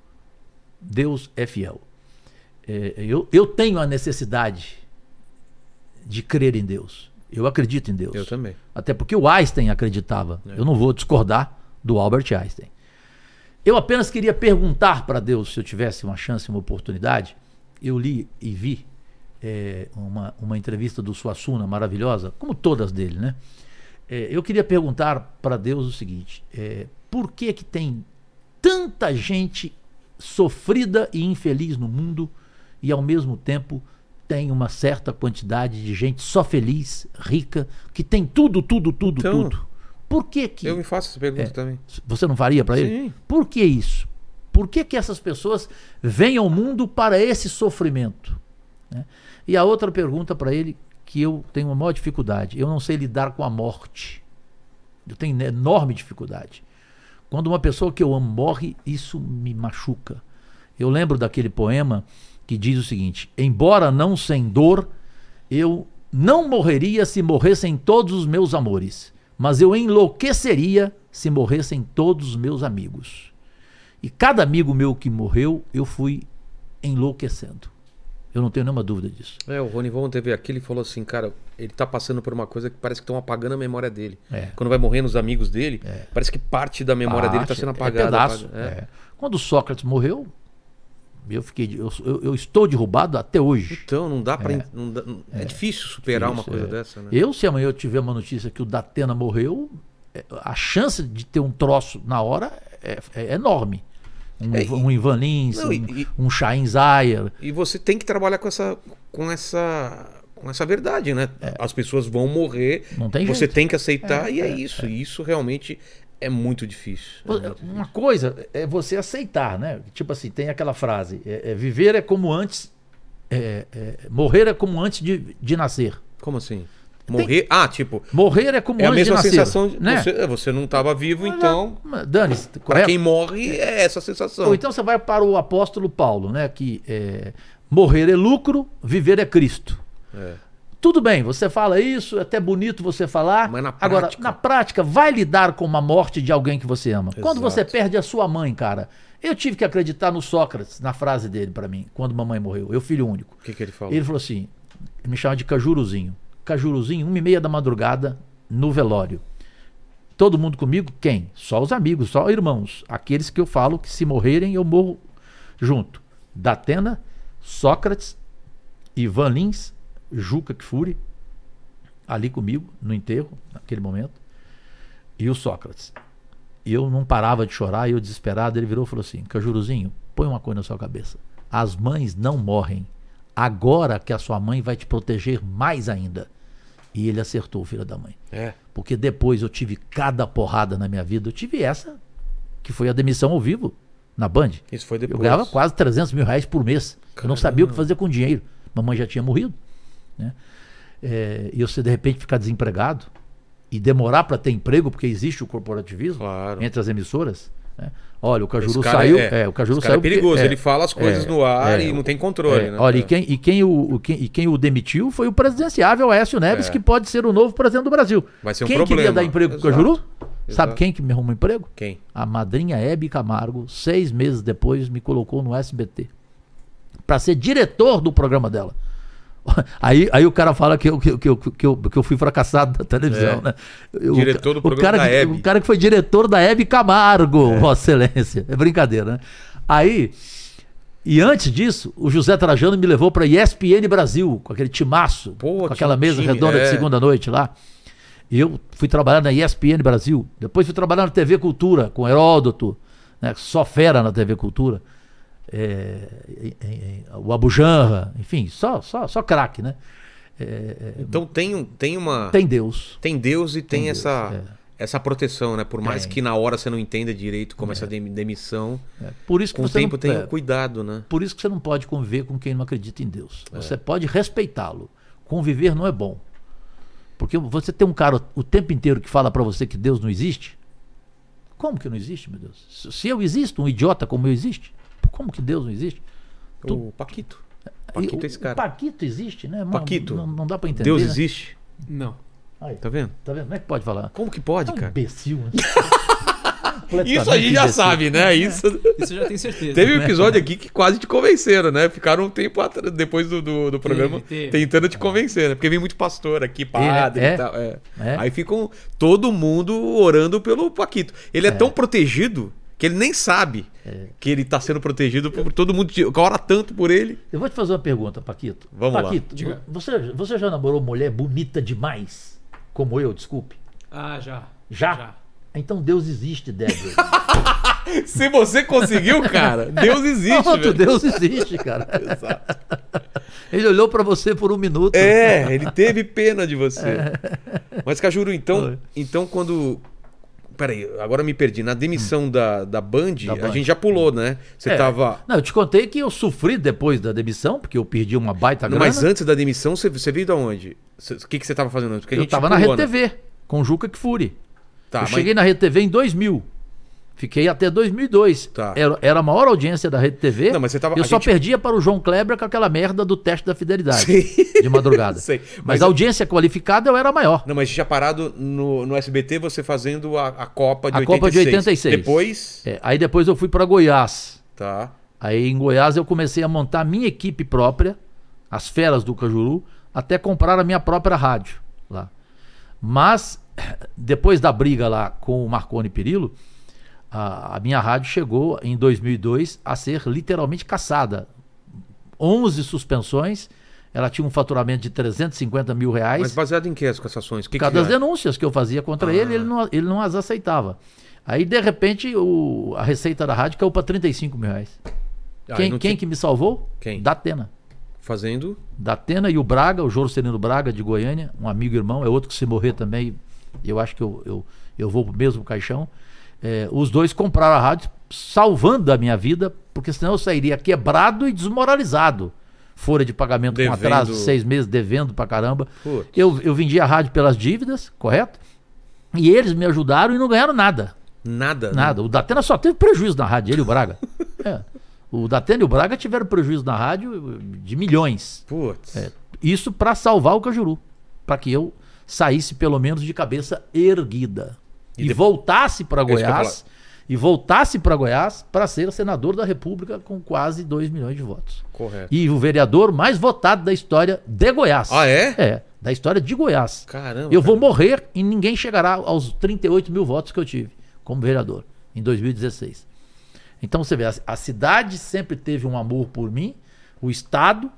Deus é fiel. É, eu, eu tenho a necessidade de crer em Deus. Eu acredito em Deus. Eu também. É. Até porque o Einstein acreditava. Eu não vou discordar do Albert Einstein. Eu apenas queria perguntar para Deus se eu tivesse uma chance, uma oportunidade. Eu li e vi é, uma, uma entrevista do Suassuna maravilhosa, como todas dele, né? É, eu queria perguntar para Deus o seguinte: é, por que que tem tanta gente sofrida e infeliz no mundo e ao mesmo tempo tem uma certa quantidade de gente só feliz, rica, que tem tudo, tudo, tudo, Então, tudo? Por que que Eu me faço essa pergunta É. também. você não faria para ele? Sim. Por que isso? Por que, que essas pessoas vêm ao mundo para esse sofrimento? né? E a outra pergunta para ele, que eu tenho uma maior dificuldade: eu não sei lidar com a morte. Eu tenho enorme dificuldade. Quando uma pessoa que eu amo morre, isso me machuca. Eu lembro daquele poema que diz o seguinte: Embora não sem dor, eu não morreria se morressem todos os meus amores, mas eu enlouqueceria se morressem todos os meus amigos. E cada amigo meu que morreu, eu fui enlouquecendo. Eu não tenho nenhuma dúvida disso. É, o Rony Von teve aqui, ele falou assim, cara, ele tá passando por uma coisa que parece que estão apagando a memória dele. É. Quando vai morrendo os amigos dele, parece que parte da memória dele tá Parte, sendo é apagada. pedaço, apaga- é. é. Quando Sócrates morreu, eu fiquei, de- eu, eu- eu estou derrubado até hoje. Então, não dá pra. en- não dá- não- é. difícil superar uma Isso, coisa é. dessa, né? Eu, se amanhã eu tiver uma notícia que o Datena morreu, é, a chance de ter um troço na hora é, é enorme. Um, É, Iv- e- um Ivan Lins, não, um, e- um Chain Zayer. E você tem que trabalhar com essa, com essa, com essa verdade, né? As pessoas vão morrer. É. Não tem Você jeito. tem que aceitar e é, isso. E isso realmente é muito difícil. É muito Uma coisa é você aceitar, né? Tipo assim, tem aquela frase: é, é, viver é como antes, é, é, morrer é como antes de, de nascer. Como assim? Morrer? Ah, tipo, Morrer é como é a antes de mesma nascer. sensação de né? você, é, você não estava vivo, então. Mas, Dani, Pra correto? quem morre, é essa sensação. Ou então você vai para o apóstolo Paulo, né? Que é, morrer é lucro, viver é Cristo. É. Tudo bem, você fala isso, é até bonito você falar. Mas na Agora, prática- na prática, vai lidar com uma morte de alguém que você ama. Quando você Exato. perde a sua mãe, cara. Eu tive que acreditar no Sócrates, na frase dele pra mim, quando mamãe morreu. Eu, filho único. O que, que ele falou? Ele falou assim: me chama de Cajuruzinho. Cajuruzinho, uma e meia da madrugada, no velório. Todo mundo comigo? Quem? Só os amigos, só irmãos. Aqueles que eu falo que se morrerem eu morro junto. Datena, Sócrates, Ivan Lins, Juca Kfouri, ali comigo, no enterro, naquele momento, e o Sócrates. E eu não parava de chorar, e eu desesperado, ele virou e falou assim: Cajuruzinho, põe uma coisa na sua cabeça. As mães não morrem. Agora que a sua mãe vai te proteger mais ainda. E ele acertou o filho da mãe. É. Porque depois eu tive cada porrada na minha vida. Eu tive essa, que foi a demissão ao vivo, na Band. Isso foi depois. Eu ganhava quase 300 mil reais por mês. Eu não sabia o que fazer com o dinheiro. Mamãe já tinha morrido. Né? é, e você de repente ficar desempregado e demorar para ter emprego, porque existe o corporativismo Claro. entre as emissoras. né? Olha, o Cajuru Esse cara saiu. é- É, o Cajuru esse cara saiu. é perigoso, porque- é, ele fala as coisas é, no ar é, e não tem controle, é, né? Olha, e quem, e, quem o, o quem, e quem o demitiu foi o presidenciável Aécio Neves, É. que pode ser o novo presidente do Brasil. Vai ser um quem queria problema. dar emprego pro Exato. Cajuru? Exato. Sabe quem que me arrumou emprego? Quem? A madrinha Hebe Camargo, seis meses depois, me colocou no SBT para ser diretor do programa dela. Aí, aí o cara fala que eu, que, eu- que, eu- que eu, que eu fui fracassado da televisão, É. né? Eu- Diretor do o programa cara da que- Hebe. O cara que foi diretor da Hebe Camargo, Vossa Excelência. É brincadeira, né? Aí, e antes disso, o José Trajano me levou para ESPN Brasil, com aquele timaço, Pô, com tinha aquela um mesa time, redonda é. de segunda-noite lá. E eu fui trabalhar na ESPN Brasil, depois fui trabalhar na TV Cultura, com Heródoto, né, só fera na TV Cultura. É, em- em- em- o Abujanra, enfim, só, só, só craque, né? Então tem, um- tem uma. Tem, é, Tem Deus. Deus e tem, Deus, é. essa. Essa proteção, né? Por mais Tem. que na hora você não entenda direito como essa dem- demissão, né? Por isso que com o você tempo não, tem é, o cuidado, né? Por isso que você não pode conviver com quem não acredita em Deus. É. Você pode respeitá-lo. Conviver não é bom. Porque você tem um cara o tempo inteiro que fala pra você que Deus não existe. Como que não existe, meu Deus? Se- Se eu existo, um idiota como eu existe, como que Deus não existe? tu- O Paquito. E Paquito o- é esse cara. o Paquito existe, né? Mas Paquito. Não, não dá pra entender. Deus né? existe. Não. Aí, Tá vendo? tá vendo? Como é que pode falar? Como que pode, É um cara? imbecil, né? Isso a gente já Completamente sabe, né? Isso. É. Isso eu já tenho certeza. Teve um episódio aqui que quase te convenceram, né? Ficaram um tempo atra- depois do, do, do programa teve. tentando te convencer, né? Porque vem muito pastor aqui, padre É, e tal. é. É. Aí ficam todo mundo orando pelo Paquito. Ele é, tão protegido que ele nem sabe que ele tá sendo protegido por todo mundo. que Ora tanto por ele. Eu vou te fazer uma pergunta, Paquito. Vamos lá. Paquito, Diga. Você, você já namorou mulher bonita demais? Como eu, desculpe. Ah, já. Já? Então Deus existe, Débora. Se você conseguiu, cara, Deus existe. Pronto, velho. Deus existe, cara. Ele olhou pra você por um minuto. É, ele teve pena de você. Mas, Cajuru, então, Foi. então quando. Peraí, agora me perdi. Na demissão da, da Band, Da a Band. gente já pulou, né? Você É. tava. Não, eu te contei que eu sofri depois da demissão, porque eu perdi uma baita Não, grana. mas antes da demissão, você, você veio de onde? Você- O que, que você tava fazendo antes? Porque a eu gente tava na pulou, Rede né? TV, com Juca Kfouri. Tá, eu mas- cheguei na Rede TV em 2000. Fiquei até 2002. Tá. Era, era a maior audiência da Rede TV. Não, mas você tava- eu a só gente- perdia para o João Kleber com aquela merda do teste da fidelidade. Sei. De madrugada. Sei, Mas, mas a eu- audiência qualificada eu era a maior. Não, mas tinha parado no, no SBT você fazendo a, a Copa de A 86. Copa de 86. Depois. É, aí depois eu fui para Goiás. Tá. Aí em Goiás eu comecei a montar minha equipe própria, as feras do Cajuru, até comprar a minha própria rádio lá. Mas depois da briga lá com o Marconi Perillo, a, a minha rádio chegou em 2002 a ser literalmente caçada. 11 suspensões, ela tinha um faturamento de 350 mil reais Mas baseado em que as cassações? O Que é? por causa que das era? Ah. denúncias que eu fazia contra ele, ele não, ele não as aceitava. Aí, de repente, o- a receita da rádio caiu para 35 mil reais. Ah, quem não quem tinha- que me salvou? Quem? Datena. Fazendo. Datena e o Braga, o Jorcelino Braga de Goiânia, um amigo e irmão, é outro que se morrer também, eu acho que eu, eu, eu vou pro mesmo caixão. É, os dois compraram a rádio, salvando a minha vida, porque senão eu sairia quebrado e desmoralizado. Folha de pagamento Devendo. com atraso, seis meses devendo pra caramba. Putz. Eu, eu vendi a rádio pelas dívidas, correto? E eles me ajudaram e não ganharam nada. Nada. né? Nada. O Datena só teve prejuízo na rádio, ele e o Braga. É. O Datena e o Braga tiveram prejuízo na rádio eh, de milhões. É. Putz. Isso para salvar o Cajuru, para que eu saísse pelo menos de cabeça erguida E e, depois- voltasse para isso que eu ia Goiás e voltasse para Goiás para ser senador da República com quase 2 milhões de votos. Correto. E o vereador mais votado da história de Goiás. Ah, é? É, da história de Goiás. Caramba. Eu vou cara. morrer e ninguém chegará aos 38 mil votos que eu tive como vereador em 2016. Então você vê, a, a cidade sempre teve um amor por mim, o Estado,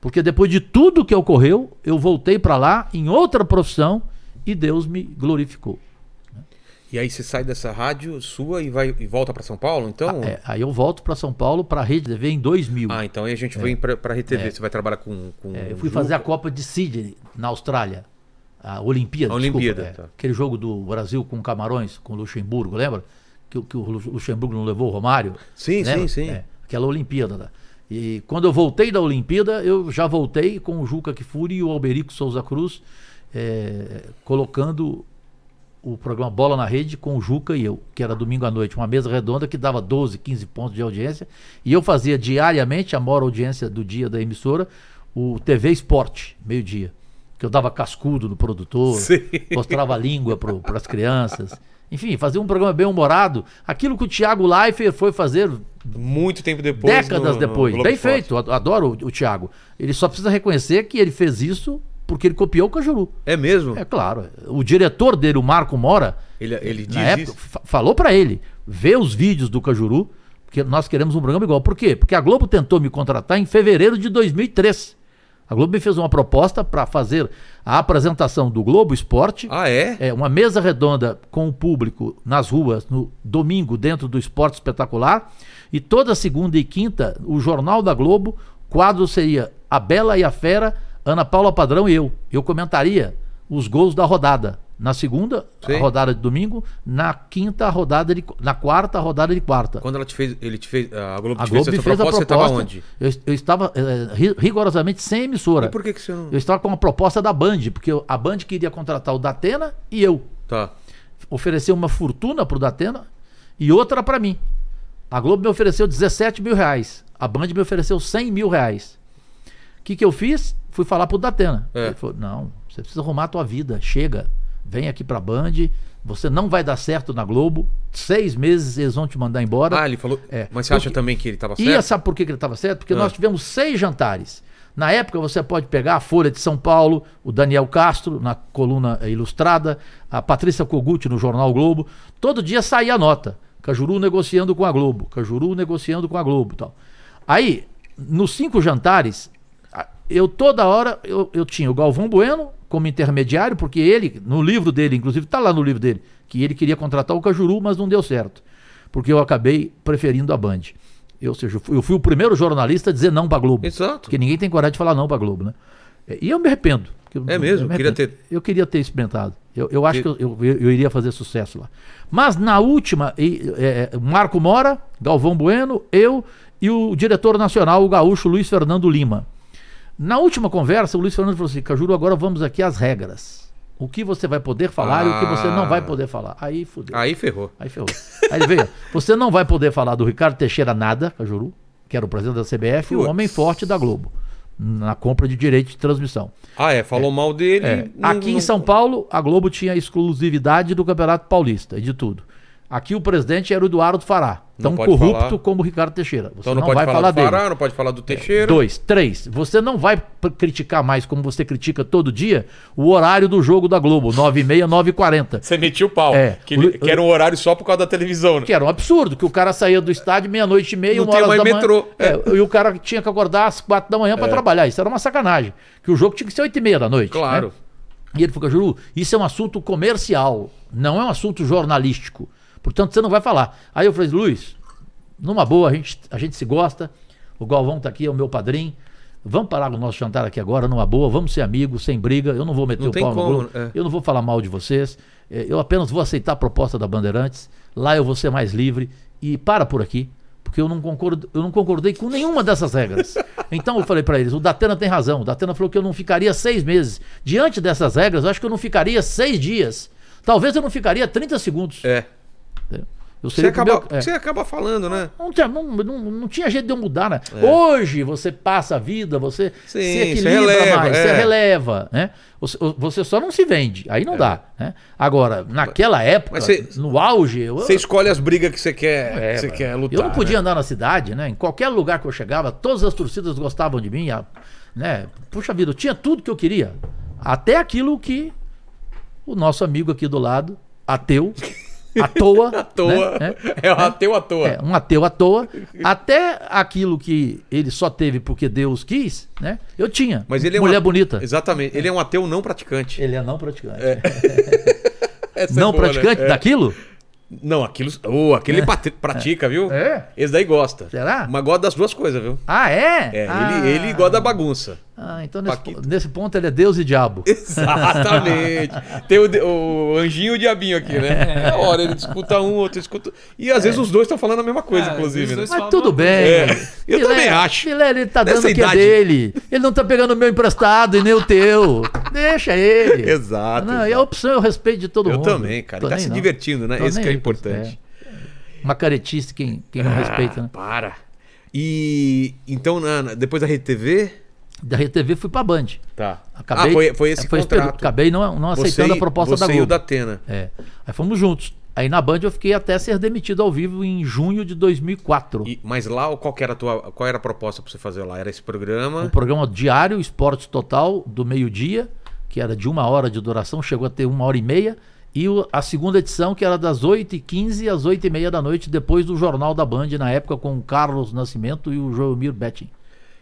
porque depois de tudo que ocorreu, eu voltei para lá em outra profissão e Deus me glorificou. E aí você sai dessa rádio sua e vai e volta pra São Paulo, então? É, aí eu volto para São Paulo para a Rede TV em 2000. Ah, então aí a gente vem pra, pra RTV. Você vai trabalhar com. com É, eu fui fazer a Copa de Sydney na Austrália. A Olimpíada, A desculpa, Olimpíada, é. tá. Aquele jogo do Brasil com Camarões, com Luxemburgo, lembra? Que, o- que o Lu- Luxemburgo não levou o Romário. Sim, lembra? sim, sim. É, aquela Olimpíada. lá. E quando eu voltei da Olimpíada, eu já voltei com o Juca Kifuri e o Alberico Souza Cruz, é, colocando o programa Bola na Rede com o Juca e eu, que era domingo à noite, uma mesa redonda que dava 12, 15 pontos de audiência. E eu fazia diariamente, a maior audiência do dia da emissora, o TV Esporte, meio-dia. Que eu dava cascudo no produtor, Sim. mostrava a língua para as crianças. Enfim, fazia um programa bem humorado. Aquilo que o Thiago Leifert foi fazer Muito tempo depois. décadas no- no depois. Globo Bem Esporte. feito, ad- adoro o, o Thiago. Ele só precisa reconhecer que ele fez isso porque ele copiou o Cajuru. É mesmo? É claro. O diretor dele, o Marco Mora, Ele, ele diz na época, isso. fa- falou pra ele: vê os vídeos do Cajuru, porque nós queremos um programa igual. Por quê? Porque a Globo tentou me contratar em fevereiro de 2003. A Globo me fez uma proposta pra fazer a apresentação do Globo Esporte. Ah, é? É, uma mesa redonda com o público nas ruas no domingo dentro do Esporte Espetacular e toda segunda e quinta o Jornal da Globo, quadro seria A Bela e a Fera, Ana Paula Padrão e eu. Eu comentaria os gols da rodada. Na segunda, Sim. a rodada de domingo, na quinta a rodada de na quarta a rodada de quarta. Quando ela te fez, ele te fez, a Globo a te Globo fez me essa fez proposta, a você proposta. tava onde? Eu, eu estava eh, ri- rigorosamente sem emissora. E por que que você não... Eu estava com uma proposta da Band, porque eu- a Band queria contratar o Datena e eu Tá. ofereceu uma fortuna pro Datena e outra pra mim. A Globo me ofereceu 17 mil reais. A Band me ofereceu 100 mil reais. O que, que eu fiz? Fui falar pro Datena. É. Ele falou: não, você precisa arrumar a tua vida. Chega, vem aqui pra Band. Você não vai dar certo na Globo. Seis meses eles vão te mandar embora. Ah, ele falou... É. Mas você acha Porque- também que ele tava certo? E sabe por que que ele estava certo? Porque Ah. nós tivemos seis jantares. Na época, você pode pegar a Folha de São Paulo, o Daniel Castro, na coluna eh, ilustrada, a Patrícia Kogut no Jornal Globo. Todo dia saía a nota. Cajuru negociando com a Globo, Cajuru negociando com a Globo e tal. Aí, nos cinco jantares, a- eu toda hora, eu, eu tinha o Galvão Bueno como intermediário, porque ele, no livro dele, inclusive, está lá no livro dele, que ele queria contratar o Cajuru, mas não deu certo. Porque eu acabei preferindo a Band. Eu, ou seja, eu fui, eu fui o primeiro jornalista a dizer não pra Globo. Exato. Porque ninguém tem coragem de falar não pra Globo, né? É, E eu me arrependo. porque eu- É mesmo? eu me Queria arrependo. ter- Eu queria ter experimentado. Eu, eu acho que eu, eu- eu iria fazer sucesso lá. Mas na última, e- é, é, Marco Mora, Galvão Bueno, eu e o diretor nacional, o gaúcho Luiz Fernando Lima. Na última conversa, o Luiz Fernando falou assim: Cajuru, agora vamos aqui às regras. O que você vai poder falar e o que você não vai Ah. poder falar. Aí fudeu. Aí ferrou. Aí ferrou. Aí ele veio. Você não vai poder falar do Ricardo Teixeira nada, Cajuru, que era o presidente da CBF, e o Putz. homem forte da Globo, na compra de direito de transmissão. Ah, é, falou mal dele... É, não- aqui em não- São Paulo, a Globo tinha exclusividade do Campeonato Paulista e de tudo. Aqui o presidente era o Eduardo Fará, Não tão pode corrupto falar. como o Ricardo Teixeira. Você Então não, não, pode vai falar, falar, do dele. É. Pará, não pode falar do Teixeira. Dois, três, você não vai p- criticar mais, como você critica todo dia, o horário do jogo da Globo, 9h30, 9h40. Você metia o pau. É. Que, ele- que era um horário só por causa da televisão, né? Que era um absurdo, que o cara saía do estádio meia-noite e meia, Não uma tem hora mais da metrô. É. manhã. É, e o cara tinha que acordar às quatro da manhã pra trabalhar. Isso era uma sacanagem. Que o jogo tinha que ser oito e meia da noite. Claro. né? E ele falou, Juru, isso é um assunto comercial, não é um assunto jornalístico. Portanto, você não vai falar. Aí eu falei, Luiz, numa boa, a gente, a gente se gosta. O Galvão tá aqui, é o meu padrinho. Vamos parar o nosso jantar aqui agora, numa boa, vamos ser amigos, sem briga. Eu não vou meter Não o tem pau como, no grupo. é. Eu não vou falar mal de vocês. É, Eu apenas vou aceitar a proposta da Bandeirantes. Lá eu vou ser mais livre. E para por aqui, porque eu não, concordo, eu não concordei com nenhuma dessas regras. Então eu falei para eles: o Datena tem razão. O Datena falou que eu não ficaria seis meses. Diante dessas regras, eu acho que eu não ficaria seis dias. Talvez eu não ficaria 30 segundos. É. entendeu? Eu Você seria o acaba, primeiro- é. Ah. você acaba falando, né? Não tinha, não, não, não tinha jeito de eu mudar, né? Hoje você passa a vida, você É. Sim, se você equilibra releva, mais, é. você releva, né? Você, você só não se vende, aí não dá. Né? Agora, naquela época, É. mas você- no auge, eu, Você escolhe as brigas que você quer, é, que você mano. quer lutar. eu não podia né? andar na cidade, né? Em qualquer lugar que eu chegava, todas as torcidas gostavam de mim, a- né? Puxa vida, eu tinha tudo que eu queria, até aquilo que o nosso amigo aqui do lado, ateu, à toa, À toa. né? É. É o ateu à toa. É, um ateu à toa. Até aquilo que ele só teve porque Deus quis, né? Eu tinha. Mas ele é um Mulher ateu- bonita. Exatamente. Ele é um ateu não praticante. Ele é não praticante. Essa é Não boa, né? praticante É. daquilo? Não, aquilo. Ô, aquele patri- pratica, viu? É? Esse daí gosta. Será? Mas gosta das duas coisas, viu? Ah, é? É, Ah. ele, ele gosta da bagunça. Ah, então nesse, Paquito. po- nesse ponto ele é Deus e diabo. Exatamente. Tem o, de- o anjinho e o diabinho aqui, né? É hora, ele escuta um, outro escuta. E às vezes os dois estão falando a mesma coisa, Ah, inclusive. os Né? dois- Mas tudo bem. É, eu Filé, também acho. Filé, ele tá Nessa dando o que é idade. dele. Ele não tá pegando o meu emprestado e nem o teu. Deixa ele. Exato. Não, e é a exato. opção eu respeito de todo Eu mundo. também, cara. Tô Ele tá nem se não. divertindo, né? Tô Esse nem que é aí, importante. Ah. é. Uma caretice quem, quem não respeita, né? Para. E então, na- na- depois da RTV. Da RTV fui pra Band. Tá. Acabei, é, ah, foi, foi esse foi período. contrato. Acabei não, não aceitando e- a proposta você da e Globo. o da Atena. É. Aí fomos juntos. Aí na Band eu fiquei até ser demitido ao vivo em junho de 2004. E- mas lá, qual, que era a tua, qual era a proposta pra você fazer lá? Era esse programa? Um programa diário, Esportes Total, do meio-dia, que era de uma hora de duração, chegou a ter uma hora e meia. E o- a segunda edição, que era das 8h15 às 8h30 da noite, depois do Jornal da Band, na época com o Carlos Nascimento e o Joelmir Betting.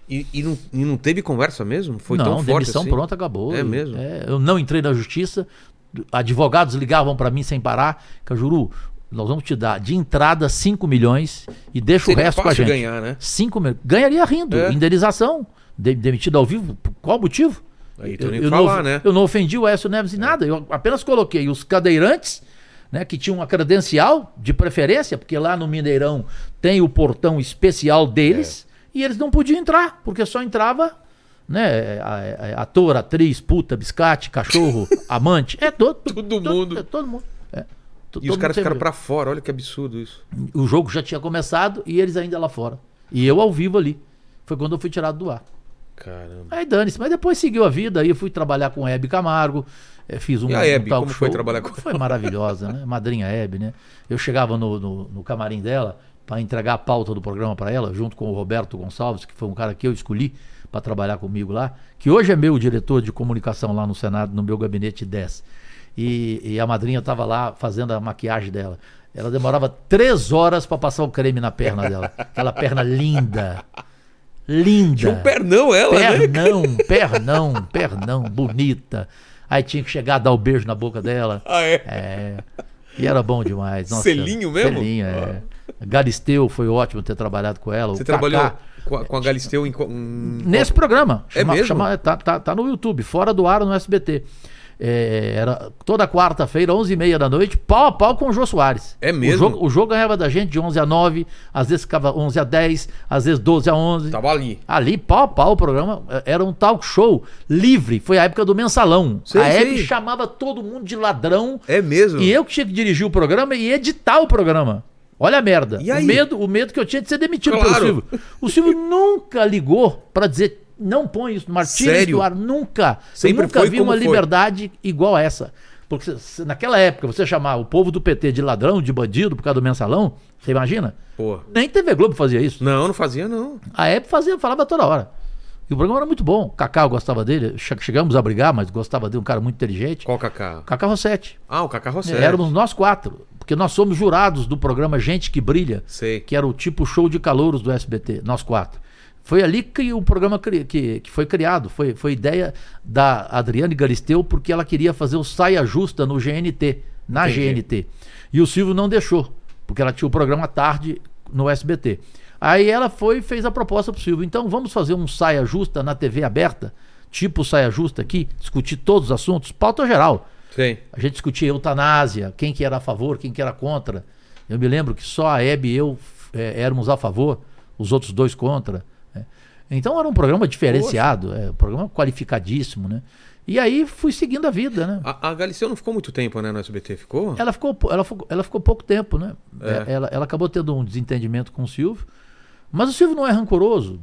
E, e não, e não teve conversa mesmo? Foi não, tão forte demissão assim? pronta acabou. É mesmo? eu não entrei na justiça. Advogados ligavam pra mim sem parar. Cajuru, nós vamos te dar de entrada 5 milhões e deixa Seria o resto com a fácil gente. ganhar, né? 5 milhões. Ganharia rindo. É. Indenização. De- demitido ao vivo. Por qual motivo? Aí tem nem eu, o que não, falar, né? eu não ofendi o Écio Neves em nada. Eu apenas coloquei os cadeirantes, né, que tinham uma credencial de preferência, porque lá no Mineirão tem o portão especial deles, É. e eles não podiam entrar, porque só entrava né, a- a- ator, atriz, puta, biscate, cachorro, amante. É todo, Todo mundo. é todo mundo. É. E To- todo os mundo caras ficaram sempre- pra fora, olha que absurdo isso. o jogo já tinha começado e eles ainda lá fora. E eu ao vivo ali. Foi quando eu fui tirado do ar. Caramba. É. Aí dane-se, mas depois seguiu a vida. Aí eu fui trabalhar com a Hebe Camargo. eh, Fiz um, E a um Hebe, talk como foi show. trabalhar com ela? Foi maravilhosa, né? Madrinha Hebe, né? Eu chegava no, no, no camarim dela para entregar a pauta do programa para ela, junto com o Roberto Gonçalves, que foi um cara que eu escolhi para trabalhar comigo lá, que hoje é meu diretor de comunicação lá no Senado, no meu gabinete 10. E, e a madrinha estava lá fazendo a maquiagem dela. Ela demorava três horas para passar o creme na perna dela. Aquela perna linda. Linda. Tinha um pernão ela, né? Pernão, pernão, pernão, bonita. Aí tinha que chegar, dar o beijo na boca dela. Ah, é. É. E era bom demais. Nossa, Selinho mesmo? Ah. Selinho, é. Galisteu foi ótimo ter trabalhado com ela. Você o Kaká. trabalhou com a, com a Galisteu em. co- em- Nesse programa. É mesmo? tá, tá- tá no YouTube, fora do ar no SBT. É, era toda quarta-feira, 11h30 da noite, pau a pau com o Jô Soares. É mesmo? O jogo, o jogo ganhava da gente de 11 a 9, às vezes ficava 11 a 10, às vezes 12 a 11. Tava ali. Ali, pau a pau, o programa eh, era um talk show livre. Foi a época do mensalão. Sei, a Hebe sei. chamava todo mundo de ladrão. É mesmo? E eu que tinha que dirigir o programa e editar o programa. Olha a merda. E aí? O, medo, o medo que eu tinha de ser demitido Claro. pelo Silvio. O Silvio nunca ligou pra dizer. Não põe isso no ar, tira isso Sério? do ar, nunca. Sempre eu nunca foi vi como uma foi. liberdade igual a essa. Porque se- se- naquela época, você chamar o povo do PT de ladrão, de bandido, por causa do mensalão, você imagina? Pô. Nem TV Globo fazia isso. Não, não fazia, não. A Hebe fazia, falava toda hora. E o programa era muito bom. O Cacá eu gostava dele. che- Chegamos a brigar, mas gostava dele, um cara muito inteligente. Qual Cacá? Cacá Rossetti. Ah, o Cacá Rosselli. Éramos nós quatro. Porque nós somos jurados do programa Gente que Brilha, Sei. que era o tipo show de calouros do SBT, nós quatro. Foi ali que o programa cri- que, que foi criado. Foi, foi ideia da Adriane Galisteu, porque ela queria fazer o saia justa no GNT, na Entendi. GNT. E o Silvio não deixou, porque ela tinha o programa à tarde no SBT. Aí ela foi e fez a proposta pro Silvio. Então vamos fazer um saia justa na TV aberta, tipo saia justa aqui, discutir todos os assuntos, pauta geral. Sei. A gente discutia eutanásia, quem que era a favor, quem que era contra. Eu me lembro que só a Hebe e eu eh, éramos a favor, os outros dois contra. né? Então era um programa diferenciado, é, um programa qualificadíssimo, né? E aí fui seguindo a vida, né? A, a Galisteu não ficou muito tempo, né, no SBT? Ficou? Ela ficou, pou- ela ficou, ela ficou pouco tempo, né? É. É, Ela, ela acabou tendo um desentendimento com o Silvio. Mas o Silvio não é rancoroso.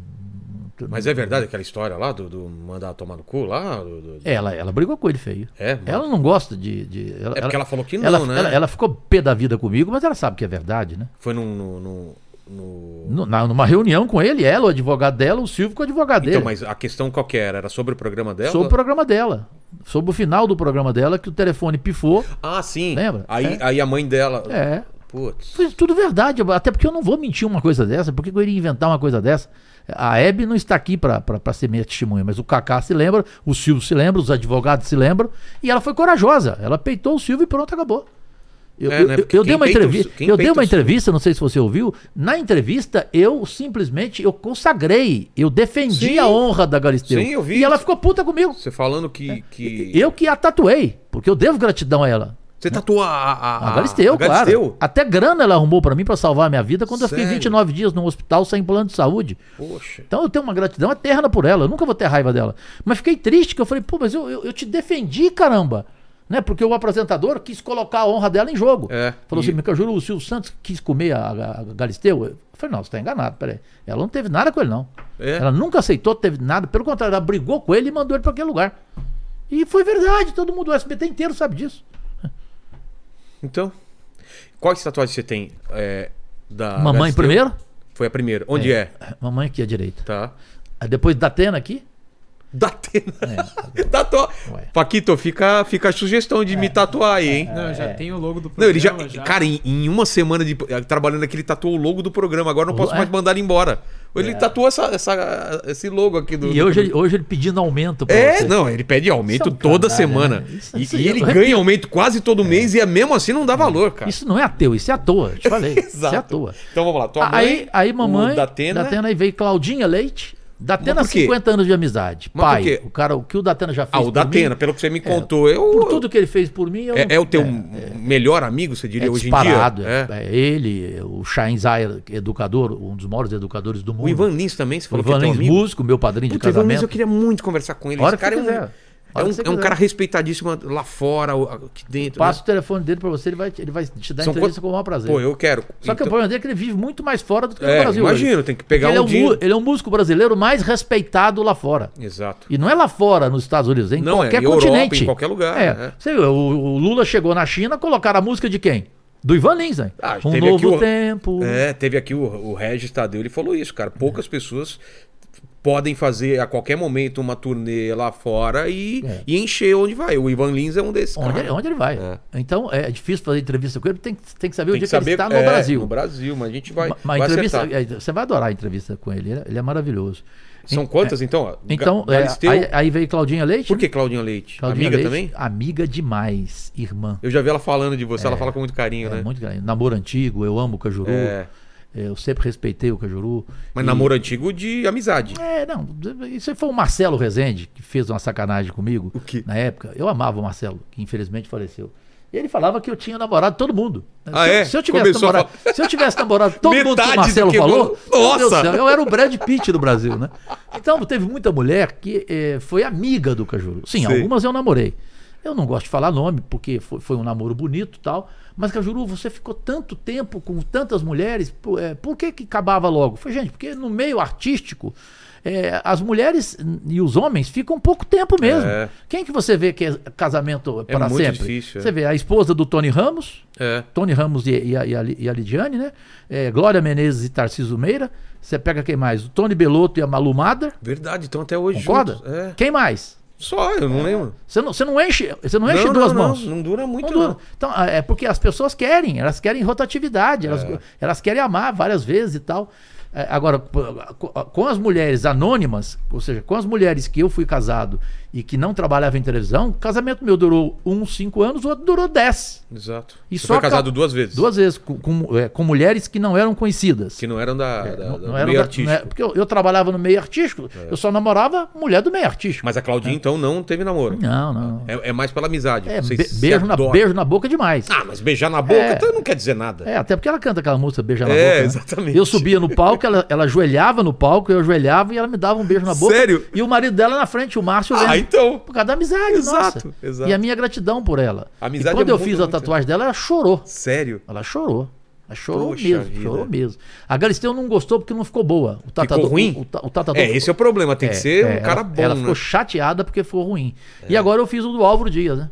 Mas é verdade aquela história lá do, do mandar tomar no cu lá? do- do- Ela, ela brigou com ele feio. É, mano. Ela não gosta de. de- ela, É porque ela falou que não, ela- né? ela- ela ficou pé da vida comigo, mas ela sabe que é verdade, né? Foi num. no- no- no- No- na- numa reunião com ele, ela, o advogado dela, o Silvio com o advogado Então, dele. mas a questão qual que era? Era sobre o programa dela? Sobre o programa dela. Sobre o final do programa dela, que o telefone pifou. Ah, sim. Lembra? Aí, É. aí a mãe dela. É. Putz. Foi tudo verdade, até porque eu não vou mentir uma coisa dessa, porque eu iria inventar uma coisa dessa. A Hebe não está aqui pra pra ser minha testemunha, mas o Kaká se lembra, o Silvio se lembra, os advogados se lembram, e ela foi corajosa. Ela peitou o Silvio e pronto, acabou. Eu, É, né? eu- Porque eu dei quem uma peita o entrevista, su- quem eu dei peita uma o su- entrevista, não sei se você ouviu. Na entrevista eu simplesmente eu consagrei, eu defendi Sim. a honra da Galisteu. Sim, eu vi E ela isso. ficou puta comigo. Você falando que. que... É. Eu que a tatuei, porque eu devo gratidão a ela. Você tatuou a. A, A Galisteu, Galisteu? claro. Até grana ela arrumou pra mim pra salvar a minha vida quando eu Sério? fiquei 29 dias num hospital sem plano de saúde. Poxa. Então eu tenho uma gratidão eterna por ela, eu nunca vou ter raiva dela. Mas fiquei triste que eu falei, pô, mas eu, eu, eu te defendi, caramba. Né? Porque o apresentador quis colocar a honra dela em jogo. É, Falou e- assim, eu juro, o Silvio Santos quis comer a, a- a Galisteu. Eu falei, não, você tá enganado, peraí. Ela não teve nada com ele, não. É. Ela nunca aceitou, teve nada. Pelo contrário, ela brigou com ele e mandou ele pra aquele lugar. E foi verdade, todo mundo, o SBT inteiro sabe disso. Então. Quais tatuagens você tem? É, da Mamãe Galisteu? primeiro? Foi a primeira. Onde é? Mamãe aqui à direita. Tá. Aí depois da Atena aqui. Da Atena. Tatuar. É, tá Ué. É. Paquito, fica, fica a sugestão de me tatuar aí, hein? Não, eu já tenho o logo do É. Não, programa. ele já. Cara, em, em uma semana de trabalhando aqui, ele tatuou o logo do programa. Agora eu não posso É. mais mandar ele embora. Ele tatuou essa, essa- esse logo aqui do. E hoje, ele- hoje ele pedindo aumento pra É, você. não, ele pede aumento Isso é um toda canalha, semana. né? Isso- E, isso e aí, ele eu ganha aumento quase todo mês e é mesmo assim não dá valor, cara. Isso não é ateu, isso é à toa. Eu te falei. isso é à toa. Ah, Então vamos lá, tua aí, mãe, aí mamãe, o da Atena, aí veio Claudinha Leite. Datena por quê? 50 anos de amizade. Mas por Pai, quê? o cara, o que o Datena já fez ah, o da por mim, É, Atena, pelo que você me contou, eu por tudo que ele fez por mim, eu é, não- é o teu melhor amigo, você diria é hoje em disparado. dia. é. É ele, o Shain Zayer, educador, um dos maiores educadores do mundo. O Ivan Lins também, você O falou Ivan que é teu Lins, amigo. músico, meu padrinho Puta, de Ivan Lins, eu casamento. queria muito conversar com ele. Hora Esse que cara é você um, quiser. é Hora um, que você é um quiser. cara respeitadíssimo lá fora, o- aqui dentro. Passa né? o telefone dele pra você, ele vai, ele vai te dar São entrevista quantos- com o maior prazer. Pô, eu quero. Só que o problema dele é que ele vive muito mais fora do que no Então- é, Brasil. hoje. imagino, tem que pegar ele, um é um, mu- dia. ele é um músico brasileiro mais respeitado lá fora. Exato. E não é lá fora, nos Estados Unidos, é em Não, é, qualquer em Europa, continente. em qualquer lugar, É. é. Você viu, o, o Lula chegou na China, colocaram a música de quem? Do Ivan Lins, né? Ah, um teve novo aqui o- tempo. É, teve aqui o, o Regis Tadeu, ele falou isso, cara. Poucas pessoas podem fazer a qualquer momento uma turnê lá fora e, É. e encher onde vai. O Ivan Lins é um desses. Onde, cara. ele- onde ele vai. É. Então é difícil fazer entrevista com ele, tem, que- tem que saber Tem o dia que que, ele saber está no é, Brasil. No Brasil, mas a gente vai. Mas- mas vai entrevista- acertar. é, você vai adorar a entrevista com ele, ele é- ele é maravilhoso. São quantas então? ó? Ga- Então, é, Galisteu. aí, aí veio Claudinha Leite. um Por né? que Claudinha Leite? Claudinha Amiga também? Leite, Amiga demais, irmã. Eu já vi ela falando de você, ela fala com muito carinho, É né? muito grande. Namoro antigo, eu amo o Cajuru. É. Eu sempre respeitei o Cajuru. Mas E- namoro antigo de amizade. É, não. Isso aí foi o Marcelo Rezende que fez uma sacanagem comigo O quê? na época. Eu amava o Marcelo, que infelizmente faleceu. Ele falava que eu tinha namorado todo mundo. Ah, se, eu- é? se eu tivesse Começou a namorado, se eu tivesse namorado todo mundo que Metade o do Marcelo que- falou, Nossa! meu Deus do céu, eu era o Brad Pitt do Brasil, né? Então teve muita mulher que eh, foi amiga do Cajuru. Sim, Sei. algumas eu namorei. Eu não gosto de falar nome, porque foi, foi um namoro bonito e tal. Mas, Cajuru, você ficou tanto tempo com tantas mulheres, por, eh, por que, que acabava logo? Foi, gente, porque no meio artístico, eh, as mulheres n- e os homens ficam um pouco tempo mesmo. É. Quem que você vê que é casamento É para muito sempre? difícil, é. Você vê a esposa do Tony Ramos, É. Tony Ramos e, e a, e a Li- e a Lidiane, né? Eh, Glória Menezes e Tarciso Meira. Você pega quem mais? O Tony Belotto e a Malu Mader. Verdade, então até hoje. Concorda? juntos. É. Quem mais? Só, eu não lembro. Você não, você não enche, você não enche duas mãos. Não, dura muito, Não não. dura. Então, ah, é porque as pessoas querem, elas querem rotatividade, elas, É. elas querem amar várias vezes e tal. É, Agora, co- com as mulheres anônimas, ou seja, com as mulheres que eu fui casado e que não trabalhavam em televisão, o casamento meu durou uns cinco anos, o outro durou dez. Exato. E Você só foi ca- casado duas vezes. Duas vezes, com, com, é, com mulheres que não eram conhecidas. Que não eram da, da- É, Não- do não eram meio da- artístico. É. não é- era- porque eu, eu trabalhava no meio artístico, eu só namorava mulher do meio artístico. Mas a Claudinha, então, não teve namoro. É. Não, não. não. É, é mais pela amizade. É, Vocês be- se beijo, na, adoram. beijo na boca demais. Ah, mas beijar na boca É. então não quer dizer nada. É, até porque ela canta aquela música Beija na É, Boca. né? exatamente. Eu subia no palco, ela, ela ajoelhava no palco, eu ajoelhava e ela me dava um beijo na boca. Sério? E o marido dela na frente, o Márcio, Ah, vendo. então. Por causa da amizade, Exato, nossa. exato. E a minha gratidão por ela. A amizade e quando é eu muito, fiz a muito. tatuagem dela, ela chorou. Sério? Ela chorou. Ela chorou Poxa mesmo, vida. chorou mesmo. A Galisteu não gostou porque não ficou boa. O tatuador, ruim? O, ta- o tatuador É, esse é o problema. Tem que ser um Tá é, cara ela, bom, Ela né? É. ficou chateada porque foi ruim. E agora eu fiz o do Álvaro Dias, né?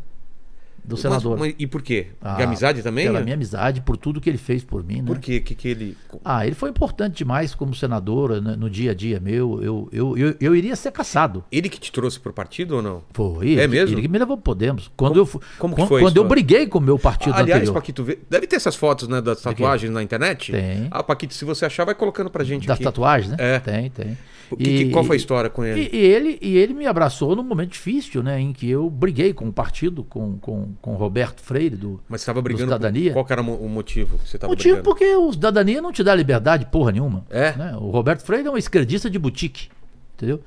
Do Mas- senador. mas e por quê? Ah, de amizade também? né? Pela minha amizade, por tudo que ele fez por mim, né? Por quê? Que, que ele. Ah, ele foi importante demais como senador né, no dia a dia meu. Eu, eu, eu, eu iria ser caçado. Ele que te trouxe pro partido ou não? Foi. É mesmo? Ele que me levou pro Podemos. Quando eu fu- como que quando, foi quando isso? eu briguei com o meu partido Aliás, anterior. Paquito, vê- deve ter essas fotos né, das tatuagens na internet? Tem. Ah, Paquito, se você achar, vai colocando pra gente Das aqui. tatuagens, né? É. Tem, tem. O que- que- qual foi a história com ele? E, e ele? E ele me abraçou num momento difícil, né? Em que eu briguei com o partido, com, com, com o Roberto Freire, do Mas você tava do brigando. Cidadania. Por... Qual que era mo- o motivo que você tava Motivo brigando? porque o cidadania não te dá liberdade porra nenhuma. É? né? O Roberto Freire é um esquerdista de boutique, entendeu?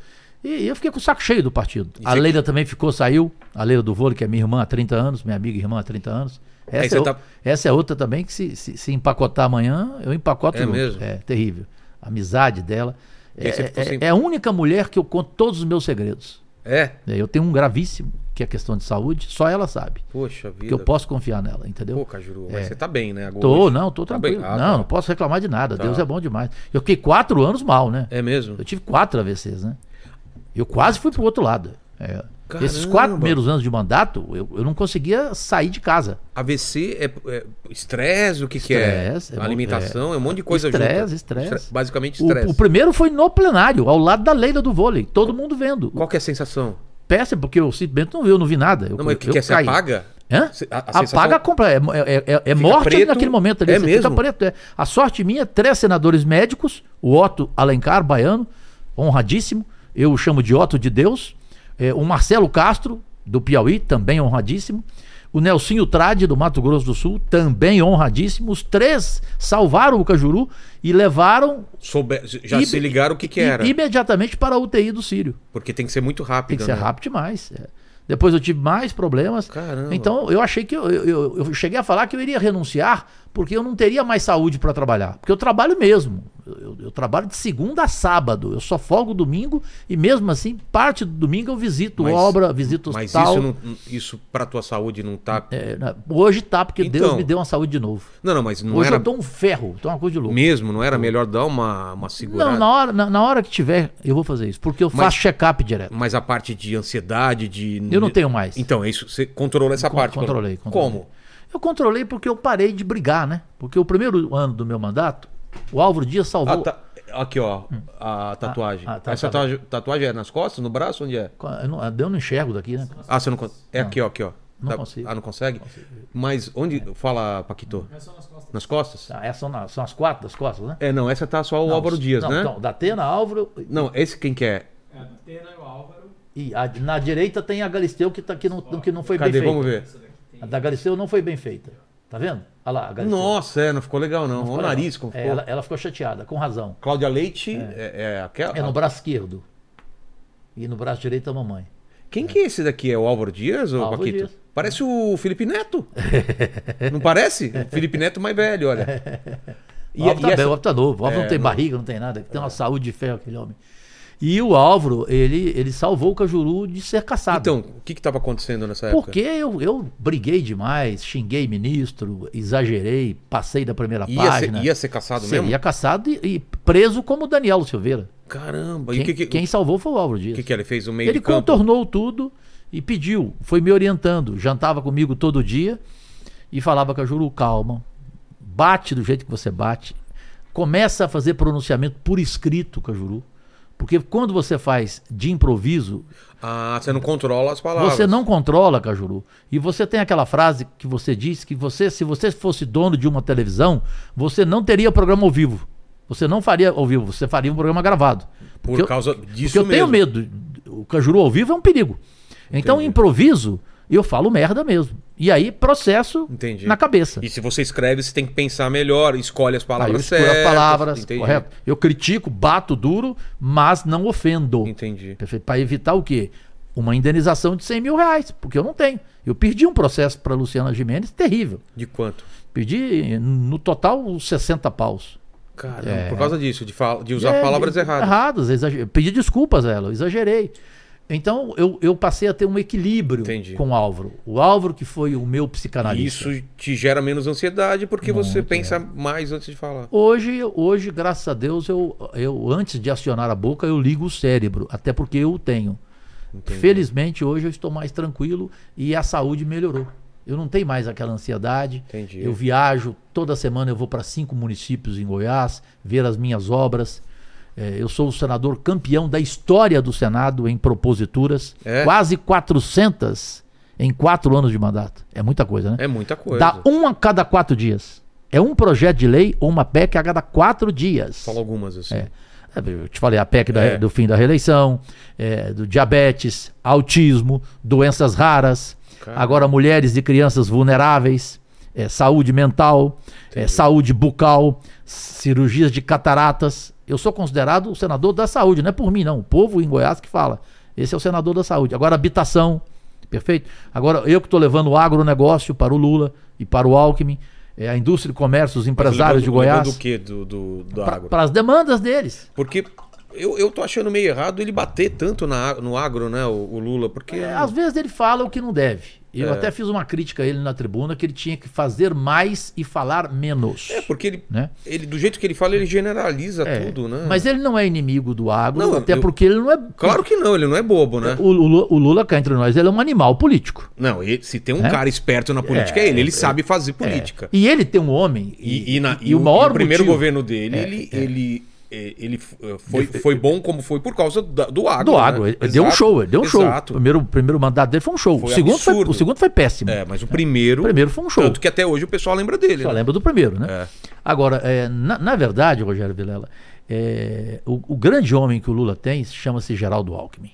E eu fiquei com o saco cheio do partido. E a você- Leila também ficou, saiu. A Leila do Vôlei, que é minha irmã há 30 anos, minha amiga e irmã há 30 anos. Aí Essa, você é, o- tá- essa é outra também que se, se, se empacotar amanhã, eu empacoto É junto. mesmo? É terrível. A amizade dela. E aí É, você ficou é- sem- é a única mulher que eu conto todos os meus segredos. É? né? Eu tenho um gravíssimo, que é questão de saúde, só ela sabe. Poxa vida. Que eu posso confiar nela, entendeu? Pô, Cajuru, mas É. você tá bem, né? Agora Tô, hoje? não, tô Tá tranquilo. bem? Ah, não, tá. não posso reclamar de nada. Tá. Deus é bom demais. Eu fiquei quatro anos mal, né? É mesmo? Eu tive quatro AVCs, né? Eu quase fui pro outro lado. É. Caramba. Esses quatro primeiros anos de mandato, eu, eu não conseguia sair de casa. AVC é é estresse, o que, que é? Estresse, é mo- Alimentação, é, um monte de coisa Estresse, junta. estresse. Estre- Basicamente O, estresse. o primeiro foi no plenário, ao lado da Leila do vôlei. Todo mundo vendo. Qual que é a sensação? Péssimo, porque eu simplesmente não vi, eu não vi nada. Eu, Não, mas o que, eu que é? Você caí. apaga? Hã? Se- a- a sensação- Apaga completa. É, é- é- é morte preto, naquele momento ali. é você mesmo? Fica preto. é. A sorte minha, três senadores médicos, o Otto Alencar, baiano, honradíssimo. Eu o chamo de Otto de Deus. É, o Marcelo Castro, do Piauí, também honradíssimo. O Nelsinho Trade, do Mato Grosso do Sul, também honradíssimo. Os três salvaram o Cajuru e levaram Soube- Já Ib- se ligaram o que, que i- era. imediatamente para a UTI do Sírio. Porque tem que ser muito rápido. Tem que ser né? rápido demais. é. Depois eu tive mais problemas. Caramba. Então eu achei que eu, eu- eu- eu cheguei a falar que eu iria renunciar porque eu não teria mais saúde para trabalhar. Porque eu trabalho mesmo. Eu, eu- eu trabalho de segunda a sábado. Eu só folgo domingo e mesmo assim parte do domingo eu visito Mas- obra, visito Mas hospital. isso, não, isso pra tua saúde não tá. É, na- hoje tá porque Deus Então. me deu uma saúde de novo. Não, não, mas não hoje era eu tô um ferro, tô uma coisa de louco. mesmo, não era melhor dar uma, uma segurada. Não, na hora, na, na hora que tiver eu vou fazer isso porque eu Mas- faço check-up direto. Mas a parte de ansiedade, de. Eu não tenho mais. Então, é isso. Você controlou essa Con- parte. pelo- Controlei, controlei. Como? Eu controlei porque eu parei de brigar, né? Porque o primeiro ano do meu mandato, o Álvaro Dias Ah, salvou. tá- Aqui, ó, a tatuagem. Hum. Ah, ah, tá, Essa tá. tatuagem, tatuagem é nas costas, no braço? Onde é? Eu, não, eu não enxergo daqui, né? Ah, você não consegue. É aqui, ó, aqui, ó. Não É. consigo. Ah, não consegue? Mas onde. Fala, Paquito. Nas costas? Ah, essas são, na- são as quatro das costas, né? É, não, essa tá só o Não, Álvaro Dias, não, né? então. Não, da Atena, Álvaro. Não, esse quem que é? É, Atena e o Álvaro. E a- na direita tem a Galisteu que, tá, que, não, que não foi Cadê? bem né? Vamos feita. ver. A da Galisteu não foi bem feita. Tá vendo? Olha lá, a Galisteu. Nossa, é, não ficou legal, não. Olha Ficou o legal. nariz como É, ficou. ela, ela ficou chateada, com razão. Cláudia Leite é, é aquela. É no braço esquerdo. E no braço direito a mamãe. Quem que é esse daqui? É o Álvaro Dias ou Álvaro Paquito? Dias. Parece o Felipe Neto. não parece? O Felipe Neto mais velho, olha. O Álvaro tá essa- bem, o Álvaro tá novo. O Álvaro É, não tem não- É. barriga, não tem nada. Tem uma saúde de ferro aquele homem. E o Álvaro, ele, ele salvou o Cajuru de ser caçado. Então, o que que estava acontecendo nessa época? porque eu, eu briguei demais, xinguei ministro, exagerei, passei da primeira Ia ser, página. ia ser caçado Seria mesmo? caçado e, e preso como o Daniel Silveira. Caramba, e Quem, o que que, quem salvou foi o Álvaro o Dias. que que ele fez? O meio ele de campo? contornou tudo e pediu, foi me orientando, jantava comigo todo dia e falava com a Juru, calma, bate do jeito que você bate, começa a fazer pronunciamento por escrito com a Juru, porque quando você faz de improviso, Ah, você não controla as palavras. você não controla, Cajuru. E você tem aquela frase que você disse que você, se você fosse dono de uma televisão, você não teria programa ao vivo. Você não faria ao vivo, você faria um programa gravado. Por Porque eu- causa Porque disso eu tenho mesmo. medo. O Cajuru ao vivo é um perigo. Então, Entendi. improviso, eu falo merda mesmo. E aí, processo Entendi. na cabeça. E se você escreve, você tem que pensar melhor, escolhe as Aí eu palavras escolho certas. as palavras, entendi. correto? Eu critico, bato duro, mas não ofendo. Entendi. Para evitar o quê? Uma indenização de 100 mil reais, porque eu não tenho. Eu perdi um processo para Luciana Gimenez terrível. De quanto? Perdi, no total, uns 60 paus. Caramba, por causa disso, de, fala, de usar É, palavras de- erradas. Erradas, exager- pedi desculpas a ela, eu exagerei. Então eu, eu passei a ter um equilíbrio Entendi. com o Álvaro. O Álvaro que foi o meu E psicanalista. isso te gera menos ansiedade porque você pensa é. mais antes de falar. Hoje, hoje, graças a Deus, eu, eu antes de acionar a boca, eu ligo o cérebro, até porque eu o tenho. Felizmente, hoje eu estou mais tranquilo e a saúde melhorou. Eu não tenho mais aquela ansiedade. Entendi. Eu viajo, toda semana eu vou para cinco municípios em Goiás, ver as minhas obras. É, eu sou o senador campeão da história do Senado em proposituras. É? Quase 400 em quatro anos de mandato. É muita coisa, né? É muita coisa. Dá um a cada quatro dias. É um projeto de lei ou uma PEC a cada quatro dias. Fala algumas assim. É. Eu te falei a PEC da- É. do fim da reeleição, é, do diabetes, autismo, doenças raras, Agora, mulheres e crianças vulneráveis, é, saúde mental, é, saúde bucal, cirurgias de cataratas. Eu sou considerado o senador da saúde, não é por mim, não. O povo em Goiás que fala. Esse é o senador da saúde. Agora, habitação, perfeito? Agora, eu que estou levando o agronegócio para o Lula e para o Alckmin, é, a indústria e comércio, os empresários de Goiás. Do que? Do, do, do Para agro? para as demandas deles. Porque eu, eu tô achando meio errado ele bater tanto na, no agro, né, o, o Lula, porque... É, às vezes ele fala o que não deve. Eu É. até fiz uma crítica a ele na tribuna que ele tinha que fazer mais e falar menos. É, porque ele, Né? ele, do jeito que ele fala, ele generaliza É, tudo, né? Mas ele não é inimigo do agro, Não, até eu- porque ele não é. Claro que não, ele não é bobo, né? O, Lula- o Lula, cá entre nós, ele é um animal político. Não, ele- se tem um É. cara esperto na política, é, ele, ele sabe fazer política. E ele tem um homem. E, e, na, e o maior primeiro motivo É, governo dele, ele, ele, eh, ele f- eh, foi, foi bom como foi por causa da- do agro. do né? agro. Ele deu um Exato, show, ele deu um exato. show. O primeiro, o primeiro mandato dele foi um show. Foi o, segundo foi, absurdo. o segundo foi péssimo. É, mas o primeiro. O primeiro foi um show. Tanto que até hoje o pessoal lembra dele. Só né? lembra do primeiro, né? É. Agora, é, na, na verdade, Rogério Vilela, é, o, o grande homem que o Lula tem chama-se Geraldo Alckmin.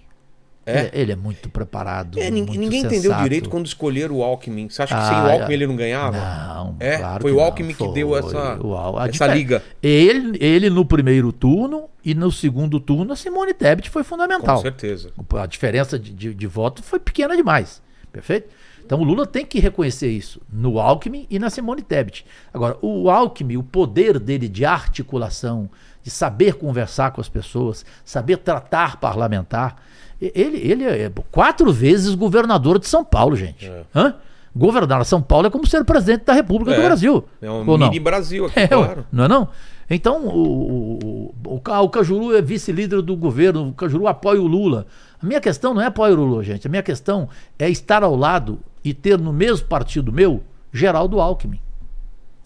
É? Ele, ele é muito preparado. É, nin- muito ninguém entendeu sensato. direito quando escolheram o Alckmin. Você acha que Ah, sem o Alckmin é. ele não ganhava? Não, É, claro foi que o não, Alckmin que deu foi essa- o Al- a essa diferença- liga. Ele, ele no primeiro turno e no segundo turno a Simone Tebet foi Com fundamental. certeza. A diferença de, de, de voto foi pequena demais. Perfeito? Então o Lula tem que reconhecer isso no Alckmin e na Simone Tebet. Agora, o Alckmin, o poder dele de articulação, de saber conversar com as pessoas, saber tratar parlamentar, e- ele, ele é quatro vezes governador de São Paulo, gente. Hã? Governar São Paulo é como ser presidente da República do É. Brasil. É um ou não? mini Brasil aqui, É, claro. ué, não é não? Então, o, o, o, o Ca- o Cajuru é vice-líder do governo, o Cajuru apoia o Lula. A minha questão não é apoiar o Lula, gente. A minha questão é estar ao lado e ter no mesmo partido meu Geraldo Alckmin.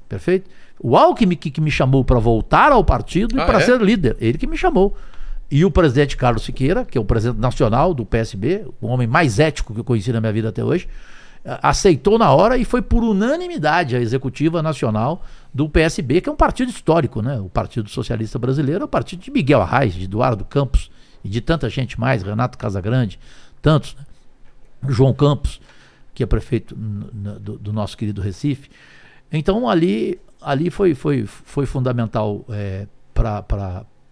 Perfeito? O Alckmin que, que me chamou para voltar ao partido Ah, e para é? ser líder. Ele que me chamou. E o presidente Carlos Siqueira, que é o presidente nacional do PSB, o homem mais ético que eu conheci na minha vida até hoje, a- aceitou na hora e foi por unanimidade a executiva nacional do PSB, que é um partido histórico, né? O Partido Socialista Brasileiro é o partido de Miguel Arraes, de Eduardo Campos e de tanta gente mais, Renato Casagrande, tantos, né? João Campos, que é prefeito n- n- do, do nosso querido Recife. Então ali, ali foi, foi, foi fundamental é,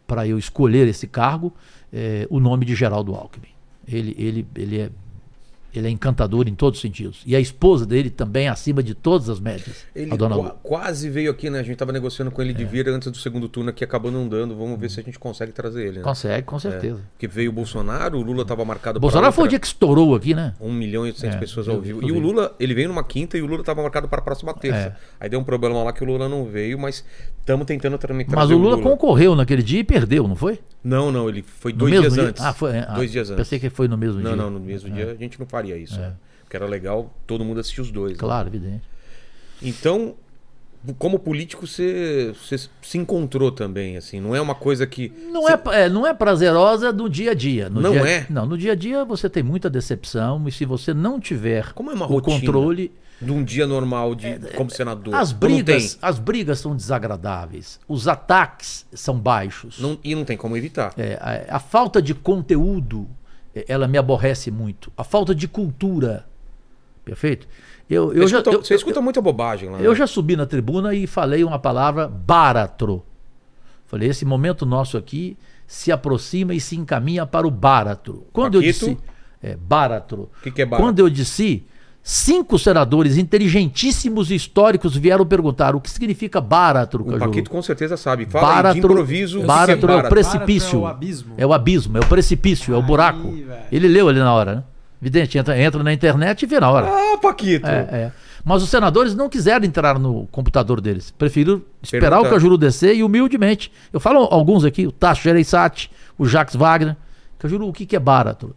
para eu escolher esse cargo é, o nome de Geraldo Alckmin. Ele, ele, ele, é, ele é encantador em todos os sentidos. E a esposa dele também acima de todas as médias, Ele a dona qua- Lu. É. quase veio aqui, né? A gente tava negociando com ele de vir antes do segundo turno aqui, acabou não dando. Vamos Hum. ver se a gente consegue trazer ele, né? Consegue, com certeza. Porque veio o Bolsonaro, o Lula tava marcado O Bolsonaro pra foi o outra- dia que estourou aqui, né? 1 milhão e 800 É, pessoas eu- É. ao vivo. eu E o vi. Lula, ele veio numa quinta e o Lula tava marcado para a próxima terça. Aí deu um problema lá que o Lula não veio, mas estamos tentando tra- trazer Mas o Lula, concorreu naquele dia e perdeu, não foi? Não, não, ele foi No dois mesmo dias dia? antes. Ah, foi. ah, dois dias antes. Pensei que foi no mesmo Não, dia. não, no mesmo dia a gente não faria isso. né? Porque era legal todo mundo assistir os dois. né? É. Claro, evidente. Então, como político, você, você se encontrou também, assim. Não é uma coisa que. Não, é, pra- é, não é prazerosa no dia a dia. No Não dia- é? Não, no dia a dia você tem muita decepção e se você não tiver Como é uma o rotina? controle, De um dia normal de, como senador. É, as Não tem- brigas, as brigas são desagradáveis, os ataques são baixos. não- e não tem como evitar. É, a, a falta de conteúdo, é, ela me aborrece muito. A falta de cultura, perfeito? Eu, você eu já, escuta, eu- você escuta muita bobagem lá. Eu né? já subi na tribuna e falei uma palavra báratro. Falei, esse momento nosso aqui se aproxima e se encaminha para o báratro. Quando eu Paquito? disse. É, báratro. O que, que é barato? Quando eu disse, cinco senadores inteligentíssimos e históricos vieram perguntar o que significa báratro, O Cajuru. Paquito com certeza sabe. Fala aí, de improviso. o que Báratro que é o barato? precipício. Báratro é o abismo. É o abismo, é o precipício, é o Aí, buraco. velho. Ele leu ali na hora, né? Evidente, entra, entra na internet e vê na hora. Ah, Paquito. É, é. Mas os senadores não quiseram entrar no computador deles. Preferiram esperar Perguntar. o Cajuru descer e humildemente. Eu falo alguns aqui, o Tasso Gereissati, o Jax Wagner. Cajuru, o que, que é barato?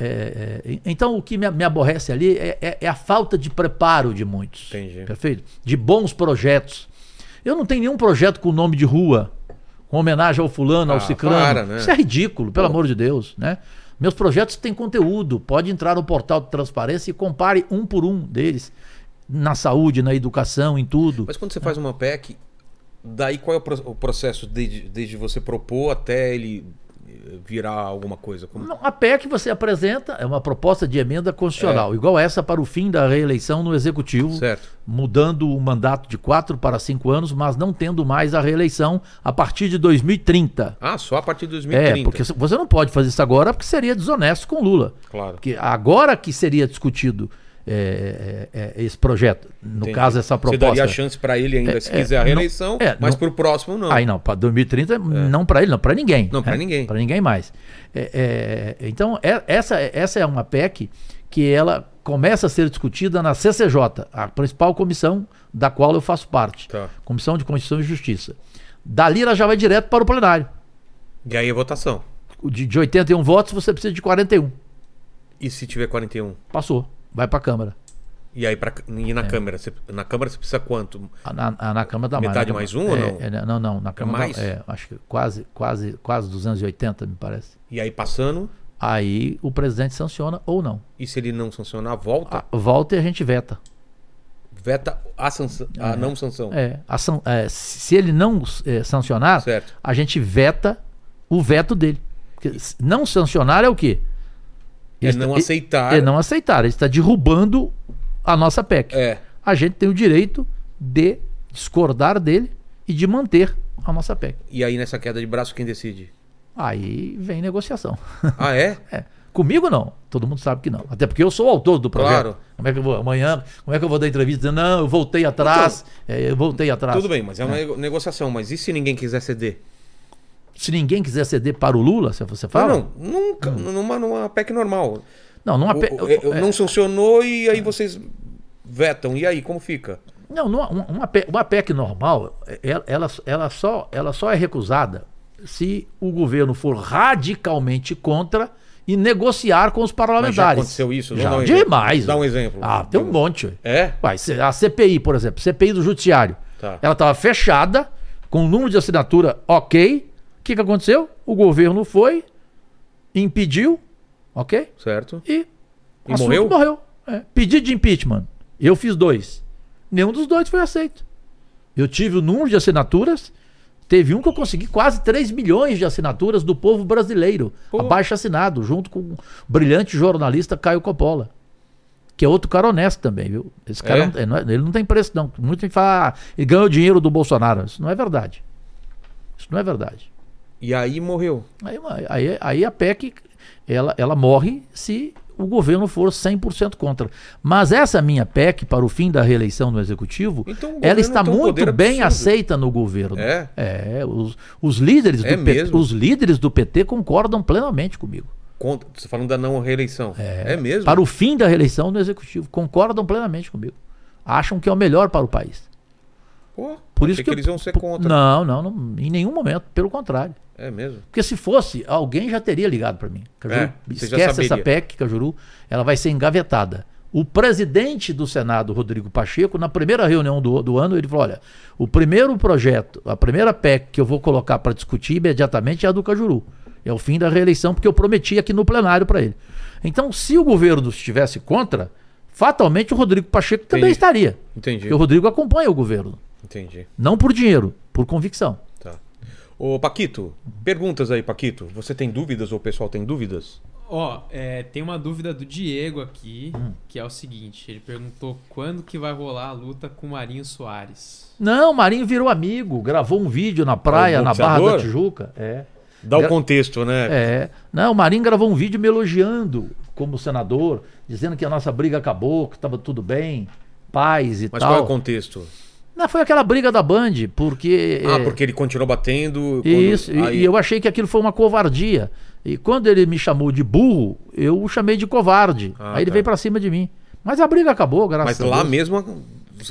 É, é, então, o que me, me aborrece ali é, é- é a falta de preparo de muitos. Entendi. Perfeito? De bons projetos. Eu não tenho nenhum projeto com nome de rua, com homenagem ao fulano, Ah, ao ciclano. para, né? Isso é ridículo, pelo amor de Deus, né? Meus projetos têm conteúdo, pode entrar no portal de transparência e compare um por um deles, na saúde, na educação, em tudo. Mas quando você faz uma PEC, daí qual é o, pro- o processo desde, desde você propor até ele virar alguma coisa? Como... Não, a PEC você apresenta é uma proposta de emenda constitucional, igual essa para o fim da reeleição no Executivo, É. Certo. mudando o mandato de quatro para cinco anos, mas não tendo mais a reeleição a partir de 2030. Ah, só a partir de É, 2030. porque você não pode fazer isso agora porque seria desonesto com Lula. Claro. Porque agora que seria discutido é, é, é, esse projeto, no Entendi. caso essa Você proposta. daria a chance pra ele ainda, se é, quiser a não- reeleição, é, mas não- pro próximo não. É. Aí não, para 2030, não para ele, não, para ninguém. Não, pra né? ninguém. Para ninguém mais. É, é, então, é- essa, essa é uma PEC que ela começa a ser discutida na CCJ, a principal comissão da qual eu faço parte. Tá. Comissão de Constituição e Justiça. Dali ela já vai direto para o plenário. E aí é votação. O De, de 81 votos, você precisa de 41. E se tiver 41? Passou. Vai para a Câmara. E aí pra, e É. na Câmara? Você- na Câmara você precisa quanto? Ah, Na, ah, na Câmara da Metade mais, mais um ou É, não? é, não, não. Na Câmara mais? da- é, acho que quase, quase, quase 280, me parece. E aí passando, Aí o presidente sanciona ou não. e se ele não sancionar, volta? Ah, volta e a gente veta. Veta a, sanção, a não sanção. É, a san- é, se ele não é, sancionar, Certo. a gente veta o veto dele. Porque s- não sancionar é o quê? É não tá- aceitar. É não aceitar. Ele está derrubando a nossa PEC. É. A gente tem o direito de discordar dele e de manter a nossa PEC. E aí nessa queda de braço quem decide? Aí vem negociação. Ah, é? É. Comigo não. Todo mundo sabe que não. Até porque eu sou o autor do projeto. Claro. Como é que eu vou amanhã? Como é que eu vou dar entrevista dizendo, não, eu voltei atrás, é, eu voltei atrás. Então, Tudo bem, mas é uma nego- negociação. Mas e se ninguém quiser ceder? Se ninguém quiser ceder para o Lula, se você fala? Não, nunca. Numa, numa PEC normal. Não, não, há O- pe- o- é, é, Não sancionou e aí vocês vetam. E aí, como fica? não, não há- uma, uma pe- uma PEC normal, é, ela, ela- ela só, ela só é recusada se o governo for radicalmente contra e negociar com os parlamentares. aconteceu isso? Não Já, dá um exemplo. demais. Dá um exemplo. Ah, tem um Digo- monte. ué. É? Vai, cê- a CPI, por exemplo, CPI do Judiciário. Tá. Ela estava fechada, com o número de assinatura ok. O que, que aconteceu? O governo foi, impediu, ok? Certo? E, E o assunto morreu? morreu. É. Pedido de impeachment. Eu fiz dois. Nenhum dos dois foi aceito. Eu tive o número de assinaturas. Teve um que eu consegui quase 3 milhões de assinaturas do povo brasileiro. Abaixo assinado, junto com o brilhante jornalista Caio Coppola. Que é outro cara honesto também, viu? Esse cara, É? não- é, não é- ele não tem preço, não. Muita gente fala, ah, ele ganhou dinheiro do Bolsonaro. Isso não é verdade. Isso não é verdade. E aí morreu. Aí, aí- aí a PEC ela, ela morre se o governo for 100% contra. Mas essa minha PEC para o fim da reeleição no Executivo, Então, o ela governo está tem um muito poder bem absurdo. aceita no governo. É? os, os líderes É do PT, mesmo? os líderes do PT concordam plenamente comigo. Conta, você falando da não reeleição. É, mesmo? Para o fim da reeleição no Executivo, concordam plenamente comigo. Acham que é o melhor para o país. Pô, Por achei isso que, que eu- eles vão ser contra. Não, não, não, em nenhum momento, pelo contrário. É mesmo? Porque se fosse, alguém já teria ligado para mim. Cajuru, É, você já esquece saberia. essa PEC, Cajuru, ela vai ser engavetada. O presidente do Senado, Rodrigo Pacheco, na primeira reunião do, do ano, ele falou: olha, o primeiro projeto, a primeira PEC que eu vou colocar para discutir imediatamente é a do Cajuru. É o fim da reeleição, porque eu prometi aqui no plenário para ele. Então, se o governo estivesse contra, fatalmente o Rodrigo Pacheco também Entendi. estaria. Entendi. Porque o Rodrigo acompanha o governo. Entendi. Não por dinheiro, por convicção. Tá. Ô, Paquito, perguntas aí, Paquito. Você tem dúvidas ou o pessoal tem dúvidas? Ó, é, tem uma dúvida do Diego aqui, Hum. que é o seguinte: ele perguntou quando que vai rolar a luta com o Marinho Soares. Não, Marinho virou amigo, gravou um vídeo na praia, o na Barra da boxeador? Tijuca. É. Dá o Gra- contexto, né? É. Não, o Marinho gravou um vídeo me elogiando como senador, dizendo que a nossa briga acabou, que estava tudo bem, paz e Mas tal. qual é o contexto? Não, foi aquela briga da Band, porque. Ah, é, porque ele continuou batendo. quando- Isso, e- aí- e eu achei que aquilo foi uma covardia. E quando ele me chamou de burro, eu o chamei de covarde. Ah, Aí ele tá. veio pra cima de mim. Mas a briga acabou, graças Mas a lá Deus. mesmo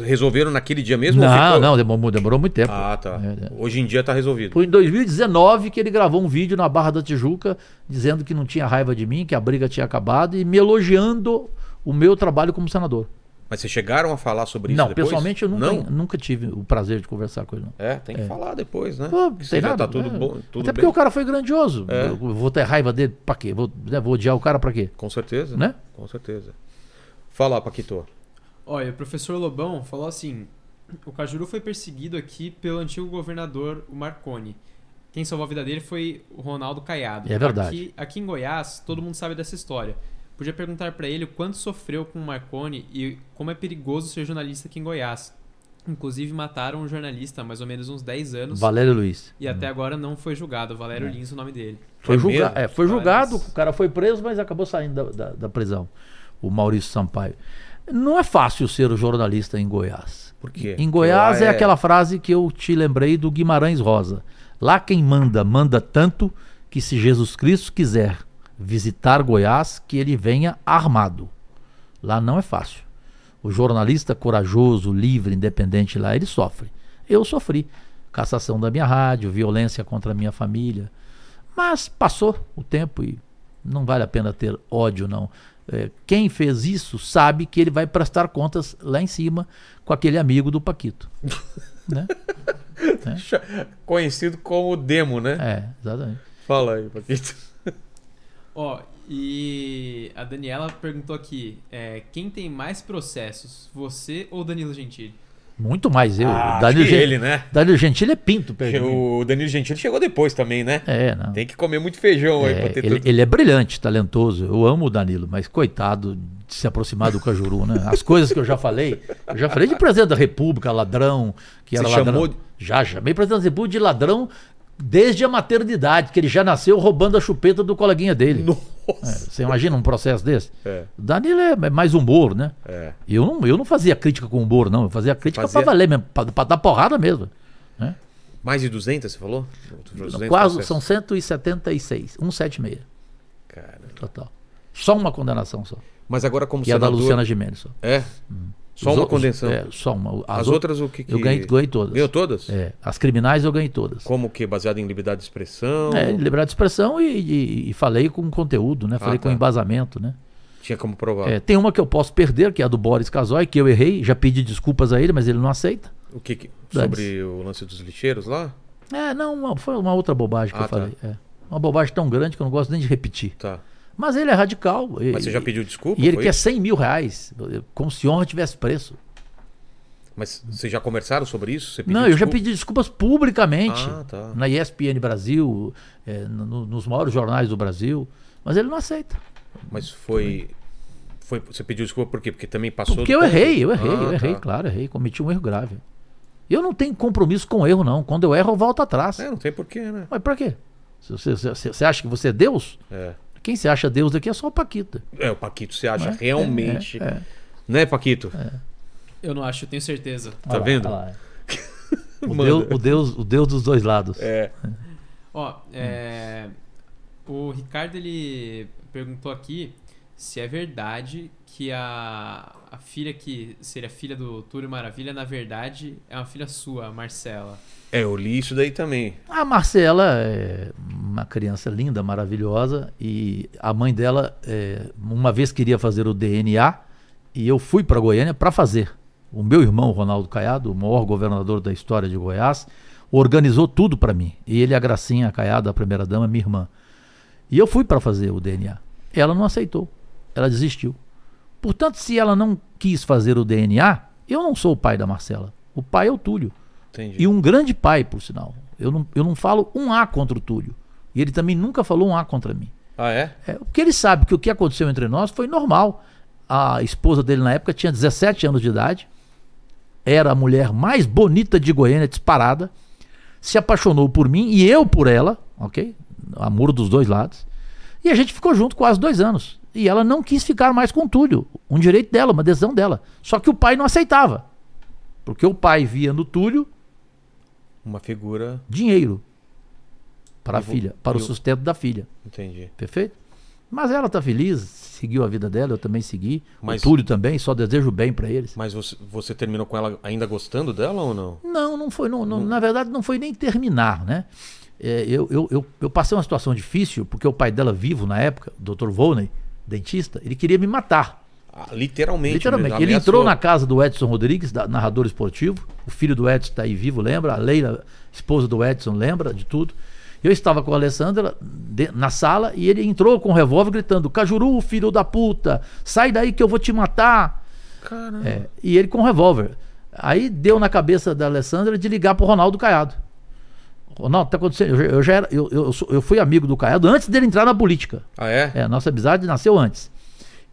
resolveram naquele dia mesmo? ou Não, ficou- não, demorou, demorou muito tempo. Ah, tá. É, é. Hoje em dia tá resolvido. Foi em 2019 que ele gravou um vídeo na Barra da Tijuca dizendo que não tinha raiva de mim, que a briga tinha acabado e me elogiando o meu trabalho como senador. Mas vocês chegaram a falar sobre isso não, depois? pessoalmente eu nunca, Não? nunca tive o prazer de conversar com ele. Não. É, tem que falar depois, né? Pô, Porque tem já nada, tá tudo né? bom, tudo bem. Até porque o cara foi grandioso. É. Eu vou ter raiva dele pra quê? Vou, né, vou odiar o cara pra quê? Com certeza. Né? Com certeza. Fala, Paquito. Olha, o professor Lobão falou assim: o Cajuru foi perseguido aqui pelo antigo governador, o Marconi. Quem salvou a vida dele foi o Ronaldo Caiado. É verdade. Aqui, aqui em Goiás, todo mundo sabe dessa história. Podia perguntar pra ele o quanto sofreu com o Marconi e como é perigoso ser jornalista aqui em Goiás. Inclusive, mataram um jornalista há mais ou menos uns 10 anos. Valério Luiz. Hum. E até agora não foi julgado. Valério Lins, o nome dele. Foi, É julga- mesmo? é, foi Olha julgado, isso. o cara foi preso, mas acabou saindo da, da- da prisão. O Maurício Sampaio. Não é fácil ser jornalista em Goiás. Por quê? Em Goiás Porque é... lá aquela frase que eu te lembrei do Guimarães Rosa. Lá quem manda, manda tanto que se Jesus Cristo quiser visitar Goiás, que ele venha armado. Lá não é fácil. O jornalista corajoso, livre, independente lá, ele sofre. Eu sofri. Cassação da minha rádio, violência contra a minha família. Mas passou o tempo e não vale a pena ter ódio, não. É, quem fez isso sabe que ele vai prestar contas lá em cima com aquele amigo do Paquito. né? Conhecido como Demo, né? É, exatamente. Fala aí, Paquito. Ó, e a Daniela perguntou aqui: é, quem tem mais processos, você ou Danilo Gentili? Muito mais eu. Ah, Danilo, acho que Gen- ele, né? Danilo Gentili é pinto, perto de mim. O Danilo Gentili chegou depois também, né? É, não. Tem que comer muito feijão aí É, pra ter ele, tudo. ele é brilhante, talentoso. Eu amo o Danilo, mas coitado de se aproximar do Cajuru, né? As coisas que eu já falei, eu já falei de presidente da República, ladrão, que Você era ladrão. chamou de- Já chamei presidente da República de ladrão desde a maternidade, que ele já nasceu roubando a chupeta do coleguinha dele. É, Nossa! você imagina um processo desse? É. O Danilo é é mais humor, né? É. Eu não, eu não fazia crítica com humor, não. Eu fazia crítica fazia- pra valer mesmo, pra, pra dar porrada mesmo. né? Mais de 200, você falou? 200 Quase, processos. são 176, 176 Cara. total. Só uma condenação só. Mas agora como Que é a da senador- Luciana Gimenez só. É? Só Os uma outros- condensação. É, só uma. As, ou- outras o que que... Eu ganhei, ganhei todas. Ganhou todas? É, as criminais eu ganhei todas. Como que? Baseado em liberdade de expressão? É, liberdade de expressão e, e- e falei com conteúdo, né? Falei Ah, com tá. embasamento, né? Tinha como provar. É, tem uma que eu posso perder, que é a do Boris Casoy, que eu errei, já pedi desculpas a ele, mas ele não aceita. O que, que- Dane-se. Sobre o lance dos lixeiros lá? É, não, uma- foi uma outra bobagem que Ah, eu tá. falei. é. Uma bobagem tão grande que eu não gosto nem de repetir. Tá. Mas ele é radical. e- Mas você já pediu desculpa? E ele foi quer isso? 100 mil reais, como se honra tivesse preço. Mas vocês já conversaram sobre isso? Você pediu Não, eu já desculpa? pedi desculpas publicamente. Ah, tá. Na ESPN Brasil, eh, no- no- nos maiores jornais do Brasil. Mas ele não aceita. Mas foi... foi... Você pediu desculpa por quê? Porque também passou... do Porque eu ponto? errei, eu errei, Ah, eu errei, tá. claro, errei. Cometi um erro grave. Eu não tenho compromisso com erro, não. Quando eu erro, eu volto atrás. É, não tem porquê, né? Mas pra quê? Se Você, se- se- você acha que você é Deus? É. Quem se acha Deus daqui é só o Paquita. É, o Paquito se acha É, realmente. é, é. Né, Paquito? Eu não acho, eu tenho certeza. Tá Olha lá, vendo? olha lá. é. O, Manda. Deus, o, Deus, o Deus dos dois lados. É. Ó, é, Hum. o Ricardo ele perguntou aqui se é verdade que a, a filha que seria filha do Túlio Maravilha, na verdade, é uma filha sua, a Marcela. É, eu li isso daí também. A Marcela é uma criança linda, maravilhosa, e a mãe dela é, uma vez queria fazer o DNA e eu fui para Goiânia para fazer. O meu irmão Ronaldo Caiado, o maior governador da história de Goiás, organizou tudo para mim. E ele é a Gracinha Caiado, a primeira dama, minha irmã. E eu fui para fazer o DNA. Ela não aceitou. Ela desistiu. Portanto, se ela não quis fazer o DNA, eu não sou o pai da Marcela. O pai é o Túlio. Entendi. E um grande pai, por sinal. Eu não, eu não falo um A contra o Túlio. E ele também nunca falou um A contra mim. Ah, é? É, porque ele sabe que o que aconteceu entre nós foi normal. A esposa dele na época tinha 17 anos de idade, era a mulher mais bonita de Goiânia, disparada, se apaixonou por mim e eu por ela, ok? Amor dos dois lados. E a gente ficou junto quase dois anos. E ela não quis ficar mais com o Túlio. Um direito dela, uma decisão dela. Só que o pai não aceitava. Porque o pai via no Túlio Uma figura. dinheiro para a Eu vou- filha, para o eu- sustento da filha, Entendi. perfeito? Mas ela tá feliz, seguiu a vida dela, eu também segui. Mas- O Túlio também, só desejo bem para eles. Mas você, você terminou com ela ainda gostando dela ou não? Não, não foi, não, não- na verdade não foi nem terminar, né? É, eu, eu, eu, eu passei uma situação difícil, porque o pai dela vivo na época, o Dr. Volney, dentista, ele queria me matar. Ah, literalmente. Literalmente. mesmo, Ele ameaçou. entrou na casa do Edson Rodrigues, da- narrador esportivo. O filho do Edson está aí vivo, lembra? A Leila, esposa do Edson, lembra de tudo. Eu estava com a Alessandra de- na sala e ele entrou com um revólver gritando: Cajuru, filho da puta, sai daí que eu vou te matar. Caramba. É, e ele com um revólver. Aí deu na cabeça da Alessandra de ligar pro Ronaldo Caiado. Não, tá acontecendo. Eu, já- eu já era- eu, eu, sou- eu fui amigo do Caiado antes dele entrar na política. Ah, é? É, nossa amizade nasceu antes.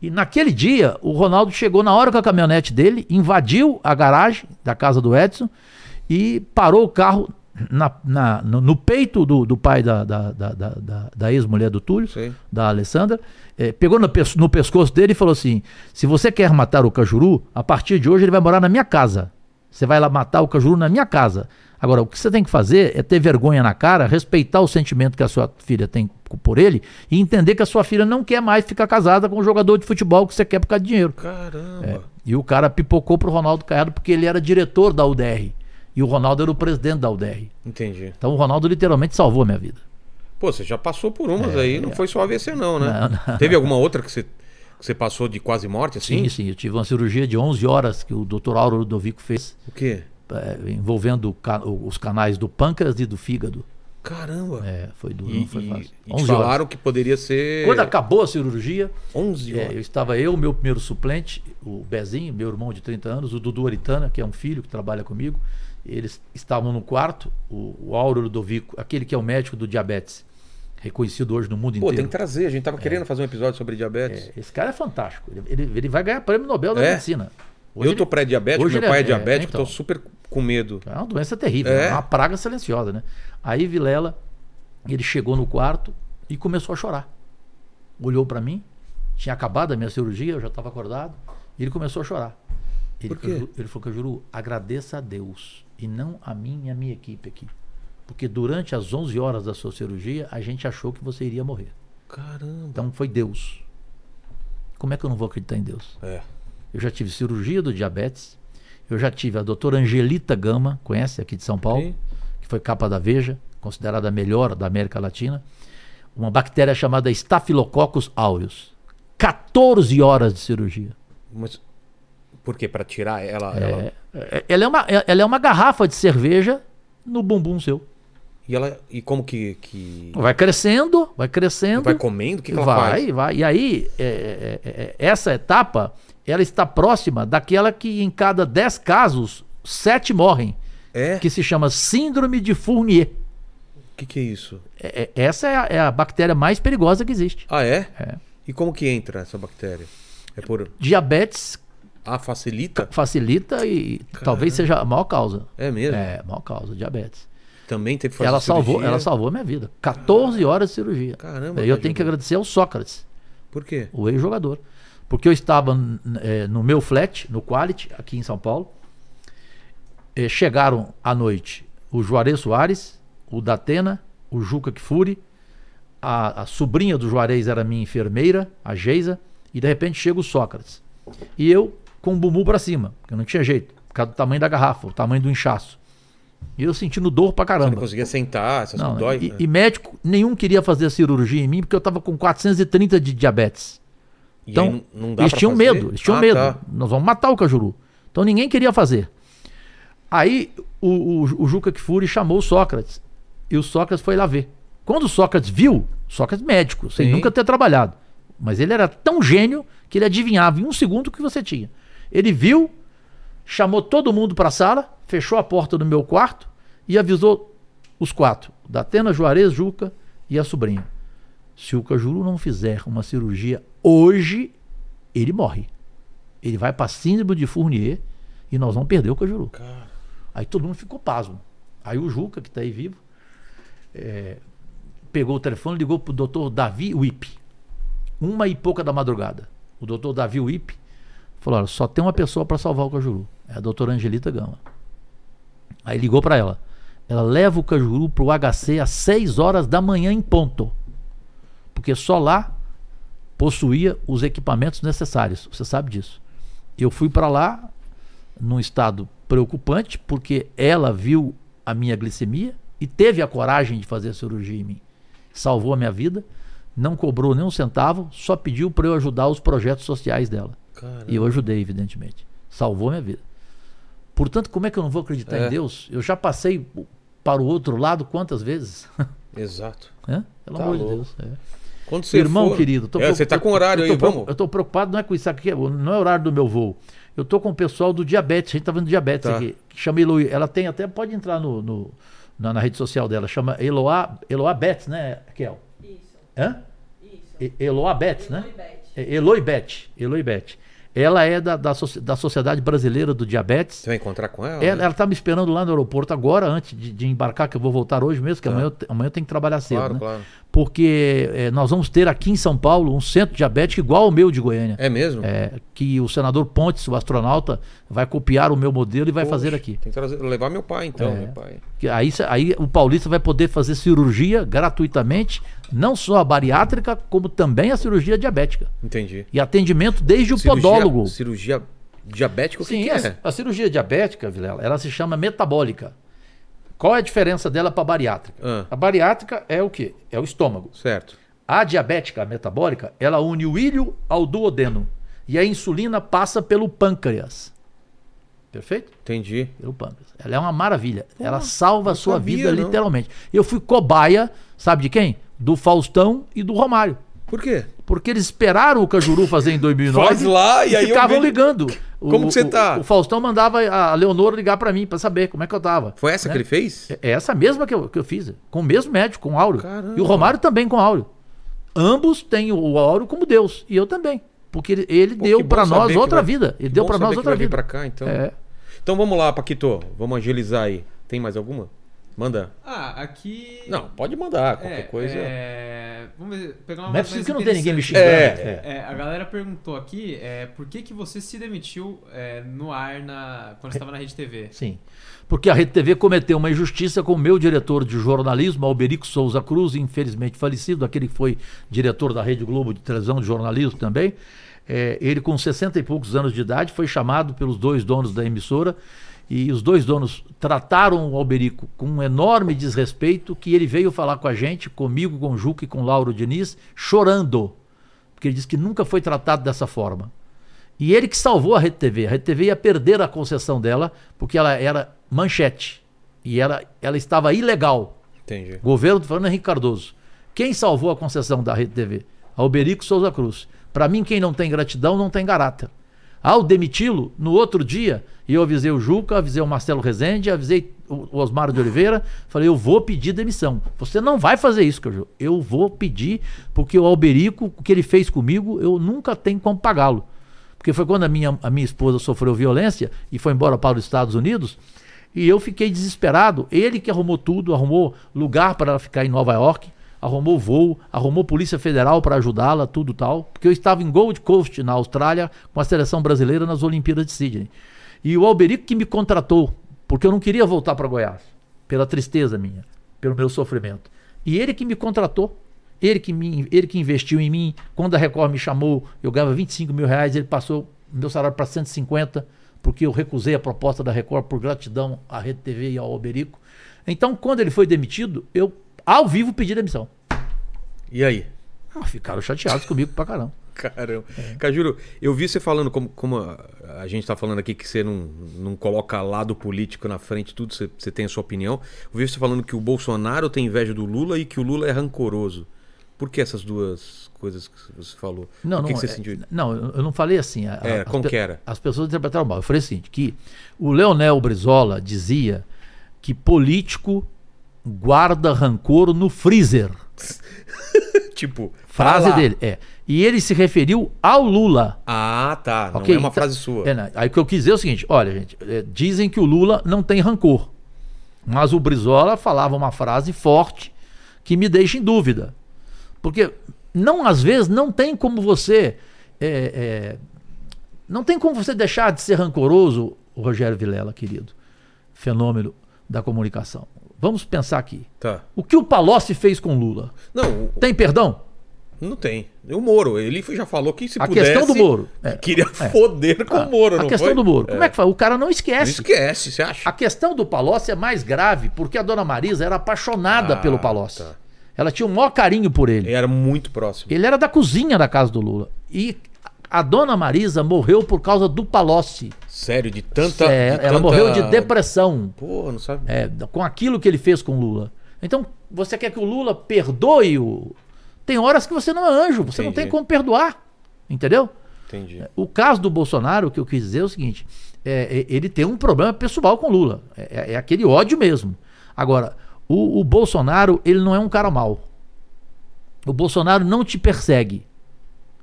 E naquele dia, o Ronaldo chegou na hora com a caminhonete dele, invadiu a garagem da casa do Edson e parou o carro na- na- no, no peito do, do pai da, da- da- da- da- da ex-mulher do Túlio, Sei. da Alessandra. eh, pegou no, pes- no pescoço dele e falou assim: se você quer matar o Cajuru, a partir de hoje ele vai morar na minha casa. Você vai lá matar o Cajuru na minha casa. Agora, o que você tem que fazer é ter vergonha na cara, respeitar o sentimento que a sua filha tem por ele e entender que a sua filha não quer mais ficar casada com um jogador de futebol que você quer por causa de dinheiro. Caramba. E o cara pipocou pro Ronaldo Caiado porque ele era diretor da UDR. E o Ronaldo era o presidente da UDR. Entendi. Então o Ronaldo literalmente salvou a minha vida. Pô, você já passou por umas aí, não foi só AVC não, né? É, Não, não. Teve alguma outra que você, que você passou de quase morte, assim? Sim, sim. Eu tive uma cirurgia de 11 horas que o Dr. Auro Ludovico fez, O quê? eh, envolvendo o ca- o- os canais do pâncreas e do fígado. Caramba. É, foi duro, E, não foi e- fácil. e te 11 horas. falaram que poderia ser Quando acabou a cirurgia, 11 É, horas. eu estava eu, meu primeiro suplente, o Bezinho, meu irmão de 30 anos, o Dudu Aritana, que é um filho que trabalha comigo. Eles estavam no quarto, o, o Áureo Ludovico, aquele que é o médico do diabetes, reconhecido hoje no mundo Pô, tem inteiro. que tá- trazer, a gente tava querendo fazer um episódio sobre diabetes. Esse cara é fantástico. Ele, ele- ele vai ganhar prêmio Nobel da É? medicina. Hoje Eu tô ele- pré-diabético, hoje meu ele é- pai é, é, diabético, então. tô super com medo. É uma doença terrível, É? é uma praga silenciosa, né? Aí Vilela, ele chegou no quarto e começou a chorar. Olhou pra mim, tinha acabado a minha cirurgia, eu já estava acordado, e ele começou a chorar. Ele, Por quê? "Caju- ele falou, Cajuru, agradeça a Deus e não a mim e a minha equipe aqui. Porque durante as 11 horas da sua cirurgia, a gente achou que você iria morrer. Caramba. Então foi Deus. Como é que eu não vou acreditar em Deus? É. Eu já tive cirurgia do diabetes. Eu já tive a doutora Angelita Gama, conhece aqui de São Paulo, Sim. que foi capa da Veja, considerada a melhor da América Latina. Uma bactéria chamada Staphylococcus aureus. 14 horas de cirurgia. Mas por quê? Pra tirar ela, É, ela- é- ela, é uma, é- ela é uma garrafa de cerveja no bumbum seu. E ela e como que que Vai crescendo, vai crescendo. vai comendo? O que, que ela vai, faz? vai. E aí, é, é, é, é, essa etapa, ela está próxima daquela que em cada 10 casos, 7 morrem, É? que se chama síndrome de Fournier. O que que é isso? É- é- essa é a, é a bactéria mais perigosa que existe. Ah, é? É. E como que entra essa bactéria? É por Diabetes Ah, facilita? facilita e talvez seja a maior causa. É mesmo? É, a maior causa, diabetes. Também teve que fazer ela salvou, cirurgia? ela salvou a minha vida. 14 horas de cirurgia. Caramba, E eu tá tenho que ajudando. agradecer ao Sócrates. Por quê? o ex-jogador. Porque eu estava n- eh, no meu flat, no Quality, aqui em São Paulo. Eh, chegaram à noite o Juarez Soares, o Datena, o Juca Kfouri, a, a sobrinha do Juarez era minha enfermeira, a Geisa, e de repente chega o Sócrates. E eu com o bumbum pra cima, porque não tinha jeito, por causa do tamanho da garrafa, o tamanho do inchaço. E eu sentindo dor pra Você não caramba. conseguia sentar, essas Não, coisas dói. e, né? e médico nenhum queria fazer cirurgia em mim porque eu tava com 430 de diabetes. E Então, aí não- não dá eles pra tinham fazer? medo, eles tinham Ah, medo. tá. Nós vamos matar o Cajuru. Então ninguém queria fazer. Aí o, o, o Juca Kfouri chamou o Sócrates. E o Sócrates foi lá ver. Quando o Sócrates viu, Sócrates é médico, sem Sim. nunca ter trabalhado. Mas ele era tão gênio que ele adivinhava em um segundo o que você tinha. Ele viu, chamou todo mundo para a sala, fechou a porta do meu quarto e avisou os quatro: Datena, Juarez, Juca e a sobrinha. Se o Cajuru não fizer uma cirurgia hoje, ele morre. Ele vai para síndrome de Fournier e nós vamos perder o Cajuru. Cara. Aí todo mundo ficou pasmo. Aí o Juca, que está aí vivo, é, pegou o telefone e ligou para o doutor Davi Wip. Uma e pouca da madrugada. O doutor Davi Wip falou: olha, só tem uma pessoa para salvar o Cajuru. É a doutora Angelita Gama. Aí ligou para ela. Ela leva o Cajuru pro HC às 6 horas da manhã em ponto. Porque só lá possuía os equipamentos necessários. Você sabe disso. Eu fui para lá num estado preocupante, porque ela viu a minha glicemia e teve a coragem de fazer a cirurgia em mim. Salvou a minha vida, não cobrou nenhum centavo, só pediu para eu ajudar os projetos sociais dela. Caramba. E eu ajudei, evidentemente. Salvou minha vida. Portanto, como é que eu não vou acreditar É. em Deus? Eu já passei para o outro lado quantas vezes? Exato. Hã? Pelo Tá amor louco. de Deus. é. Quando você Irmão for- querido, tô É, você preocup- tá com horário eu aí, tô preo- vamos. Eu tô preocupado, não é com isso aqui, não é o horário do meu voo. Eu tô com o pessoal do diabetes, a gente tá vendo diabetes Tá. aqui. Que chama Eloy. Ela tem até, pode entrar no, no, na, na rede social dela. Chama Eloá, Eloá Betts, né, Kel? Isso, Hã? isso. E- Eloá Betts, né? Eloibete. É, Eloy Betts. Eloy Betts. Ela é da, da, Soci- da Sociedade Brasileira do Diabetes. Você vai encontrar com ela? Ela, né? ela tá me esperando lá no aeroporto agora, antes de, de embarcar, que eu vou voltar hoje mesmo, que amanhã, eu, te- amanhã eu tenho que trabalhar cedo. Tá. Claro, né? claro. Porque eh, nós vamos ter aqui em São Paulo um centro diabético igual ao meu de Goiânia. É mesmo? É, que o senador Pontes, o astronauta, vai copiar o meu modelo e vai Poxa, fazer aqui. Tem que trazer- levar meu pai, então, É. meu pai. Que aí, cê- aí o paulista vai poder fazer cirurgia gratuitamente, não só a bariátrica, como também a cirurgia diabética. Entendi. E atendimento desde o Cirurgia- podólogo. Cirurgia diabética, o que, Sim, que a, é? a cirurgia diabética, Vilela, ela se chama metabólica. Qual é a diferença dela para a bariátrica? Ah. A bariátrica é o quê? É o estômago. Certo. A diabética, a metabólica, ela une o ilho ao duodeno. E a insulina passa pelo pâncreas. Perfeito? Entendi. Pelo pâncreas. Ela é uma maravilha. ela salva a sua sabia, vida não. literalmente. Eu fui cobaia, sabe de quem? Do Faustão e do Romário. Por quê? Porque eles esperaram o Cajuru fazer em 2009. Faz lá, e aí eu ficavam vejo- ligando. O- Como que você o- tá? O, Faustão mandava a Leonor ligar pra mim pra saber como é que eu tava. Foi essa que ele fez? É essa mesma que eu, que eu fiz, com o mesmo médico, com o Áureo. Caramba. E o Romário também com o Áureo. Ambos têm o Áureo como Deus e eu também, porque ele, ele Pô, que deu bom pra saber nós que outra vai- vida. Ele que deu bom pra saber nós que outra vai vir vida. pra cá, então. É. Então vamos lá, Paquito. Vamos agilizar aí. Tem mais alguma? Manda. Ah, aqui. Não, pode mandar. É, Qualquer coisa. é, Vamos ver, pegar uma Não é mais preciso que não tenha ninguém me interessante. xingando. É. É, a galera perguntou aqui é, por que, que você se demitiu é, no ar na, quando estava na Rede TV. Sim. Porque a Rede TV cometeu uma injustiça com o meu diretor de jornalismo, Alberico Souza Cruz, infelizmente falecido, aquele que foi diretor da Rede Globo de televisão de jornalismo também. É, ele, com 60 e poucos anos de idade, foi chamado pelos dois donos da emissora e os dois donos trataram o Alberico com um enorme desrespeito que ele veio falar com a gente, comigo, com o Juca e com o Lauro Diniz, chorando. Porque ele disse que nunca foi tratado dessa forma. E ele que salvou a Rede TV. A Rede TV ia perder a concessão dela, porque ela era manchete. E ela, ela estava ilegal. Entendi. Governo do Fernando Henrique Cardoso. Quem salvou a concessão da Rede TV? Alberico Souza Cruz. Para mim, quem não tem gratidão não tem caráter. Ao demiti-lo, no outro dia, eu avisei o Juca, avisei o Marcelo Rezende, avisei o o Osmar de Oliveira, falei, eu vou pedir demissão. Você não vai fazer isso, Caju. Eu vou pedir, porque o Alberico, o que ele fez comigo, eu nunca tenho como pagá-lo. Porque foi quando a minha, a minha esposa sofreu violência e foi embora para os Estados Unidos. E eu fiquei desesperado. Ele que arrumou tudo, arrumou lugar para ela ficar em Nova York, arrumou voo, arrumou Polícia Federal para ajudá-la, tudo tal. Porque eu estava em Gold Coast, na Austrália, com a seleção brasileira nas Olimpíadas de Sydney. E o Alberico que me contratou, porque eu não queria voltar para Goiás, pela tristeza minha, pelo meu sofrimento. E ele que me contratou. Ele que, me, ele que investiu em mim. Quando a Record me chamou, eu ganhava 25 mil reais, ele passou meu salário para 150, porque eu recusei a proposta da Record por gratidão à Rede TV e ao Alberico. Então, quando ele foi demitido, eu, ao vivo, pedi demissão. E aí? Ah, ficaram chateados comigo pra caramba. Caramba. Cajuru, eu vi você falando, como, como a, a gente tá falando aqui, que você não, não coloca lado político na frente, tudo, você, você tem a sua opinião. Eu vi você falando que o Bolsonaro tem inveja do Lula e que o Lula é rancoroso. Por que essas duas coisas que você falou? Não, o que, que não, você é- sentiu? Não, eu eu não falei assim. a- É, as como pe- que era? As pessoas interpretaram mal. Eu falei o seguinte, que o Leonel Brizola dizia que político guarda rancor no freezer. Tá Tipo. Frase fala. dele, é. E ele se referiu ao Lula. Ah, tá. Não ok? é uma Então- frase sua. É, né? Aí o que eu quis dizer é o seguinte, olha gente, é, dizem que o Lula não tem rancor. Mas o Brizola falava uma frase forte que me deixa em dúvida. Porque não às vezes não tem como você é, é, não tem como você deixar de ser rancoroso, Rogério Vilela, querido. Fenômeno da comunicação. Vamos pensar aqui. Tá. O que o Palocci fez com o Lula? Não, o- Tem perdão? não tem. O Moro, ele já falou que se A pudesse... questão do Moro. É. Ah, Queria foder com o Moro, a não questão foi? do Moro. Como é que faz? O cara não esquece. Esquece, é, você acha? A questão do Palocci é mais grave porque a dona Marisa era apaixonada Ah, pelo Palocci. tá. Ela tinha o maior carinho por ele. Ele era muito próximo. Ele era da cozinha da casa do Lula. E a dona Marisa morreu por causa do Palocci. Sério, de tanta. É, de ela tanta- morreu de depressão Pô, não sabe. é, com aquilo que ele fez com o Lula. Então, você quer que o Lula perdoe o. Tem horas que você não é anjo, você não Entendi. tem como perdoar. Entendeu? Entendi. O caso do Bolsonaro, o que eu quis dizer é o seguinte: é, é, ele tem um problema pessoal com o Lula. É, é- é aquele ódio mesmo. Agora, o, o Bolsonaro, ele não é um cara mau. O Bolsonaro não te persegue.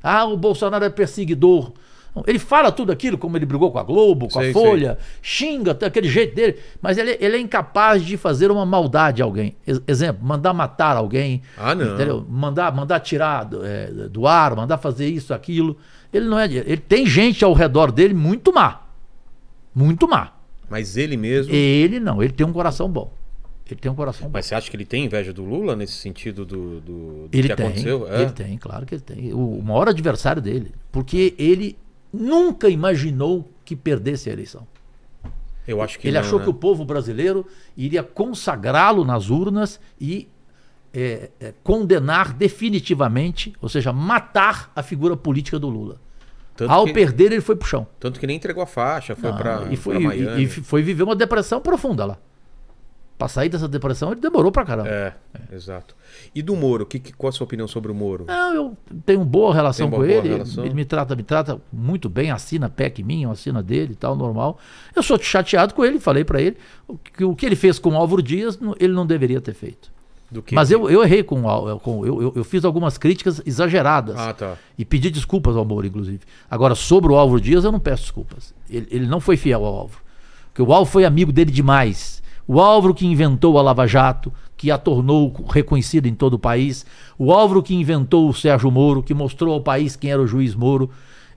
Ah, o Bolsonaro é perseguidor. Não, Ele fala tudo aquilo, como ele brigou com a Globo, com Sei, a Folha, xinga daquele jeito dele, mas ele, ele é incapaz de fazer uma maldade a alguém. Ex- Exemplo, mandar matar alguém, Ah, não. entendeu? Mandar, mandar tirar do, é, do ar, mandar fazer isso, aquilo. Ele não é. de- Ele tem gente ao redor dele muito má. Muito má. Mas ele mesmo. Ele não, ele tem um coração bom. Ele tem um coração bom. Mas você acha que ele tem inveja do Lula nesse sentido do, do, do Ele que tem, aconteceu? É? ele tem, claro que ele tem. O, o maior adversário dele. Porque ele nunca imaginou que perdesse a eleição. Eu acho que ele não, achou né? que o povo brasileiro iria consagrá-lo nas urnas e é, é, condenar definitivamente, ou seja, matar a figura política do Lula. Tanto Ao que- perder, ele foi pro chão. Tanto que nem entregou a faixa, foi Não, pra, Ah, e, foi, pra e- Miami. e foi viver uma depressão profunda lá. Pra sair dessa depressão, ele demorou pra caramba. É, exato. E do Moro, que, que- qual a sua opinião sobre o Moro? Não, eu tenho boa relação Tem uma com boa ele. relação? Ele me trata, me trata muito bem, assina PEC minha, assina dele e tal, normal. Eu sou chateado com ele, falei pra ele que o que ele fez com o Álvaro Dias, não- ele não deveria ter feito. Do que Mas eu, eu errei com, o Al- com eu, eu, eu fiz algumas críticas exageradas. Ah, tá. E pedi desculpas ao Moro, inclusive. Agora, sobre o Álvaro Dias, eu não peço desculpas. Ele, ele não foi fiel ao Álvaro. Porque o Álvaro foi amigo dele demais. O Álvaro que inventou a Lava Jato, que a tornou reconhecida em todo o país. O Álvaro que inventou o Sérgio Moro, que mostrou ao país quem era o juiz Moro.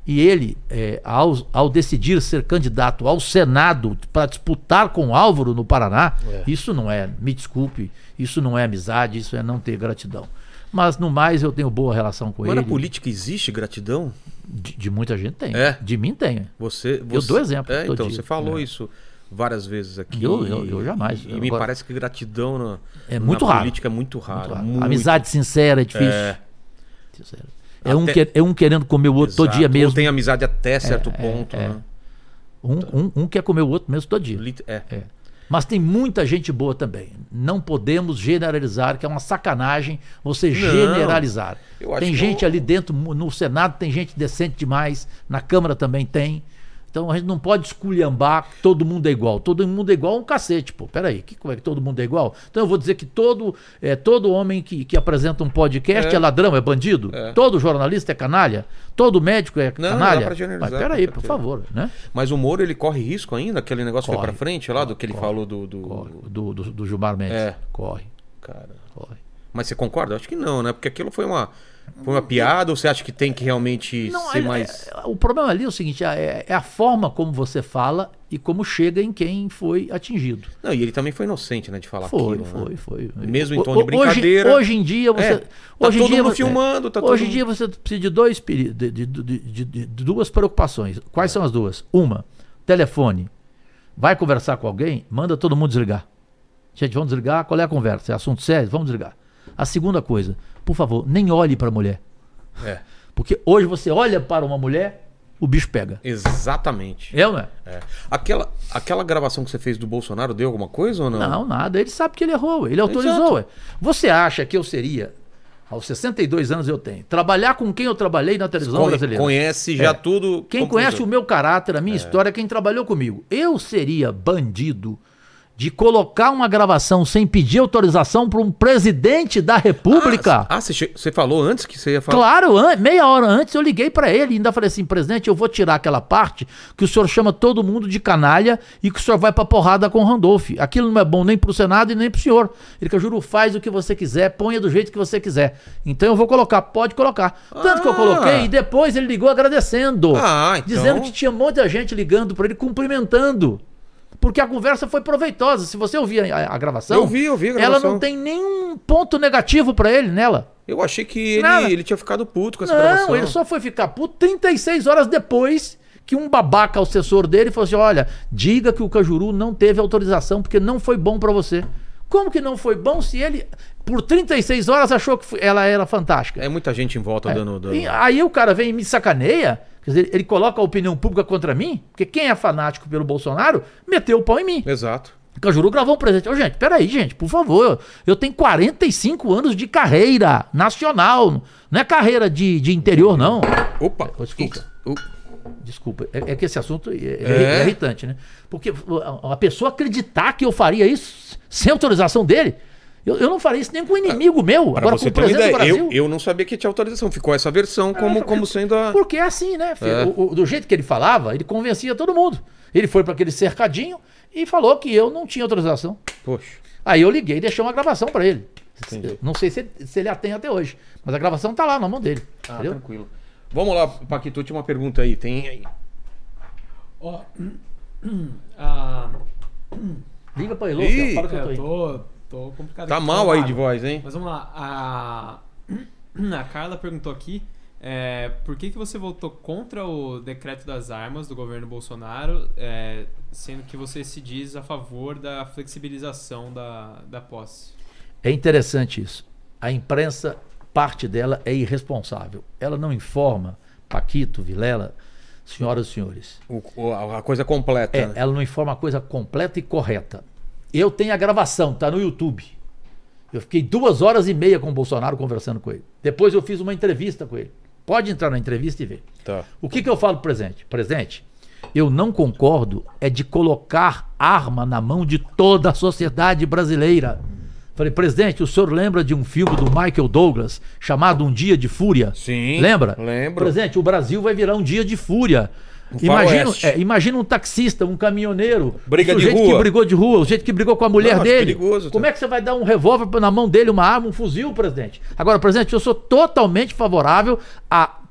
E ele, eh, ao, ao decidir ser candidato ao Senado para disputar com o Álvaro no Paraná, isso não é, me desculpe, isso não é amizade, isso é não ter gratidão. Mas no mais eu tenho boa relação com Mas ele. na política existe gratidão? De, de muita gente tem. É? De mim tem. Você, você- dou exemplo É, todo então, dia. você falou É. isso várias vezes aqui. Eu- eu- eu jamais. E Eu me agora- parece que gratidão na, É muito na raro. política é muito raro. Claro. muito. Amizade sincera é difícil. É. Sincero. É, um Até- que- é um querendo comer o outro todo Exato. dia Ou mesmo. É, tem amizade até certo ponto, né? Um, um- um quer comer o outro mesmo todo dia. Lit- é. É. Mas tem muita gente boa também. Não podemos generalizar, que é uma sacanagem você generalizar. Eu acho Tem que gente eu- ali dentro, mu- no Senado tem gente decente demais, na Câmara também tem. Então a gente não pode esculhambar que todo mundo é igual. Todo mundo é igual é um cacete, pô. Peraí, que, como é que todo mundo é igual? Então eu vou dizer que todo, é, todo homem que, que apresenta um podcast é, ladrão, é bandido? Todo jornalista é canalha? Todo médico é Não, não dá canalha? pra generalizar, Mas peraí, com por certeza. favor, né? Mas o Moro, ele corre risco ainda? Aquele negócio foi Corre. pra frente lá, do que ele falou do... do- Corre. Do, do, do Gilmar Mendes. É. Corre, Cara... corre. Mas você concorda? Acho que não, né? Porque aquilo foi uma, foi uma piada ou você acha que tem que realmente Não, ser é- mais. é- o problema ali é o seguinte: é, é a forma como você fala e como chega em quem foi atingido. Não, e ele também foi inocente, né? De falar Foi, aquilo. foi, Né? foi. Mesmo em O- tom de o- brincadeira. Hoje, hoje em dia você. É, tá hoje em todo dia mundo você- filmando, tá todo Hoje em mundo- dia você precisa de dois peri- de, de- de- de- de- de duas preocupações. É. Quais são as duas? Uma, telefone. Vai conversar com alguém, manda todo mundo desligar. Gente, vamos desligar. Qual é a conversa? É assunto sério? Vamos desligar. A segunda coisa, por favor, nem olhe para a mulher. É, Porque hoje você olha para uma mulher, o bicho pega. exatamente. Eu, né? É. Aquela, aquela gravação que você fez do Bolsonaro deu alguma coisa ou não? Não, nada. Ele sabe que ele errou, ué. ele autorizou. ué. Você acha que eu seria, aos 62 anos eu tenho, trabalhar com quem eu trabalhei na televisão Conhe- brasileira? Conhece já É. tudo. Quem como conhece o funciona. meu caráter, a minha história, quem trabalhou comigo. Eu seria bandido de colocar uma gravação sem pedir autorização para um presidente da República. Ah, você, che- você falou antes que você ia falar. Claro, an- meia hora antes eu liguei pra ele e ainda falei assim, presidente, eu vou tirar aquela parte que o senhor chama todo mundo de canalha e que o senhor vai pra porrada com o Randolph. Aquilo não é bom nem pro Senado e nem pro senhor. Ele que eu juro, faz o que você quiser, ponha do jeito que você quiser. Então eu vou colocar, pode colocar. Tanto que eu Ah. coloquei e depois ele ligou agradecendo. Ah, então. Dizendo que tinha muita gente ligando pra ele, cumprimentando. Porque a conversa foi proveitosa. Se você ouvir a, a gravação, Eu vi, eu vi a ela gravação. não tem nenhum ponto negativo pra ele nela. Eu achei que ele, Nada. ele tinha ficado puto com essa gravação. Não, ele só foi ficar puto 36 horas depois que um babaca assessor dele falou assim: olha, diga que o Cajuru não teve autorização porque não foi bom pra você. Como que não foi bom se ele, por 36 horas, achou que foi- ela era fantástica? É muita gente em volta dando. dando- E aí o cara vem e me sacaneia, quer dizer, ele coloca a opinião pública contra mim, porque quem é fanático pelo Bolsonaro meteu o pau em mim. Exato. Cajuru gravou um presente. Ô, gente, peraí, gente, por favor. Eu tenho 45 anos de carreira nacional. Não é carreira de, de interior, não. Opa! Desculpa. Ih, o- Desculpa, é, é que esse assunto é, É. é irritante, né? Porque a a pessoa acreditar que eu faria isso sem autorização dele, eu, eu não faria isso nem com o inimigo meu. Pra Agora, com você o ter uma presidente do ideia, Brasil. Ah, eu, eu não sabia que tinha autorização. Ficou essa versão como, como sendo a. Porque é assim, né, filho? É. O- o- do jeito que ele falava, ele convencia todo mundo. Ele foi para aquele cercadinho e falou que eu não tinha autorização. Poxa. tá Aí eu liguei e deixei uma gravação para ele. Entendi. Não sei se, se ele a tem até hoje, mas a gravação tá lá na mão dele. entendeu? tranquilo. Vamos lá, Paquito, última pergunta aí. Tem aí. Ó. ah, Liga pra ele, Ih! Ih, fala que é, eu tô, eu aí. tô, tô complicado. Tá aqui, mal tô aí mal. de voz, hein? Mas vamos lá. A, a Carla perguntou aqui é, por que, que você votou contra o decreto das armas do governo Bolsonaro, é, sendo que você se diz a favor da flexibilização da, da posse? É interessante isso. A imprensa, parte dela é irresponsável. Ela não informa, Paquito, Vilela, senhoras e senhores. O- o- a a coisa completa. É, né? ela não informa a coisa completa e correta. Eu tenho a gravação, tá no YouTube. Eu fiquei duas horas e meia com o Bolsonaro conversando com ele. Depois eu fiz uma entrevista com ele. Pode entrar na entrevista e ver. Tá. O que, que eu falo, pro presidente? Presidente, eu não concordo é de colocar arma na mão de toda a sociedade brasileira. Falei, presidente, o senhor lembra de um filme do Michael Douglas chamado Um Dia de Fúria? Sim, Lembra? lembro. Um Presidente, o Brasil vai virar um dia de fúria. faroeste. Imagina, é, imagina um taxista, um caminhoneiro, Briga o de sujeito rua. que brigou de rua, o sujeito que brigou com a mulher Não, acho dele. perigoso, tá? Como é que você vai dar um revólver na mão dele, uma arma, um fuzil, presidente? Agora, presidente, eu sou totalmente favorável a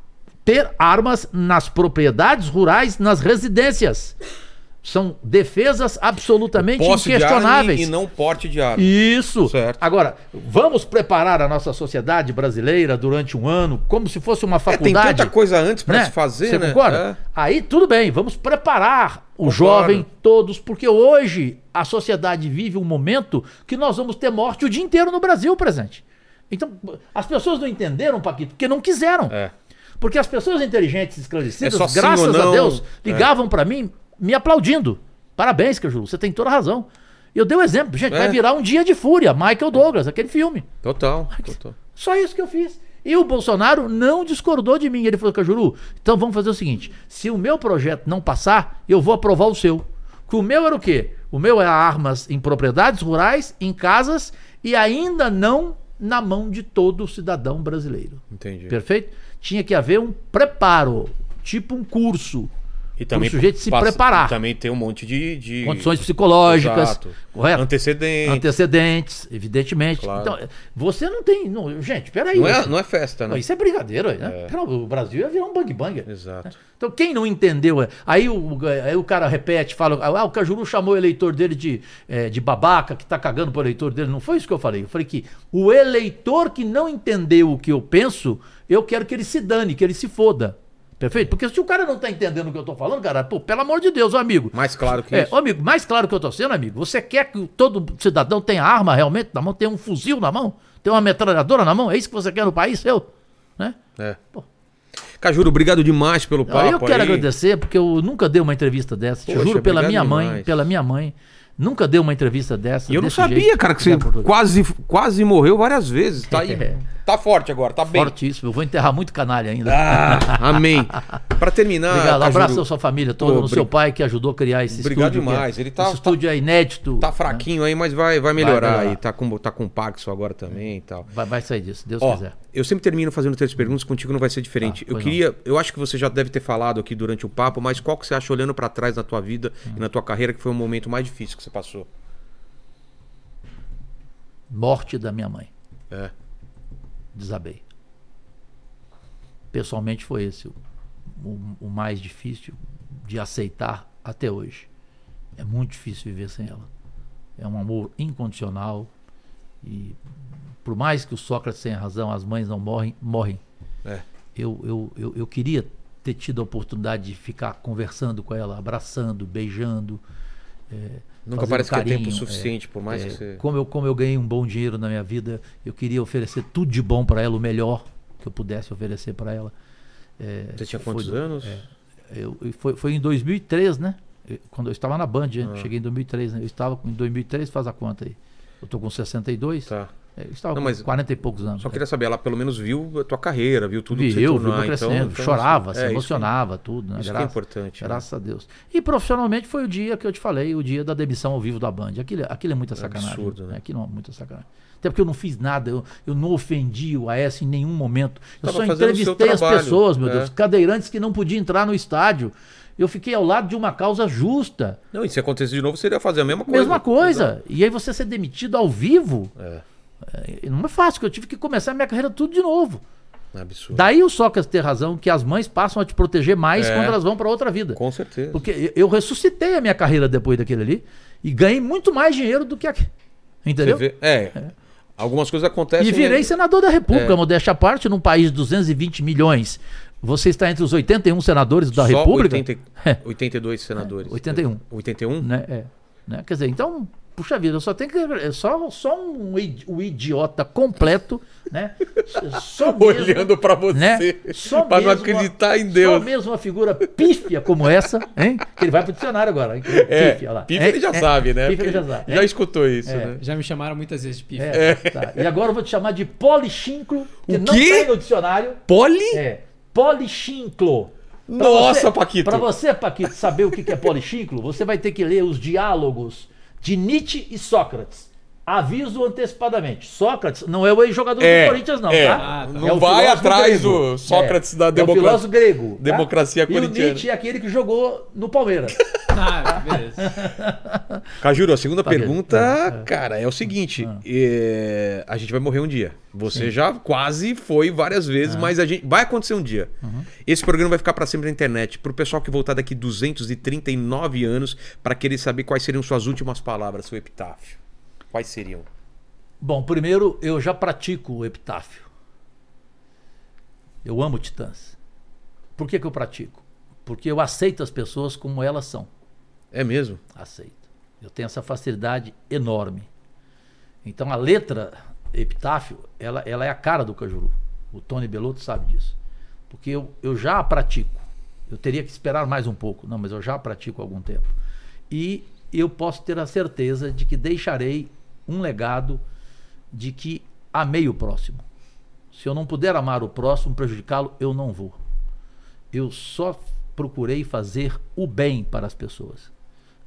ter armas nas propriedades rurais, nas residências. São defesas absolutamente Posse de arma inquestionáveis. e e não porte de arma. Isso. Certo. Agora, vamos preparar a nossa sociedade brasileira durante um ano como se fosse uma É, tem faculdade. tanta coisa antes pra né? se fazer, Você né? concorda? É. Aí tudo bem, vamos preparar o jovem, todos, porque hoje a sociedade vive um momento que nós vamos ter morte o dia inteiro no Brasil presente. Então, as pessoas não entenderam, Paquito, porque não quiseram. É. Porque as pessoas inteligentes, É esclarecidas, só sim ou graças não. a Deus, É. ligavam pra mim me aplaudindo. Parabéns, Cajuru, você tem toda a razão. Eu dei o exemplo, gente, É. vai virar um dia de fúria, Michael Douglas, aquele filme. Total. total. Só isso que eu fiz. E o Bolsonaro não discordou de mim. Ele falou, Cajuru, então vamos fazer o seguinte: se o meu projeto não passar, eu vou aprovar o seu. Que o meu era o quê? O meu era armas em propriedades rurais, em casas e ainda não na mão de todo cidadão brasileiro. Entendi. Perfeito? Tinha que haver um preparo, tipo um curso. E pro sujeito se passa- preparar. Também tem um monte de. de- Condições psicológicas, Exato. correto? Antecedentes. Antecedentes, evidentemente. Claro. Então, você não tem. Não, gente, peraí. Não, é, não é festa, Não, né? isso é brincadeira, né? Pera, O Brasil ia virar um bang bang. Exato. Então, quem não entendeu, é- aí o, aí o cara repete, fala, ah, o Cajuru chamou o eleitor dele de, é, de babaca, que tá cagando pro eleitor dele. Não foi isso que eu falei. Eu falei que o eleitor que não entendeu o que eu penso, eu quero que ele se dane, que ele se foda. Perfeito? Porque se o cara não tá entendendo o que eu tô falando, cara, pô, pelo amor de Deus, ô amigo. Mais claro que É, isso. ô amigo, mais claro que eu tô sendo, amigo, você quer que todo cidadão tenha arma realmente na mão, tenha um fuzil na mão, tenha uma metralhadora na mão? É isso que você quer no país seu? Né? É. Pô. Cajuru, obrigado demais pelo papo. Aí eu quero aí. agradecer, porque eu nunca dei uma entrevista dessa. Te Poxa, juro pela obrigado minha mãe, demais. pela minha mãe. Nunca dei uma entrevista dessa. E eu não desse sabia, jeito. né, cara, que você Obrigado, Portugal. quase, quase morreu várias vezes. Tá, aí, É. tá forte agora, tá bem. Fortíssimo. Eu vou enterrar muito canalha ainda. Ah, amém. Pra terminar. Obrigado. um Cajuru, Abraço à sua família toda, Pô, no seu obri- pai que ajudou a criar esse Obrigado estúdio. que é- demais. Ele tá- esse estúdio é inédito. Tá fraquinho aí, mas vai, vai melhorar melhorar. aí. Tá com, tá com Paxo agora também e tal. Vai, vai sair disso, se Deus Ó, quiser. eu sempre termino fazendo três perguntas, contigo não vai ser diferente. Ah, eu pois queria, eu acho que você já deve ter falado aqui durante o papo, mas qual que você acha olhando pra trás na tua vida Hum. e na tua carreira que foi o momento mais difícil que você passou? Morte da minha mãe. É. Desabei. Pessoalmente foi esse o, o- o mais difícil de aceitar até hoje. É muito difícil viver sem ela. É um amor incondicional e por mais que o Sócrates tenha razão, as mães não morrem, morrem. É. Eu, eu, eu, eu queria ter tido a oportunidade de ficar conversando com ela, abraçando, beijando. é, Nunca fazendo parece que é tempo carinho, suficiente, por mais é, que você. como, eu, como eu ganhei um bom dinheiro na minha vida, eu queria oferecer tudo de bom para ela, o melhor que eu pudesse oferecer para ela. É, Você tinha foi- é. quantos anos? eu- eu- foi, foi em 2003, né? Eu- Quando eu estava Ah. na Band, né? cheguei em 2003, né? Eu estava com- em 2003, faz a conta aí. Eu tô com 62, Tá. Ele estava Não, com mas- 40 e poucos anos. Só queria saber, ela pelo menos viu a tua carreira, viu tudo É. Vi que você eu, tornou, viu então- crescendo, então, chorava, assim, se é, emocionava, tudo. Isso, Né? isso que é Graças- importante. né? Graças a Deus. E profissionalmente foi o dia que eu te falei, o dia da demissão ao vivo da Band. Aquilo, aquilo é muita sacanagem. absurdo, né? Aquilo é muita sacanagem. Até porque eu não fiz nada, eu, eu não ofendi o AS em nenhum momento. Tava Eu só fazendo o seu entrevistei as trabalho, pessoas, meu é. Deus. Cadeirantes que não podiam entrar no estádio. Eu fiquei ao lado de uma causa justa. Não, e se acontecesse de novo, você iria fazer a mesma coisa. Mesma coisa. E aí você ser demitido ao vivo, É, é, não é fácil, que eu tive que começar a minha carreira tudo de novo. é absurdo. Daí o Sócrates ter razão que as mães passam a te proteger mais É. quando elas vão para outra vida. Com certeza. Porque eu- eu ressuscitei a minha carreira depois daquele ali e ganhei muito mais dinheiro do que aqui. Você Entendeu? vê- é, algumas coisas acontecem. E virei né? senador da República, É. modéstia à parte, num país de 220 milhões. Você está entre os 81 senadores da Só República? 80 É. 82 senadores. 81. 81? Né? É. Né? Quer dizer, então, puxa vida, eu só tenho que. é Só, só um, i- o idiota completo, né? Só mesmo- Olhando pra você. né? Só pra não mesmo acreditar a- em Deus. Só mesmo uma figura pífia como essa, hein? Que ele vai pro dicionário agora. hein? É, Pífia, olha lá. Pife ele já É, é, sabe, né? Pife Porque ele já sabe. Já É. escutou isso, É. né? Já me chamaram muitas vezes de pife. É, tá. E agora eu vou te chamar de polichinclo, que O não quê? tem no dicionário. Poli? É, polichinclo. Pra Nossa, você- Paquito. Pra você, Paquito, saber o que que é polichinclo, você vai ter que ler os diálogos de Nietzsche e Sócrates. Aviso antecipadamente, Sócrates não é o ex-jogador É, do Corinthians, não, é. tá? Não o vai filósofo atrás do Sócrates da É o democracia- filósofo grego. tá? democracia E o corintiana. Nietzsche é aquele que jogou no Palmeiras. Ah, beleza. Cajuru, a segunda bem. pergunta, Ah, cara, é o seguinte: é, a gente vai morrer um dia. Você já quase foi várias Ah. vezes, mas a gente vai acontecer um dia. Uhum. Esse programa vai ficar pra sempre na internet, pro pessoal que voltar daqui 239 anos pra querer saber quais seriam suas últimas palavras, seu epitáfio. Quais seriam? Bom, primeiro, eu já pratico o epitáfio. Eu amo Titãs. Por que, que eu pratico? Porque eu aceito as pessoas como elas são. É mesmo? Aceito. Eu tenho essa facilidade enorme. Então a letra epitáfio, ela, ela é a cara do Cajuru. O Tony Belotto sabe disso. Porque eu, eu já a pratico. Eu teria que esperar mais um pouco. Não, mas eu já a pratico há algum tempo. E eu posso ter a certeza de que deixarei um legado de que amei o próximo. Se eu não puder amar o próximo, prejudicá-lo, eu não vou. Eu só procurei fazer o bem para as pessoas.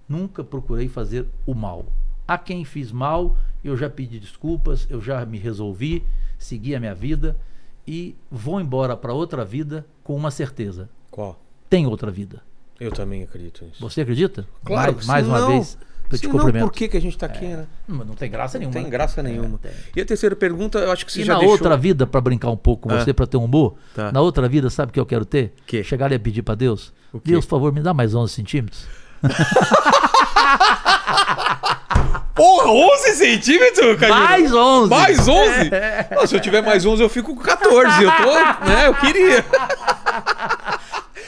Nunca procurei fazer o mal. A quem fiz mal, eu já pedi desculpas, eu já me resolvi, segui a minha vida e vou embora para outra vida com uma certeza. Qual? Tem outra vida. Eu também acredito nisso. Você acredita? Claro, mais, mais uma senão- vez, eu te senão cumprimento. É. por que, que a gente tá aqui, né? Não, não tem graça Não nenhuma. tem né? graça É, nenhuma. tem. E a terceira pergunta, eu acho que você E já na deixou. outra vida, para brincar um pouco com Ah. você, para ter um humor, Tá. na outra vida, sabe o que eu quero ter? Quê? Chegar e pedir para Deus, O quê? Deus, por favor, me dá mais 11 centímetros. Porra, 11 centímetros, Cajuru? Mais É. 11! Mais 11? Não, se eu tiver mais 11, eu fico com 14. Eu tô, né? Eu queria.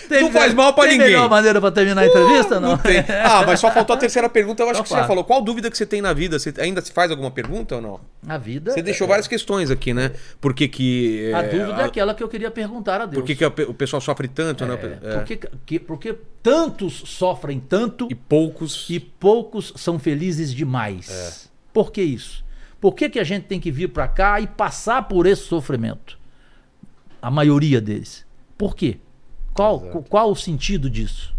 Tem Não faz me- mal pra tem ninguém. melhor maneira para terminar a entrevista? Não, Não tem. Ah, mas só faltou a terceira pergunta. Eu acho Só que você já quatro. falou. Qual dúvida que você tem na vida? Você ainda se faz alguma pergunta ou não? A vida. Você deixou várias questões aqui, né? Por que que... A é, dúvida é a- aquela que eu queria perguntar a Deus. Por que que a pe- o pessoal sofre tanto, né? É, É. por que, que- por que tantos sofrem tanto E e, poucos... poucos são felizes É. demais? Por que isso? Por que, que a gente tem que vir para cá e passar por esse sofrimento? A maioria deles. Por quê? Qual, qual o sentido disso?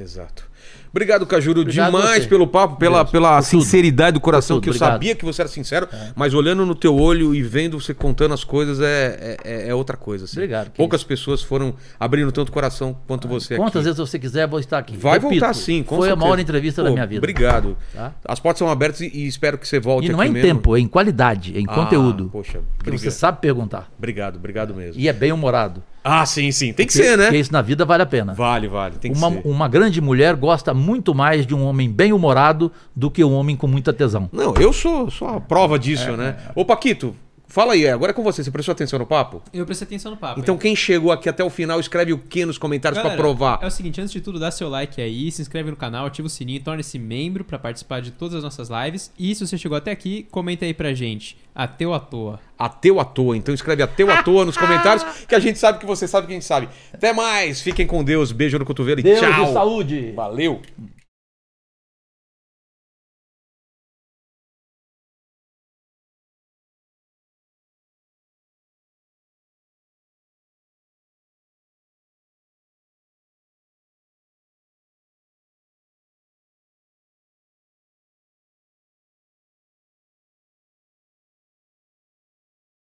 Exato. Obrigado, Cajuru, Obrigado demais você. pelo papo, pela, Deus, pela por tudo. sinceridade do coração, Por tudo, que eu obrigado. É. sabia que você era sincero, mas olhando no teu olho e vendo você contando as coisas é, é, é outra coisa. assim. Obrigado, que Poucas pessoas foram abrindo tanto o coração quanto você Quantas aqui. vezes você quiser, vou estar aqui. Vai Repito, voltar sim, com Foi a certeza. maior entrevista da Pô, minha vida. Obrigado. Tá? As portas são abertas e, e espero que você volte E não é aqui em mesmo. tempo, é em qualidade, é em Ah, conteúdo. Poxa, Porque obrigado. você sabe perguntar. Obrigado, obrigado mesmo. E é bem humorado. Ah, sim, sim. Tem que ser, né? Porque isso na vida vale a pena. Vale, vale. Tem que Uma, ser. uma grande mulher gosta muito mais de um homem bem humorado do que um homem com muita tesão. Não, eu sou, sou a prova disso, né? Ô, Paquito, fala aí, agora é com você. Você prestou atenção no papo? Eu prestei atenção no papo. Então hein? quem chegou aqui até o final, escreve o que nos comentários pra Galera, provar. É o seguinte, antes de tudo, dá seu like aí, se inscreve no canal, ativa o sininho, torne-se membro pra participar de todas as nossas lives. E se você chegou até aqui, comenta aí pra gente. Ateu à toa. Ateu à toa. Então escreve ateu à toa nos comentários, que a gente sabe que você sabe que a gente sabe. Até mais. Fiquem com Deus. Beijo no cotovelo e Deus e tchau. saúde! Valeu.